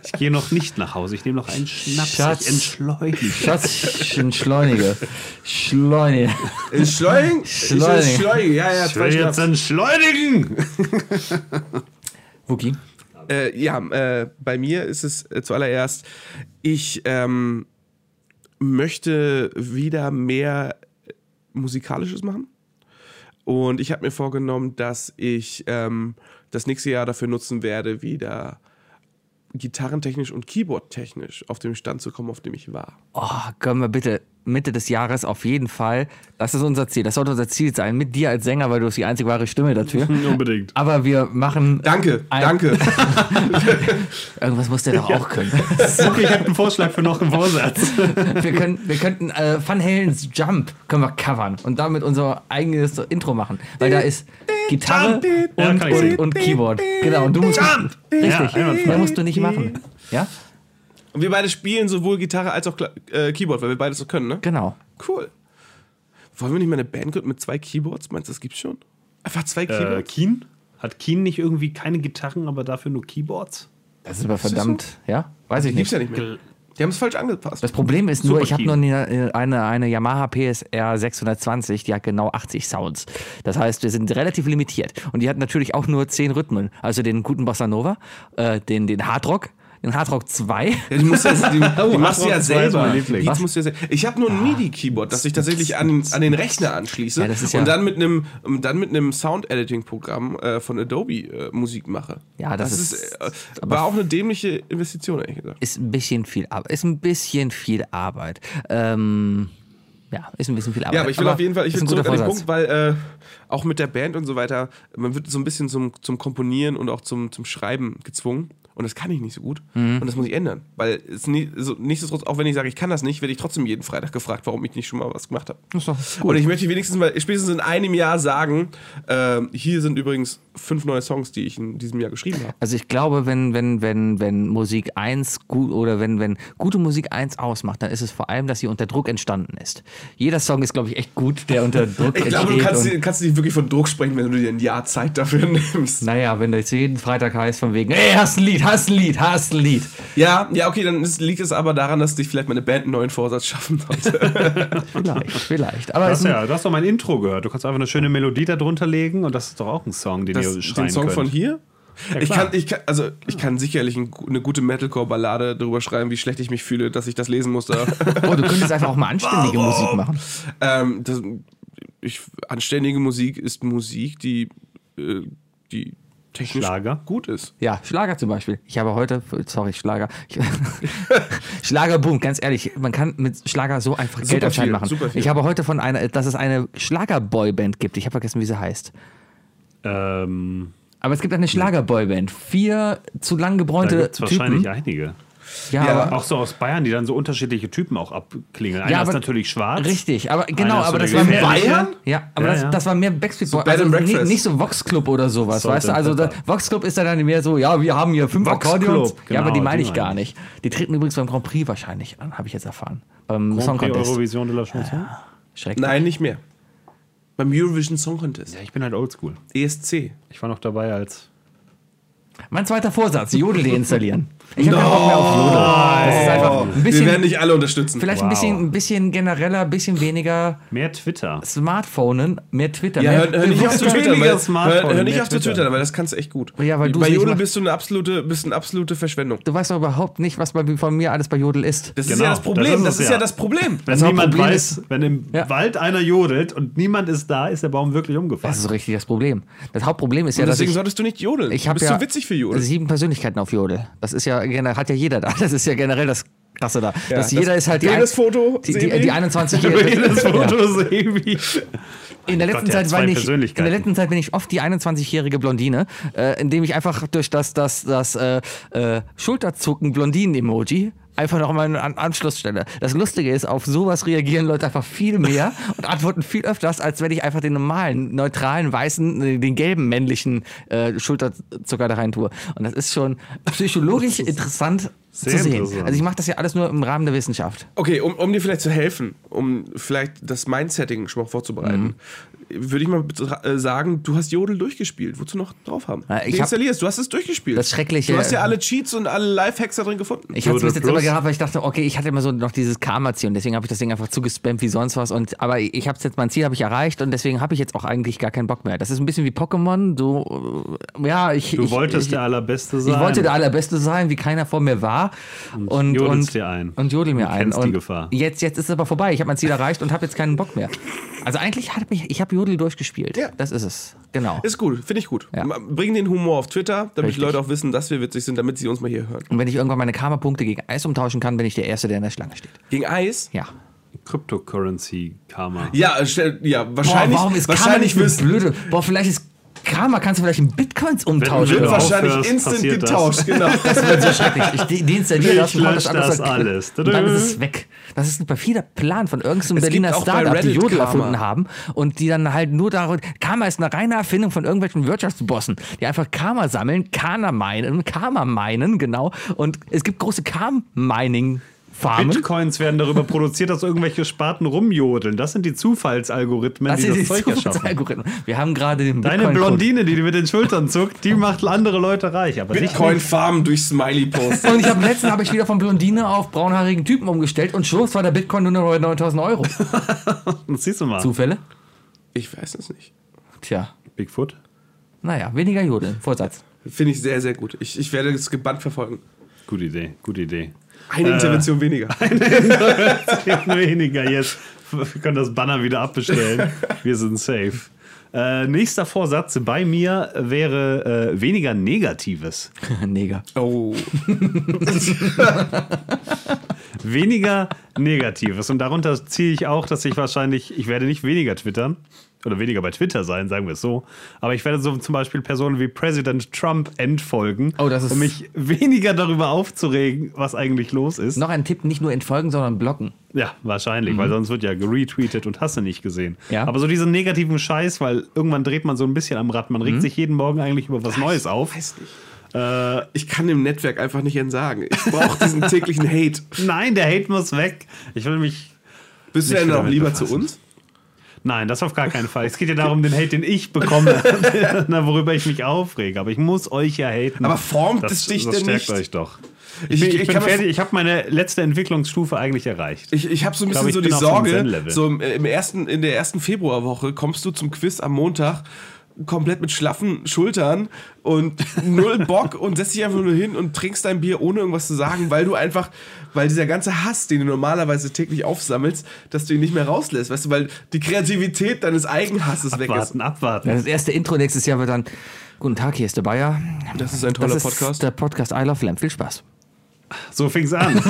ich gehe noch nicht nach Hause. Ich nehme noch einen Schnaps.
Schatz.
Ich entschleunige.
Schatzchen schleunige. Schleunige.
Entschleunigen?
Entschleunigen.
Ich entschleunige, ja, ja,
Ich will
zwei
jetzt
Schnaps.
entschleunigen.
Wookie.
äh, Ja, äh, bei mir ist es äh, zuallererst, ich ähm, möchte wieder mehr Musikalisches machen. Und ich habe mir vorgenommen, dass ich ähm, das nächste Jahr dafür nutzen werde, wieder gitarrentechnisch und keyboardtechnisch auf dem Stand zu kommen, auf dem ich war.
Oh, können wir bitte Mitte des Jahres auf jeden Fall. Das ist unser Ziel. Das sollte unser Ziel sein. Mit dir als Sänger, weil du hast die einzig wahre Stimme
[LAUGHS]
dafür.
Unbedingt.
Aber wir machen.
Danke,
ein-
danke.
Irgendwas muss der doch
[LAUGHS]
auch können.
Okay, ich habe einen Vorschlag für noch einen Vorsatz.
Wir, können, wir könnten äh, Van Halens Jump können wir covern und damit unser eigenes Intro machen. Weil da ist Gitarre
Jump. Ja,
und,
kann ich
und,
sehen.
und Keyboard. Genau, und du musst.
Jump.
Richtig,
Ja, einwandfrei.
mehr musst du nicht machen. Ja?
Und wir beide spielen sowohl Gitarre als auch Kla äh, Keyboard, weil wir beides so können, ne?
Genau.
Cool. Wollen wir nicht mal eine Band gründen mit zwei Keyboards? Meinst du, das gibt's schon? Einfach zwei
Äh,
Keyboards?
Keen? Hat Keen nicht irgendwie keine Gitarren, aber dafür nur Keyboards?
Das ist aber verdammt. Ja? Weiß ich
Gibt's
nicht.
ja nicht mehr. Die haben es falsch angepasst.
Das Problem ist nur, ich habe
Superkey.
nur eine, eine, eine Yamaha PSR 620, die hat genau 80 Sounds. Das heißt, wir sind relativ limitiert. Und die hat natürlich auch nur 10 Rhythmen. Also den guten Bossa Nova, äh, den, den Hardrock, den Hardrock 2.
Ja, die musst du ja,
[LAUGHS]
die, die machst du
Hardrock
ja
zwei ist
selber.
mein
Die
Liebling.
Beats musst du ja sel ich habe
Ah.
nur ein MIDI-Keyboard, das ich tatsächlich an, den- an den Rechner anschließe
Ja, das ist ja-
und dann mit einem und dann mit einem Sound-Editing-Programm äh, von Adobe äh, Musik mache.
Ja, das ist-
äh, war auch eine dämliche Investition, ehrlich gesagt.
Ist ein bisschen viel Arbeit. Ist ein bisschen viel Arbeit. Ähm, ja, ist ein bisschen viel Arbeit.
Ja, aber ich will auf jeden Fall, ich
ist
will
ein guter
zurück an den
Vorsatz.
Punkt, weil äh, auch mit der Band und so weiter, man wird so ein bisschen zum, zum Komponieren und auch zum, zum Schreiben gezwungen. Und das kann ich nicht so gut.
Mhm.
Und das muss ich ändern. Weil es nie, so, nichtsdestotrotz, auch wenn ich sage, ich kann das nicht, werde ich trotzdem jeden Freitag gefragt, warum ich nicht schon mal was gemacht habe. Und ich möchte wenigstens mal, spätestens in einem Jahr sagen, ähm, hier sind übrigens fünf neue Songs, die ich in diesem Jahr geschrieben habe.
Also ich glaube, wenn, wenn, wenn, wenn Musik 1 gut oder wenn, wenn gute Musik 1 ausmacht, dann ist es vor allem, dass sie unter Druck entstanden ist. Jeder Song ist, glaube ich, echt gut, der
[LAUGHS]
unter Druck
Ich
entsteht.
glaube, du kannst,
und-
dir- kannst nicht wirklich von Druck sprechen, wenn du dir ein Jahr Zeit dafür [LAUGHS] nimmst.
Naja, wenn das jeden Freitag heißt, von wegen, ey, hast ein Lied, hast ein Lied, hast ein Lied.
Ja, ja, okay, dann ist, liegt es aber daran, dass dich vielleicht meine Band einen neuen Vorsatz schaffen sollte.
Vielleicht, vielleicht. Aber
Du
es
hast,
ist ein,
ja, du hast doch mein Intro gehört. Du kannst einfach eine schöne Melodie darunter legen und das ist doch auch ein Song, den
Das,
ihr schreien
den Song
könnt.
von hier? ich,
klar.
kann, ich, kann, also, ich kann sicherlich ein, gu- eine gute Metalcore-Ballade darüber schreiben, wie schlecht ich mich fühle, dass ich das lesen [LAUGHS] musste.
oh, du könntest einfach auch mal anständige Musik machen.
ähm, das, ich, anständige Musik ist Musik, die, äh, die technisch
Schlager?
gut ist.
Ja, Schlager zum Beispiel. Ich habe heute, sorry, Schlager. Ich, [LAUGHS] Schlagerboom, ganz ehrlich, man kann mit Schlager so einfach Geld anscheinend
viel,
machen.
super viel.
Ich habe heute von einer, dass es eine Schlagerboyband gibt. Ich habe vergessen, wie sie heißt.
Ähm,
Aber es gibt eine Schlagerboyband. Vier zu lang
da
gebräunte
gibt es
Typen.
wahrscheinlich einige.
Ja,
Ja,
aber,
Auch so aus Bayern, die dann so unterschiedliche Typen auch abklingeln. Einer
Ja,
ist
aber-
natürlich schwarz.
richtig. Aber genau,
Einer ist
aber
so
das
der
war
Gefährliche.
Bayern?
Ja, aber
Ja,
das,
ja.
das war mehr Backstreet Boys.
Bed
also
and
nicht,
Breakfast.
nicht so Vox Club oder sowas,
Salt
weißt du?
and
Also
Pepper.
da, Vox Club ist ja dann mehr so, ja, wir haben hier fünf
Vox
Akkordeons.
Club,
ja, aber die
genau,
meine
die
ich
meine
gar nicht. Die treten übrigens beim Grand Prix wahrscheinlich an, habe ich jetzt erfahren. Beim Song
Grand Prix
Contest.
Eurovision de la Chanson.
Schrecklich.
Nein, nicht mehr. Beim E Eurovision Song Contest.
Ja, ich bin halt oldschool.
ESC.
Ich war noch dabei als.
Mein zweiter Vorsatz, Jodel deinstallieren. Ich habe keinen Bock mehr auf Jodel. Das ist einfach ein
Oh, Wir werden
bisschen,
nicht alle unterstützen.
vielleicht ein
Wow.
bisschen, ein bisschen genereller, ein bisschen weniger
Mehr Twitter.
Smartphonen, mehr Twitter.
Ja,
mehr,
hör, hör nicht
Wir
auf zu
brauchen
twittern,
weniger
weil,
Smartphone,
hör, hör nicht
mehr
auf zu
twittern.
twittern, weil das kannst du echt gut.
Ja, weil du
Bei
es nicht
Jodel
machst.
bist du eine absolute, bist eine absolute Verschwendung.
du weißt doch überhaupt nicht, was bei, von mir alles bei Jodel ist.
Das ist
Genau,
ja das
das
Problem.
ist
Das ist,
es
ja.
ja.
das Problem.
Wenn
Das auch
niemand
Problem
weiß, wenn im
Ja.
Wald einer jodelt und niemand ist da, ist der Baum wirklich umgefallen.
Das [LAUGHS] ist so richtig das Problem. Das Hauptproblem ist ja, dass
Deswegen
ich,
solltest du nicht jodeln.
ich
du
habe
bist
ja
zu witzig für Jodel.
sieben Persönlichkeiten auf Jodel. Das ist ja generell, hat ja jeder da. Das ist ja generell das Krasse da. dass
das-
jeder ist halt die,
jedes
ein-
Foto,
die, die,
Sebi.
die
[LAUGHS]
21
Das Foto ist irgendwie.
In der
Oh Gott,
letzten
der hat
Zeit
zwei
war ich in der
Persönlichkeiten.
letzten Zeit bin ich oft die 21-jährige Blondine, äh, indem ich einfach durch das das das äh, äh, Schulterzucken Blondinen Emoji einfach noch mal einen An Anschluss stelle. Das Lustige ist, auf sowas reagieren Leute einfach
[LAUGHS]
viel mehr und antworten viel öfters, als wenn ich einfach den normalen neutralen weißen, äh, den gelben männlichen äh, Schulterzucker da rein tue. Und das ist schon psychologisch interessant zu
sehr
sehen.
interessant.
Also ich mache das ja alles nur im Rahmen der Wissenschaft.
Okay, um, um dir vielleicht zu helfen, um vielleicht das Mindsetting schon mal vorzubereiten,
Mhm.
würde ich mal betra- äh, sagen, du hast Jodel durchgespielt. Wozu noch drauf haben?
Na, ich hab-
Deinstallierst, du hast es durchgespielt.
Das Schreckliche-
Du hast ja alle Cheats und alle Lifehacks da drin gefunden.
Ich hatte es
Jodel
bis jetzt immer
Plus.
gehabt, weil ich dachte, okay, ich hatte immer so noch dieses Karma-Ziel und deswegen habe ich das Ding einfach zugespammt wie sonst was. Und, aber ich habe jetzt, mein Ziel habe ich erreicht und deswegen habe ich jetzt auch eigentlich gar keinen Bock mehr. Das ist ein bisschen wie Pokémon. Du, äh, ja, ich.
Du
ich,
wolltest
ich,
der Allerbeste sein.
ich wollte der Allerbeste sein, wie keiner vor mir war. Und, und
jodelst dir ein.
Und jodel mir ein.
kennst die
Und
Gefahr.
Jetzt, jetzt ist es aber vorbei. Ich habe mein Ziel erreicht und habe jetzt keinen Bock mehr. Also eigentlich hat mich, ich habe Jodel durchgespielt.
Ja.
Das ist es. Genau.
Ist gut, finde ich gut.
Ja.
Ma- Bring den Humor auf Twitter, damit die
Richtig.
Leute auch wissen, dass wir witzig sind, damit sie uns mal hier hören.
und wenn ich irgendwann meine Karma-Punkte gegen Eis umtauschen kann, bin ich der Erste, der in der Schlange steht.
Gegen Eis?
Ja.
Cryptocurrency Karma.
Ja, stell, ja wahrscheinlich.
Boah, warum ist
wahrscheinlich
Karma nicht
wirst-
eine blöde? Boah, vielleicht ist Karma, kannst du vielleicht in Bitcoins umtauschen.
Wenn
wird
du
oder so.
wahrscheinlich
aufhörst,
instant
passiert das. [LAUGHS]
getauscht, genau.
Das wird so schrecklich. Ich de- deinstalliere
Ich
das und hau
lösche
alles
das
an-
alles.
Und dann ist es weg. Das ist ein perfider Plan von irgendeinem
Es
Berliner
gibt auch bei
Startup, die
Reddit
Jodel
Karma.
erfunden haben und die dann halt nur darüber. Karma ist eine reine Erfindung von irgendwelchen Wirtschaftsbossen, die einfach Karma sammeln, Karma meinen, Karma meinen, genau. Und es gibt große Karm-Mining-Farmen.
Bitcoins werden darüber produziert, dass irgendwelche Sparten rumjodeln. Das sind die Zufallsalgorithmen,
Das
Also die
sind
das
die
Zeug erschaffen.
Zukunftsalgorithmen. Wir haben gerade den
Deine
Bitcoin-Code.
Blondine, die dir mit den Schultern zuckt, die macht andere Leute reich. Aber dich
Bitcoin Farm durch Smiley Post.
Und ich habe letztens habe ich wieder von Blondine auf braunhaarigen Typen umgestellt und schon war der Bitcoin nur noch bei 9000 Euro.
nicht. Siehst du mal.
Zufälle?
Ich weiß es nicht.
Tja,
Bigfoot.
naja, weniger jodeln. Vorsatz.
Finde ich sehr, sehr gut. Ich, ich werde es gebannt verfolgen. Äh,
Gute Idee, gute [LAUGHS] Idee.
Eine Intervention weniger.
weniger jetzt. Wir können das Banner wieder abbestellen. Wir sind safe. Äh, nächster Vorsatz bei mir wäre äh, weniger Negatives.
Neger.
[LAUGHS] Oh.
[LAUGHS] Weniger Negatives. Und darunter ziehe ich auch, dass ich wahrscheinlich, ich werde nicht weniger twittern oder weniger bei Twitter sein, sagen wir es so. Aber ich werde so zum Beispiel Personen wie President Trump entfolgen,
Oh, das ist-
um mich weniger darüber aufzuregen, was eigentlich los ist.
Noch ein Tipp, nicht nur entfolgen, sondern blocken.
Ja, wahrscheinlich, weil sonst wird ja retweetet und hast du nicht gesehen.
Mhm. Ja.
Aber so diesen negativen Scheiß, weil irgendwann dreht man so ein bisschen am Rad. Man
Mhm.
regt sich jeden Morgen eigentlich über was Neues auf.
Weiß nicht. Äh, ich kann dem Netzwerk einfach nicht entsagen. Ich brauche diesen täglichen Hate.
Nein, der Hate muss weg. Ich will mich.
Bist du
Nicht
denn auch
damit
lieber zu
befassen.
uns?
Nein, das auf gar keinen Fall. Es geht ja darum, den Hate, den ich
[LAUGHS]
bekomme, [LAUGHS] na, worüber ich mich aufrege. Aber ich muss euch ja haten.
Aber formt
das,
es dich
das
denn
stärkt
nicht?
euch doch.
Ich,
Ich, ich, bin
kann mir-
fertig. Ich habe meine letzte Entwicklungsstufe eigentlich erreicht.
Ich, ich habe so ein
glaub,
bisschen
ich
so
bin auf
die
so einem
Sorge,
Zen-Level.
so im, im ersten, in der ersten Februarwoche kommst du zum Quiz am Montag komplett mit schlaffen Schultern und [LAUGHS] null Bock und setzt dich einfach nur hin und trinkst dein Bier ohne irgendwas zu sagen, weil du einfach, weil dieser ganze Hass, den du normalerweise täglich aufsammelst, dass du ihn nicht mehr rauslässt, weißt du, weil die Kreativität deines Eigenhasses weg ist.
Abwarten, abwarten.
Das erste Intro nächstes Jahr wird dann, guten Tag, hier ist der Bayer.
Das ist ein toller
Das ist
Podcast.
der Podcast I Love Lamb. Viel Spaß.
So fing's
[LAUGHS]
an. [LAUGHS]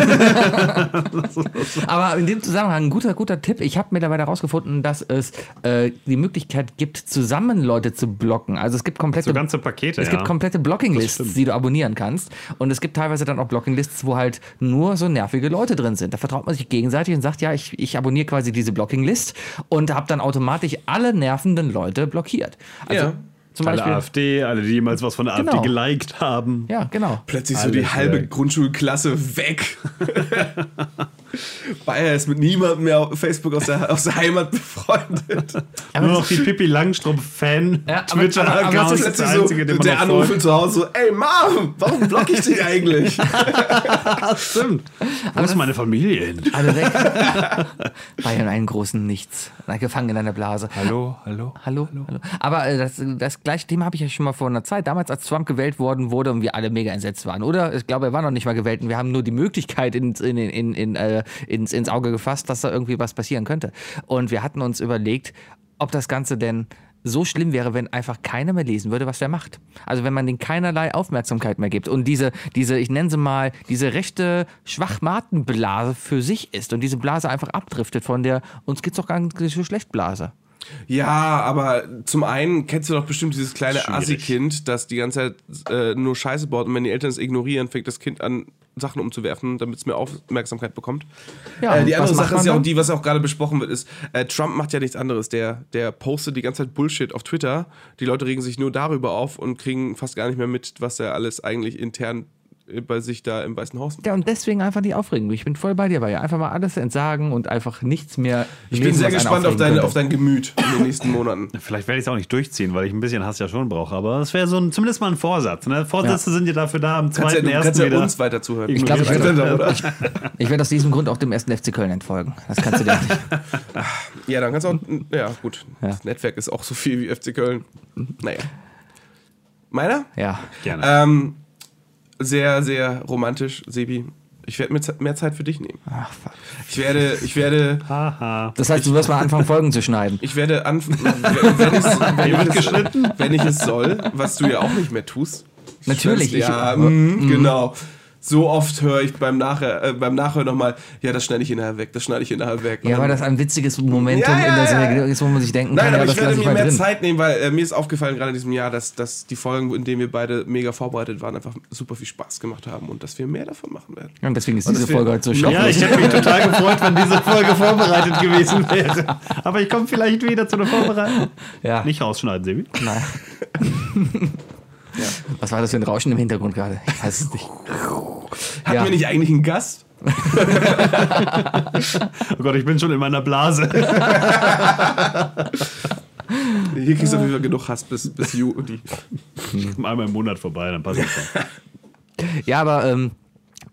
Aber in dem Zusammenhang ein guter, guter Tipp. Ich habe mittlerweile herausgefunden, dass es äh, die Möglichkeit gibt, zusammen Leute zu blocken. Also es gibt komplette,
So ganze Pakete.
es
ja.
gibt komplette Blocking-Lists,
stimmt.
die du abonnieren kannst. Und es gibt teilweise dann auch Blocking-Lists, wo halt nur so nervige Leute drin sind. Da vertraut man sich gegenseitig und sagt, ja, ich, ich abonniere quasi diese Blocking-List und habe dann automatisch alle nervenden Leute blockiert. Also
Ja.
zum
Alle
Beispiel.
AfD, alle, die jemals was von der
Genau.
AfD geliked haben.
Ja, genau.
Plötzlich so
Alles
die halbe
weg.
Grundschulklasse weg. Bayer ist mit niemandem mehr auf Facebook aus der, aus der Heimat befreundet.
Aber
Nur
das-
noch die Pippi Langstrumpf-Fan.
Ja, aber- aber- aber
Twitter-Account ist
das ist
der
Plötzlich so
einzige, den man
der
noch
Anruf
folgt.
zu Hause so, ey Mom, warum block ich dich eigentlich?
Stimmt. Wo ist meine Familie hin?
Alle [LAUGHS] weg. Bayern einen großen Nichts. Gefangen in einer Blase.
Hallo, hallo.
Hallo, hallo. Aber äh, das, das gleiche Thema habe ich ja schon mal vor einer Zeit, damals als Trump gewählt worden wurde und wir alle mega entsetzt waren, oder? Ich glaube, er war noch nicht mal gewählt und wir haben nur die Möglichkeit ins, in, in, in, äh, ins, ins Auge gefasst, dass da irgendwie was passieren könnte. Und wir hatten uns überlegt, ob das Ganze denn so schlimm wäre, wenn einfach keiner mehr lesen würde, was der macht. Also wenn man den keinerlei Aufmerksamkeit mehr gibt und diese, diese, ich nenne sie mal, diese rechte Schwachmatenblase für sich ist und diese Blase einfach abdriftet von der uns geht's doch gar nicht so schlecht Blase.
Ja, aber zum einen kennst du doch bestimmt dieses kleine
Schwierig.
Assi-Kind, das die ganze Zeit äh, nur Scheiße baut und wenn die Eltern es ignorieren, fängt das Kind an, Sachen umzuwerfen, damit es mehr Aufmerksamkeit bekommt.
Ja,
äh,
und
die
was
andere
macht
Sache
man
ist ja auch
dann?
die, was auch gerade besprochen wird, ist, äh, Trump macht ja nichts anderes. Der, der postet die ganze Zeit Bullshit auf Twitter. Die Leute regen sich nur darüber auf und kriegen fast gar nicht mehr mit, was er alles eigentlich intern äh, bei sich da im Weißen Haus macht.
Ja, und deswegen einfach nicht aufregen. Ich bin voll bei dir, Bayer. Einfach mal alles entsagen und einfach nichts mehr.
Ich bin sehr gespannt auf, deine, auf dein Gemüt in den nächsten Monaten.
Vielleicht werde ich es auch nicht durchziehen, weil ich ein bisschen Hass ja schon brauche. Aber es wäre so ein, zumindest mal ein Vorsatz. Ne? Vorsätze sind ja dafür da, am
Kannst ja,
zweiten
du kannst
ersten
ja
wieder.
uns weiter zuhören.
Ich
glaub, ich
Weiter,
werde-
oder?
Ich werde aus diesem Grund auch dem ersten FC Köln entfolgen. Das kannst du dir nicht. [LAUGHS]
Ja, dann kannst du auch. Ja, gut. Das Netzwerk ist auch so viel wie FC Köln. Naja. Meiner?
Ja.
Gerne.
Ähm, sehr, sehr romantisch, Sebi. Ich werde mir Ze- mehr Zeit für dich nehmen.
Ach, fuck.
Ich werde, ich werde,
Haha.
Das heißt, du wirst mal anfangen, Folgen zu schneiden.
ich werde
[LAUGHS]
anfangen, wenn ich's- wenn
Hier wird
ich es,
geschnitten.
wenn ich es soll, was du ja auch nicht mehr tust.
Natürlich, ich- Mhm.
Ja, mm, genau. So oft höre ich beim, Nachher, äh, beim Nachhören nochmal, ja, das schneide ich hinterher weg, das schneide ich hinterher weg. Und
Ja,
dann-
weil das ein witziges Momentum
Ja, ja,
in der
ja.
Serie ist, wo man sich denken
Nein,
kann, ja,
aber ich
das
werde
lasse ich
mir
mal
mehr
drin.
Zeit nehmen, weil äh, mir ist aufgefallen gerade in diesem Jahr, dass, dass die Folgen, in denen wir beide mega vorbereitet waren, einfach super viel Spaß gemacht haben und dass wir mehr davon machen werden.
Und deswegen ist
Und
diese
deswegen-
Folge heute so
Ja,
schrecklich.
ich hätte mich total gefreut, wenn diese Folge vorbereitet gewesen wäre. Aber ich komme vielleicht wieder zu einer Vorbereitung.
Ja.
Nicht rausschneiden, Sebi.
Nein. [LAUGHS] Was war das für ein Rauschen im Hintergrund gerade? Ich weiß es nicht.
Hatten
Ja.
wir nicht eigentlich einen Gast?
Oh Gott, ich bin schon in meiner Blase.
Hier kriegst du auf jeden
Äh.
Fall genug Hass bis, bis Juli.
Einmal im Monat vorbei, dann passt es schon.
Ja, aber ähm,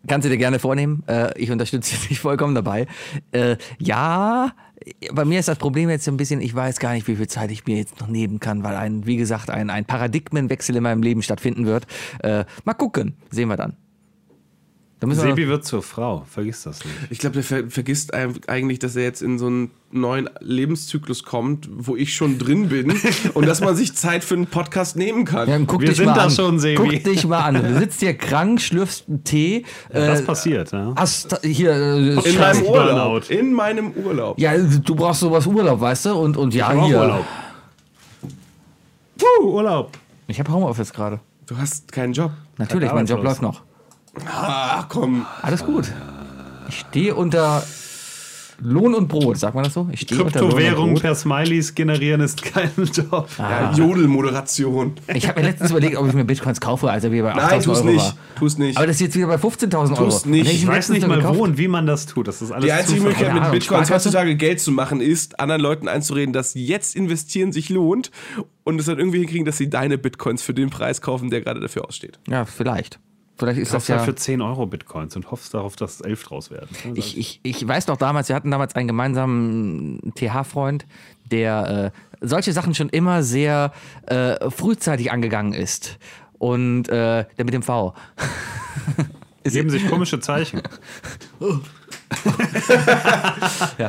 kannst du dir gerne vornehmen. Äh, ich unterstütze [LAUGHS] dich vollkommen dabei. Äh, ja, bei mir ist das Problem jetzt so ein bisschen, ich weiß gar nicht, wie viel Zeit ich mir jetzt noch nehmen kann, weil ein, wie gesagt, ein, ein Paradigmenwechsel in meinem Leben stattfinden wird. Äh, mal gucken, sehen wir dann. Da müssen wir
Sebi wird zur Frau, vergiss das nicht.
Ich glaube, der ver vergisst ein- eigentlich, dass er jetzt in so einen neuen Lebenszyklus kommt, wo ich schon
[LAUGHS]
drin bin und dass man sich Zeit für einen Podcast nehmen kann.
Ja, dann guck
Wir
dich
sind
mal
da
an.
schon, Sebi.
Guck dich mal an. Du sitzt hier krank, schlürfst einen Tee.
Das
äh,
passiert, ja.
hast hier äh,
in
Scheiß-
meinem
Burnout.
Urlaub. In meinem Urlaub.
Ja, du brauchst sowas Urlaub, weißt du? Und, und ja,
brauch
hier.
Urlaub. Woo, Urlaub.
Ich habe Homeoffice gerade.
Du hast keinen Job.
Natürlich, mein Job
arbeitslos.
läuft noch.
Ach komm.
Alles gut. Ich stehe unter Lohn und Brot, sagt man das so? Ich stehe unter Lohn und
Kryptowährung
Brot.
per Smileys generieren ist kein [LAUGHS] Job.
Ah,
Ja, Jodelmoderation.
Ich habe mir letztens überlegt, ob ich mir Bitcoins kaufe, als er wieder bei 8.000
Nein, tu's
Euro
nicht.
war.
Tu's nicht.
Aber das ist jetzt wieder bei 15.000 Euro.
Tu's nicht.
Und hätte
Ich
mir
weiß
letztens
nicht
nur
mal
gekauft.
wo und wie man das tut. Das ist alles
Die einzige
Zufall.
Möglichkeit,
Keine
mit
Ahnung, halt
Bitcoins
Sparkasse?
heutzutage Geld zu machen, ist, anderen Leuten einzureden, dass jetzt investieren sich lohnt und es dann irgendwie hinkriegen, dass sie deine Bitcoins für den Preis kaufen, der gerade dafür aussteht.
Ja, vielleicht. Vielleicht ist
Kaufst
das ja.
halt für 10 Euro Bitcoins und hoffst darauf, dass 11 draus werden. Ne?
Ich, ich, ich weiß noch damals, wir hatten damals einen gemeinsamen TH-Freund, der äh, solche Sachen schon immer sehr äh, frühzeitig angegangen ist. Und äh, der mit dem V. [LAUGHS]
geben sich komische
[LAUGHS]
Zeichen.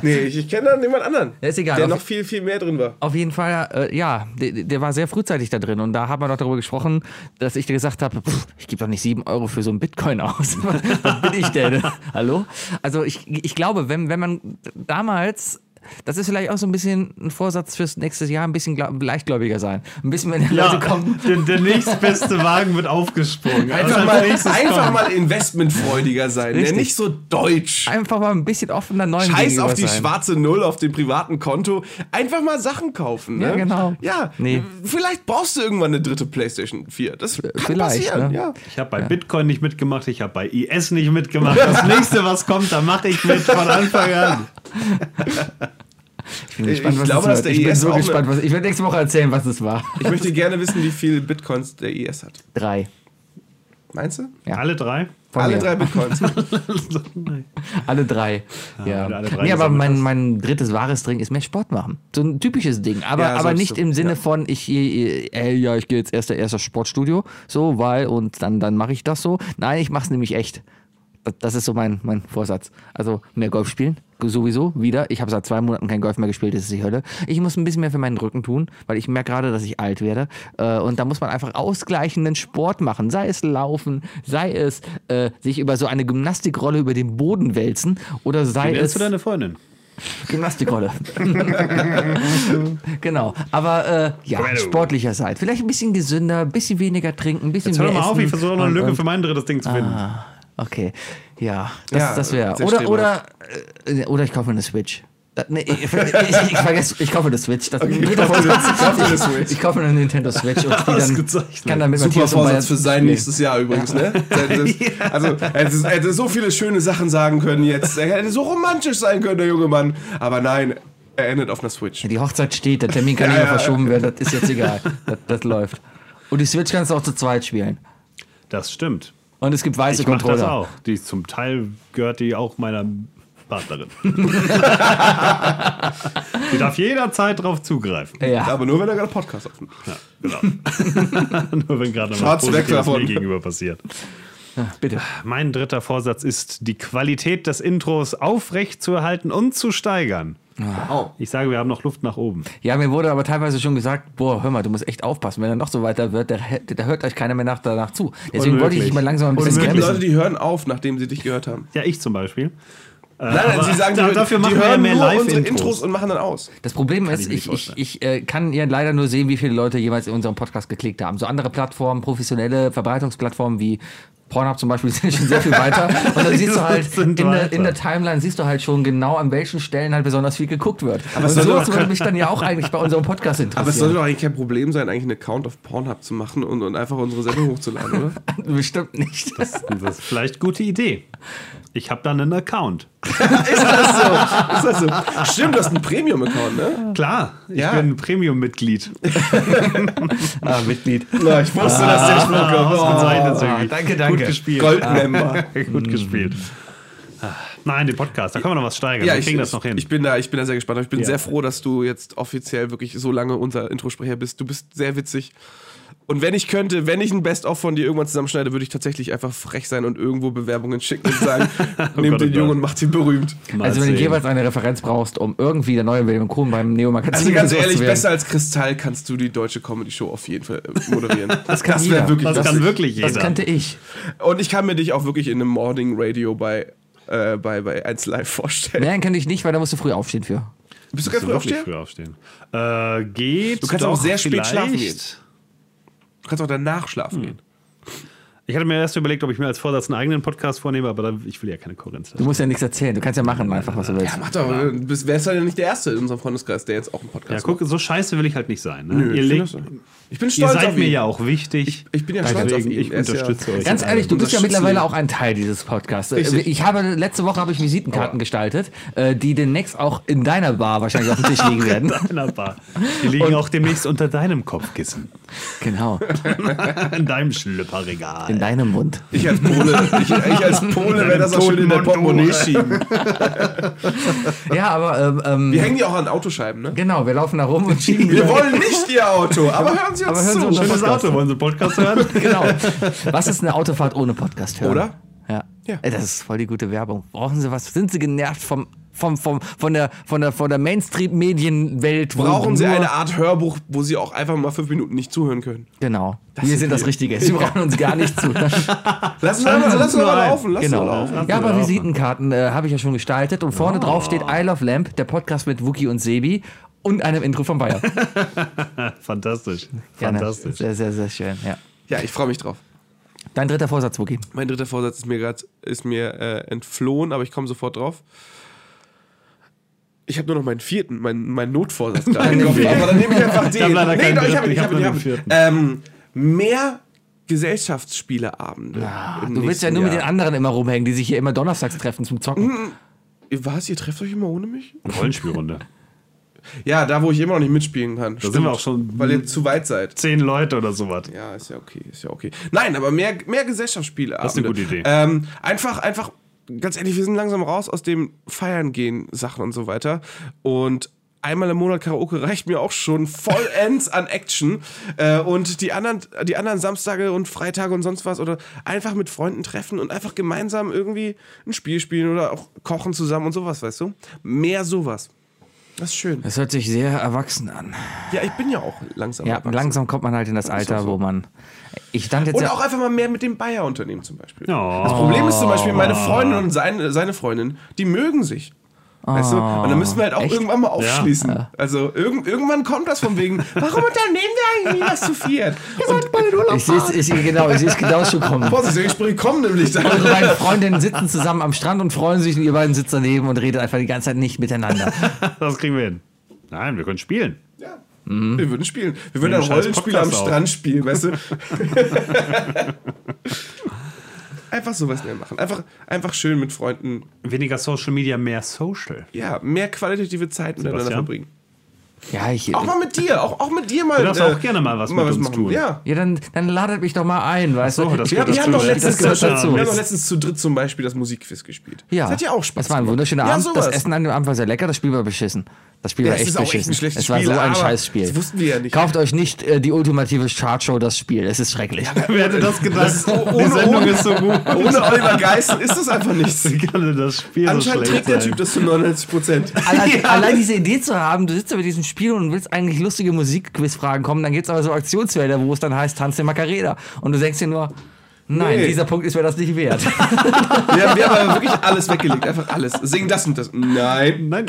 Nee, ich, ich kenne dann jemand anderen,
Ja, ist egal.
der
Auf-
noch viel, viel mehr drin war.
Auf jeden Fall, äh, ja, der, der war sehr frühzeitig da drin. Und da haben wir noch darüber gesprochen, dass ich dir gesagt habe, pff, ich gebe doch nicht 7 Euro für so einen Bitcoin aus. [LAUGHS] Was, was bin ich denn? [LAUGHS] Hallo? Also ich, ich glaube, wenn, wenn man damals, das ist vielleicht auch so ein bisschen ein Vorsatz fürs nächste Jahr, ein bisschen glau- leichtgläubiger sein. Ein bisschen, wenn die Leute kommen.
der, der nächstbeste Wagen wird aufgesprungen. Also
Einfach
Also
mal, einfach mal investmentfreudiger sein, der
Richtig.
nicht so deutsch.
Einfach mal ein bisschen offener neuen
Scheiß
gegenüber
auf die
sein.
schwarze Null auf dem privaten Konto. Einfach mal Sachen kaufen. Ne?
Ja, genau.
Ja,
Nee.
vielleicht brauchst du irgendwann eine dritte PlayStation 4. Das kann
Vielleicht,
passieren.
ne?
Ja.
Ich habe bei Bitcoin nicht mitgemacht, ich habe bei IS nicht mitgemacht.
[LAUGHS]
Das nächste, was kommt, da mache ich mit von Anfang an.
Ich bin gespannt,
Ich
was
glaube,
es
dass der
wird. Ich bin
IS
so
auch eine-
gespannt, was. Ich werde nächste Woche erzählen, was es war.
Ich möchte gerne wissen, wie viel Bitcoins der IS hat.
Drei.
Meinst du?
Ja.
Alle
[LAUGHS]
drei?
Von
Alle
mir.
drei Bitcoins.
Alle drei. Ja.
wenn du alle drei
nee, aber
gesammelt
mein,
hast.
mein drittes wahres Ding ist mehr Sport machen. So ein typisches Ding. Aber,
Ja,
aber
sollst
nicht
du.
im Sinne von, ich, äh, äh, ja, ich gehe jetzt erst erst das Sportstudio, so, weil, und dann, dann mache ich das so. Nein, ich mache es nämlich echt. Das- Das ist so mein, mein Vorsatz. Also mehr Golf spielen, sowieso, wieder. Ich habe seit zwei Monaten kein Golf mehr gespielt, das ist die Hölle. Ich muss ein bisschen mehr für meinen Rücken tun, weil ich merke gerade, dass ich alt werde. Äh, Und da muss man einfach ausgleichenden Sport machen. Sei es Laufen, sei es äh, sich über so eine Gymnastikrolle über den Boden wälzen oder sei
Wer
es...
ist du deine Freundin?
Gymnastikrolle. [LAUGHS] genau. Aber äh, ja,
Commando.
sportlicher seid. Vielleicht ein bisschen gesünder, ein bisschen weniger trinken, ein bisschen
Jetzt hör
mehr.
doch mal
essen
auf, ich versuche noch eine
und-
Lücke
und-
für mein drittes Ding zu finden.
Ah. Okay. Ja, das,
Ja,
das wäre.
sehr
Oder,
strebhaft.
oder, äh, oder ich kaufe mir eine Switch. Da- Nee, ich, ich, ich vergesse, ich kaufe eine Switch. Das jeder
kauf
Vorsatz-
eine- kauf eine Switch.
Ich kaufe eine Nintendo Switch und spiel dann,
Ausgezeichnet.
kann dann mit
Super
Matthias und
Vorsatz für
Bayern
sein
spielen.
nächstes Jahr übrigens, ne? [LAUGHS] Das, also, er hätte, er hätte so viele schöne Sachen sagen können jetzt. Er hätte so romantisch sein können, der junge Mann. Aber nein, er endet auf einer Switch.
Die Hochzeit steht, der Termin kann
Ja,
nicht mehr
ja.
verschoben werden, das ist jetzt egal. Das, das läuft. Und die Switch kannst du auch zu zweit spielen.
Das stimmt.
Und es gibt weiße
Ich mache das
Controller.
auch. Die zum Teil gehört die auch meiner
[LAUGHS]
Partnerin. die darf jederzeit drauf zugreifen.
Ja.
Aber nur, wenn er gerade Podcast Also, aufnimmt.
Genau. [LAUGHS] Nur wenn gerade mal
Schaut's weg
Positives
davon.
mir gegenüber passiert.
Bitte.
Mein dritter Vorsatz ist, die Qualität des Intros aufrecht zu erhalten und zu steigern. Ich sage, wir haben noch Luft nach oben.
Ja, mir wurde aber teilweise schon gesagt, boah, hör mal, du musst echt aufpassen, wenn er noch so weiter wird, da, da hört euch keiner mehr nach, danach zu. Deswegen wollte ich
Unmöglich.
dich mal langsam ein
Es
bisschen
gibt
bremsen.
Leute, die hören auf, nachdem sie dich gehört haben.
Ja, ich zum Beispiel. Äh,
Nein, nein,
aber
sie sagen,
da-
die,
dafür
die
machen wir ja
hören
mehr
nur unsere Intros
Live-Intros.
und machen dann aus.
Das Problem ist,
ich mir nicht
ich, ich, ich äh, kann ja leider nur sehen, wie viele Leute jeweils in unserem Podcast geklickt haben. So andere Plattformen, professionelle Verbreitungsplattformen wie Pornhub zum Beispiel [LAUGHS] sind schon sehr viel weiter. Und
[LAUGHS]
dann siehst du halt, in
Sind
der,
weiter.
in der Timeline siehst du halt schon genau, an welchen Stellen halt besonders viel geguckt wird. Aber Und
soll
sowas
doch-
würde mich dann ja auch eigentlich bei unserem Podcast
Aber es sollte
interessieren.
doch eigentlich kein Problem sein, eigentlich einen Account auf Pornhub zu machen und, und einfach unsere Sendung hochzuladen, oder?
[LAUGHS] Bestimmt nicht.
Das ist vielleicht gute Idee. Ich habe dann einen Account.
Ist das so? Ist das so? Stimmt, du hast einen Premium-Account, ne?
Klar, ich
Ja.
bin Premium-Mitglied.
[LAUGHS] ah, Mitglied.
Na, ich wusste, dass der Spruch
Ah,
um
Ausgezeichnet, Silvi.
danke, danke.
Gut gespielt.
Goldmember.
Gut gespielt. Ah, Nein, den Podcast, da können wir noch was steigern. wir kriegen das noch hin.
Ich bin da, ich bin da sehr gespannt. Aber Ich bin
Ja.
sehr froh, dass du jetzt offiziell wirklich so lange unser Introsprecher bist. Du bist sehr witzig. Und wenn ich könnte, wenn ich ein Best-of von dir irgendwann zusammenschneide, würde ich tatsächlich einfach frech sein und irgendwo Bewerbungen schicken und
[LAUGHS]
sagen, nehmt
Gott, oh
den Jungen
Gott.
und macht ihn berühmt.
Mal
Also wenn du
sehen.
jeweils eine Referenz brauchst, um irgendwie der neue William Kuhn beim Neo-Magazin
Also
groß
ganz
zu
ehrlich,
werden.
besser als Kristall kannst du die deutsche Comedy-Show auf jeden Fall äh, moderieren. Das,
kann
wär
jeder.
wirklich
[LAUGHS] das
lustig.
kann wirklich jeder.
Das kannte ich.
Und ich kann mir dich auch wirklich in einem Morning Radio bei, äh, bei, bei 1 Live vorstellen.
Nein, kann ich nicht, weil da musst du früh aufstehen für.
Bist du ganz
Kannst du
früh
wirklich
aufstehen?
früh aufstehen? Äh, geht.
Du kannst auch
doch
sehr spät
vielleicht.
schlafen gehen.
Du kannst auch danach
Hm.
schlafen gehen.
Ich hatte mir erst überlegt, ob ich mir als Vorsatz einen eigenen Podcast vornehme, aber da, ich will ja keine Konkurrenz.
Du musst ja nichts erzählen. Du kannst ja machen einfach, was du willst.
mach
Ach doch, du bist- wärst halt nicht der Erste in unserem Freundeskreis, der jetzt auch einen
Ja,
Podcast
guck, so scheiße will ich halt nicht sein. Ne?
macht. Nö,
ihr,
ich,
legt-
find das so. ich bin
ihr
stolz
seid
auf
mir
ihn.
ja auch wichtig.
Ich bin ja stolz auf
Deswegen,
ihn.
ich
Er ist
unterstütze
ja,
euch.
Ganz ehrlich, du bist ja
unterstützen
mittlerweile
ihn.
auch ein Teil dieses Podcasts.
Richtig.
Ich habe letzte Woche habe ich Visitenkarten gestaltet, äh, die demnächst auch in deiner Bar wahrscheinlich auf dem Tisch liegen werden.
Deiner Bar. Die liegen
Und-
auch demnächst unter deinem Kopfkissen. [LAUGHS]
Genau,
In deinem Schlüpperregal.
in deinem Mund.
Ich als Pole, ich, ich als Pole werde das auch schön in der Portemonnaie schieben.
Ja, aber ähm,
Wir
ähm,
hängen die auch an Autoscheiben, ne?
genau, wir laufen da rum und schieben.
Wir wollen nicht ihr Auto, aber hören Sie uns
Genau. Aber hören Sie
zu.
uns
Schönes
Podcast.
Auto, wollen Sie Podcast hören? [LAUGHS]
Genau. Was ist eine Autofahrt ohne Podcast hören?
Oder?
Ja.
Ja.
Ey, das ist voll die gute Werbung. Brauchen Sie was? Sind Sie genervt vom, vom, vom, von der, von der, von der Mainstream-Medienwelt? wo
Brauchen Sie
nur-
eine Art Hörbuch, wo Sie auch einfach mal fünf Minuten nicht zuhören können?
Genau. wir sind das Richtige. Sie brauchen uns gar nicht
[LAUGHS]
zu.
Lass uns einfach, lass uns mal laufen, lass uns
genau.
mal laufen. Oh.
Ja, aber Visitenkarten äh, habe ich ja schon gestaltet und vorne drauf steht I Love Lamp, der Podcast mit Wookie und Sebi und einem Intro von
[LAUGHS]
Bayer.
Fantastisch.
Gerne.
Fantastisch.
Sehr, sehr, sehr schön. Ja.
Ja, ich freue mich drauf.
Dein dritter Vorsatz, Wookie.
Mein dritter Vorsatz ist mir gerade ist mir äh, entflohen, aber ich komme sofort drauf. Ich habe nur noch meinen vierten, meinen, meinen Notvorsatz [LAUGHS] gerade im Kopf. Aber dann nehme ich einfach den.
hab leider keinen
doch, ich
dritten,
habe
ich
ich
hab
hab,
nur
ich
den
hab,
vierten.
ähm, mehr Gesellschaftsspieleabende. im
Du willst ja
nächsten
nur mit den
Jahr.
anderen immer rumhängen, die sich hier immer donnerstags treffen zum Zocken.
Mhm. Was? Ihr trefft euch immer ohne mich?
Rollenspielrunde.
Ja, da wo ich immer noch nicht mitspielen kann. Da
sind wir auch schon-
Weil ihr zu weit seid.
Zehn Leute oder sowas.
Ja, ist ja okay, ist ja okay. Nein, aber mehr, mehr Gesellschaftsspiele. Das
ist eine gute Idee.
Ähm, einfach, einfach, ganz ehrlich, wir sind langsam raus aus dem Feiern gehen Sachen und so weiter. Und einmal im Monat Karaoke reicht mir auch schon vollends an Action. [LAUGHS] Äh, und die anderen, die anderen Samstage und Freitage und sonst was oder einfach mit Freunden treffen und einfach gemeinsam irgendwie ein Spiel spielen oder auch kochen zusammen und sowas, weißt du? Mehr sowas. Das ist schön.
Das hört sich sehr erwachsen an.
Ja, ich bin ja auch langsam.
Ja,
erwachsen.
langsam kommt man halt in das Alter, wo man. Ich stand jetzt
Und
ja.
auch einfach mal mehr mit dem Bayer-Unternehmen zum Beispiel.
Oh.
Das Problem ist zum Beispiel, meine Freundin und seine, seine Freundin, die mögen sich. Weißt du? Und dann müssen wir halt auch
Oh,
Echt?
irgendwann mal aufschließen. Also irgend, irgendwann kommt das von wegen, [LAUGHS] warum unternehmen wir eigentlich nie was zu viert? Und
ich sehe es ich, genau, ich seh's genau schon kommen.
Vorsicht, die Gespräche kommen nämlich dann.
Unsere
[LAUGHS]
beiden Freundinnen sitzen zusammen am Strand und freuen sich und ihr beiden sitzt daneben und redet einfach die ganze Zeit nicht miteinander.
Das kriegen wir hin. Nein, wir können spielen.
Ja. Wir würden spielen. Wir würden
Nehmen
ein
scheiß
Rollenspiel am
Podcast auf.
Strand spielen,
[LAUGHS]
weißt du? einfach sowas mehr machen. Einfach, einfach schön mit Freunden,
Weniger Social Media, mehr Social.
ja, mehr qualitative Zeit miteinander
Sebastian?
verbringen.
Ja, ich.
Auch mal mit dir, auch, auch mit dir mal. Du
darfst auch gerne mal was mit uns tun.
Ja.
Ja, dann, dann ladet mich doch mal ein, weißt
so,
du?
das
Ich-
gehört
Wir haben, doch
dazu.
letztens,
Das gehört dazu.
wir haben doch letztens zu dritt zum Beispiel das Musikquiz gespielt.
ja.
Das hat ja auch Spaß
Das war ein wunderschöner
gemacht.
Abend.
Ja,
das
sowas.
Essen an dem Abend war sehr lecker, das Spiel war beschissen. Das Spiel
Ja,
war
es
echt
ist auch echt ein
beschissen.
schlechtes
es war
Spiel,
so ein
aber
Scheißspiel.
das wussten wir ja nicht.
Kauft euch nicht äh, die ultimative Chartshow, das Spiel. Es ist schrecklich.
[LAUGHS] Wer hätte das
[LAUGHS]
gedacht? Oh,
Oh, ohne, ohne, ohne Oliver Geissen ist das
[LAUGHS]
einfach nichts.
Wie kann denn das Spiel so
Anscheinend
schlecht
trägt der
sein?
Typ das zu
[LAUGHS]
99 Prozent. [LAUGHS]
Allein, allein diese Idee zu haben, du sitzt da mit diesem Spiel und willst eigentlich lustige Musikquizfragen kommen, dann gibt's aber so Aktionsfelder, wo es dann heißt, tanz den Macarena. Und du denkst dir nur, nein,
Nee.
dieser Punkt ist mir das nicht
[LAUGHS]
wert. [LAUGHS]
Wir, haben- wir haben aber wirklich alles weggelegt, einfach alles. Singen das und das. Nein.
Nein,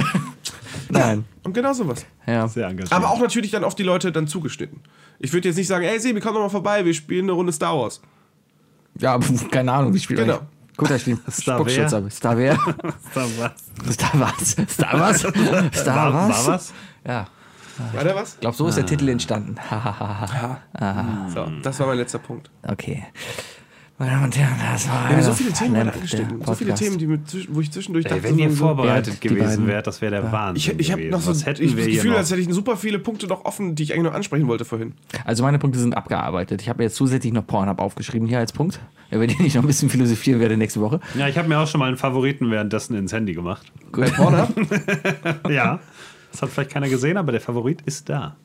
nein.
Und genau sowas.
[LAUGHS]
Ja.
sehr engagiert.
Aber auch natürlich dann auf die Leute dann zugeschnitten. Ich würde jetzt nicht sagen, ey Sebi, komm doch mal vorbei, wir spielen eine Runde Star Wars.
ja, pf, keine Ahnung, wie spielt
Genau.
eigentlich- Gut, da
[LAUGHS]
spielt
Star
Spuckschutz.
wer?
aber Star wer? [LAUGHS] Star was? Star
[LAUGHS]
was? Star
War,
was?
war was?
Ja.
War da was?
Ich glaube, so ist der Titel entstanden. Hahaha.
So, das war mein letzter Punkt.
Ah, okay. Meine Damen und Herren, das war.
Wir haben so viele Themen
der
gerade angeschnitten. So viele
Podcast.
Themen, die mir zwisch- wo ich zwischendurch
Ey, wenn ihr
so-
vorbereitet
die
gewesen
beiden.
wärt, das wäre der
Ich,
Wahnsinn.
ich habe
gewesen.
noch so
was hätten
ich,
wir
das
hier
Gefühl,
noch?
als hätte ich super viele Punkte noch offen, die ich eigentlich noch ansprechen wollte vorhin.
Also meine Punkte sind abgearbeitet. Ich habe mir jetzt zusätzlich noch Pornhub aufgeschrieben hier als Punkt, über den ich noch ein bisschen philosophieren werde nächste Woche.
Ja, ich habe mir auch schon mal einen Favoriten währenddessen ins Handy gemacht.
Bei [LAUGHS] Pornhub?
Ja, das hat vielleicht keiner gesehen, aber der Favorit ist da.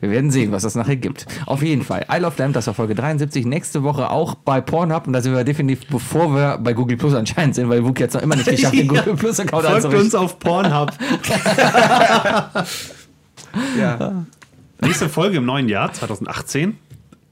Wir werden sehen, was das nachher gibt. Auf jeden Fall. I Love Lamb, das war Folge 73. Nächste Woche auch bei Pornhub. Und da sind wir definitiv, bevor wir bei Google Plus anscheinend sind, weil Wookie hat es noch immer nicht geschafft,
[LAUGHS]
den Google Plus Account
Folgt uns
einzurichten.
auf Pornhub. Ah.
ja.
Nächste Folge im neuen Jahr 2018.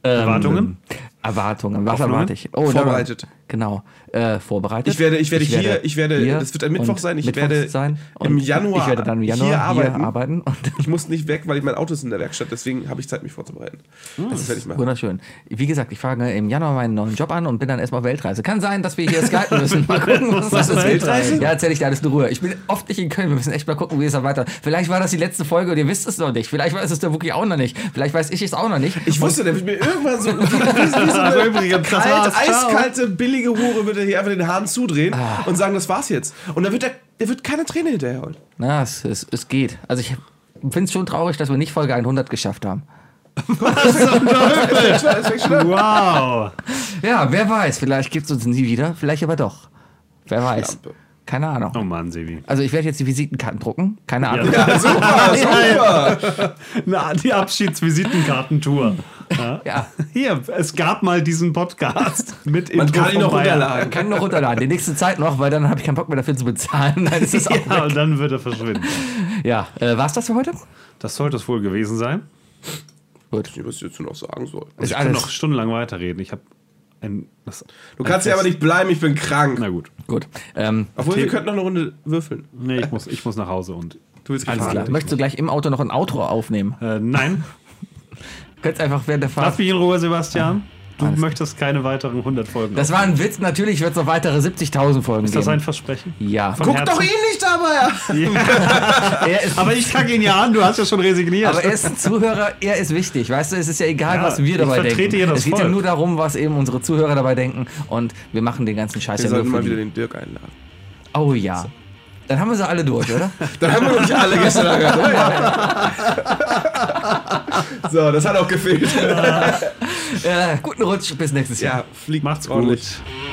Erwartungen?
Ähm,
Erwartungen. Was
Hoffnungen?
erwarte ich? Oh, da-
Vorbereitet.
genau, äh, vorbereitet.
Ich werde, ich werde hier, ich werde, das wird ein Mittwoch
und
sein, ich
Mittwochs
werde im
und
Januar
ich werde dann im Januar
hier arbeiten.
und
Ich muss nicht weg, weil mein Auto ist in der Werkstatt, deswegen habe ich Zeit, mich vorzubereiten.
Hm.
Das werde ich machen.
Wunderschön. Wie gesagt, ich fange im Januar meinen neuen Job an und bin dann erstmal auf Weltreise. Kann sein, dass wir hier skypen müssen. Mal gucken, was, das ist.
Weltreise?
Ja, erzähle ich dir alles in Ruhe. Ich bin oft nicht in Köln. Wir müssen echt mal gucken, wie es dann weiter. Vielleicht war das die letzte Folge und ihr wisst es noch nicht. Vielleicht weiß es der Wookie auch noch nicht. Vielleicht weiß ich es auch noch nicht.
Ich wusste, der wird mir irgendwann so, wie, wie, wie so
Also
eine
übrigens, das
[LAUGHS] kalt,
war's, ciao. Ah.
eiskalte, billige Hure wird er hier einfach den Hahn zudrehen und sagen, das war's jetzt. Und dann wird er, der wird keine Träne hinterherholen.
Na, es, es, es geht. Also ich finde es schon traurig, dass wir nicht Folge 100 geschafft haben.
Wow.
Ja, wer weiß. Vielleicht gibt es uns nie wieder. Vielleicht aber doch. Wer weiß.
Schlampe.
Keine Ahnung.
Oh Mann, Sebi.
Also ich werde jetzt die Visitenkarten drucken. Keine Ahnung. [LAUGHS]
Super, super.
Na, die Abschiedsvisitenkartentour. Ja.
Ja.
Hier, es gab mal diesen Podcast
[LAUGHS]
mit
Man
Info
kann ihn
von
noch
Bayern.
runterladen.
Kann noch runterladen. Die nächste Zeit noch, weil dann habe ich keinen Bock mehr dafür zu bezahlen. Dann
[LAUGHS]
ist
[LAUGHS]
das auch
Ja, und dann wird er verschwinden.
Ja, äh, war's das für heute?
Das sollte es wohl gewesen sein.
Ich weiß, was ich dazu noch sagen soll.
Ist
Ich kann noch stundenlang weiterreden. Ich habe ein. Das,
Du kannst ja aber nicht bleiben, ich bin krank.
Na gut.
Gut. Ähm,
Obwohl, wir könnten noch eine Runde würfeln.
Nee,
[LAUGHS]
ich muss, ich muss nach Hause und.
Du willst
Alles
gefahren.
klar.
möchtest du gleich im Auto noch ein Outro aufnehmen?
Äh, nein,
Könntest einfach während der
lass
Fahrt.
mich in Ruhe, Sebastian. Du
Alles klar.
möchtest keine weiteren 100 Folgen.
Das war ein Witz. Natürlich wird es noch weitere 70.000 Folgen
Ist das ein
geben.
Versprechen?
Ja.
Von
Guck
Herzen?
doch ihn nicht dabei an!
Er ist,
Aber ich kacke ihn ja an, du hast ja schon resigniert.
aber er ist ein Zuhörer, er ist wichtig. Weißt du, es ist ja egal,
Ja,
was wir
ich
dabei
vertrete
denken.
hier das
es geht ja
Volk.
nur darum, was eben unsere Zuhörer dabei denken. Und wir machen den ganzen Scheiß
Wir
ja nur
sollten
für
mal wieder
die.
den Dirk einladen.
Oh ja. Dann haben wir sie alle durch,
[LAUGHS]
oder?
Dann haben wir noch nicht alle [LAUGHS] gestern angehört, [LAUGHS] oder? So, das hat auch gefehlt.
äh, guten Rutsch, bis nächstes Jahr.
Ja, fliegt
Macht's
ordentlich.
gut.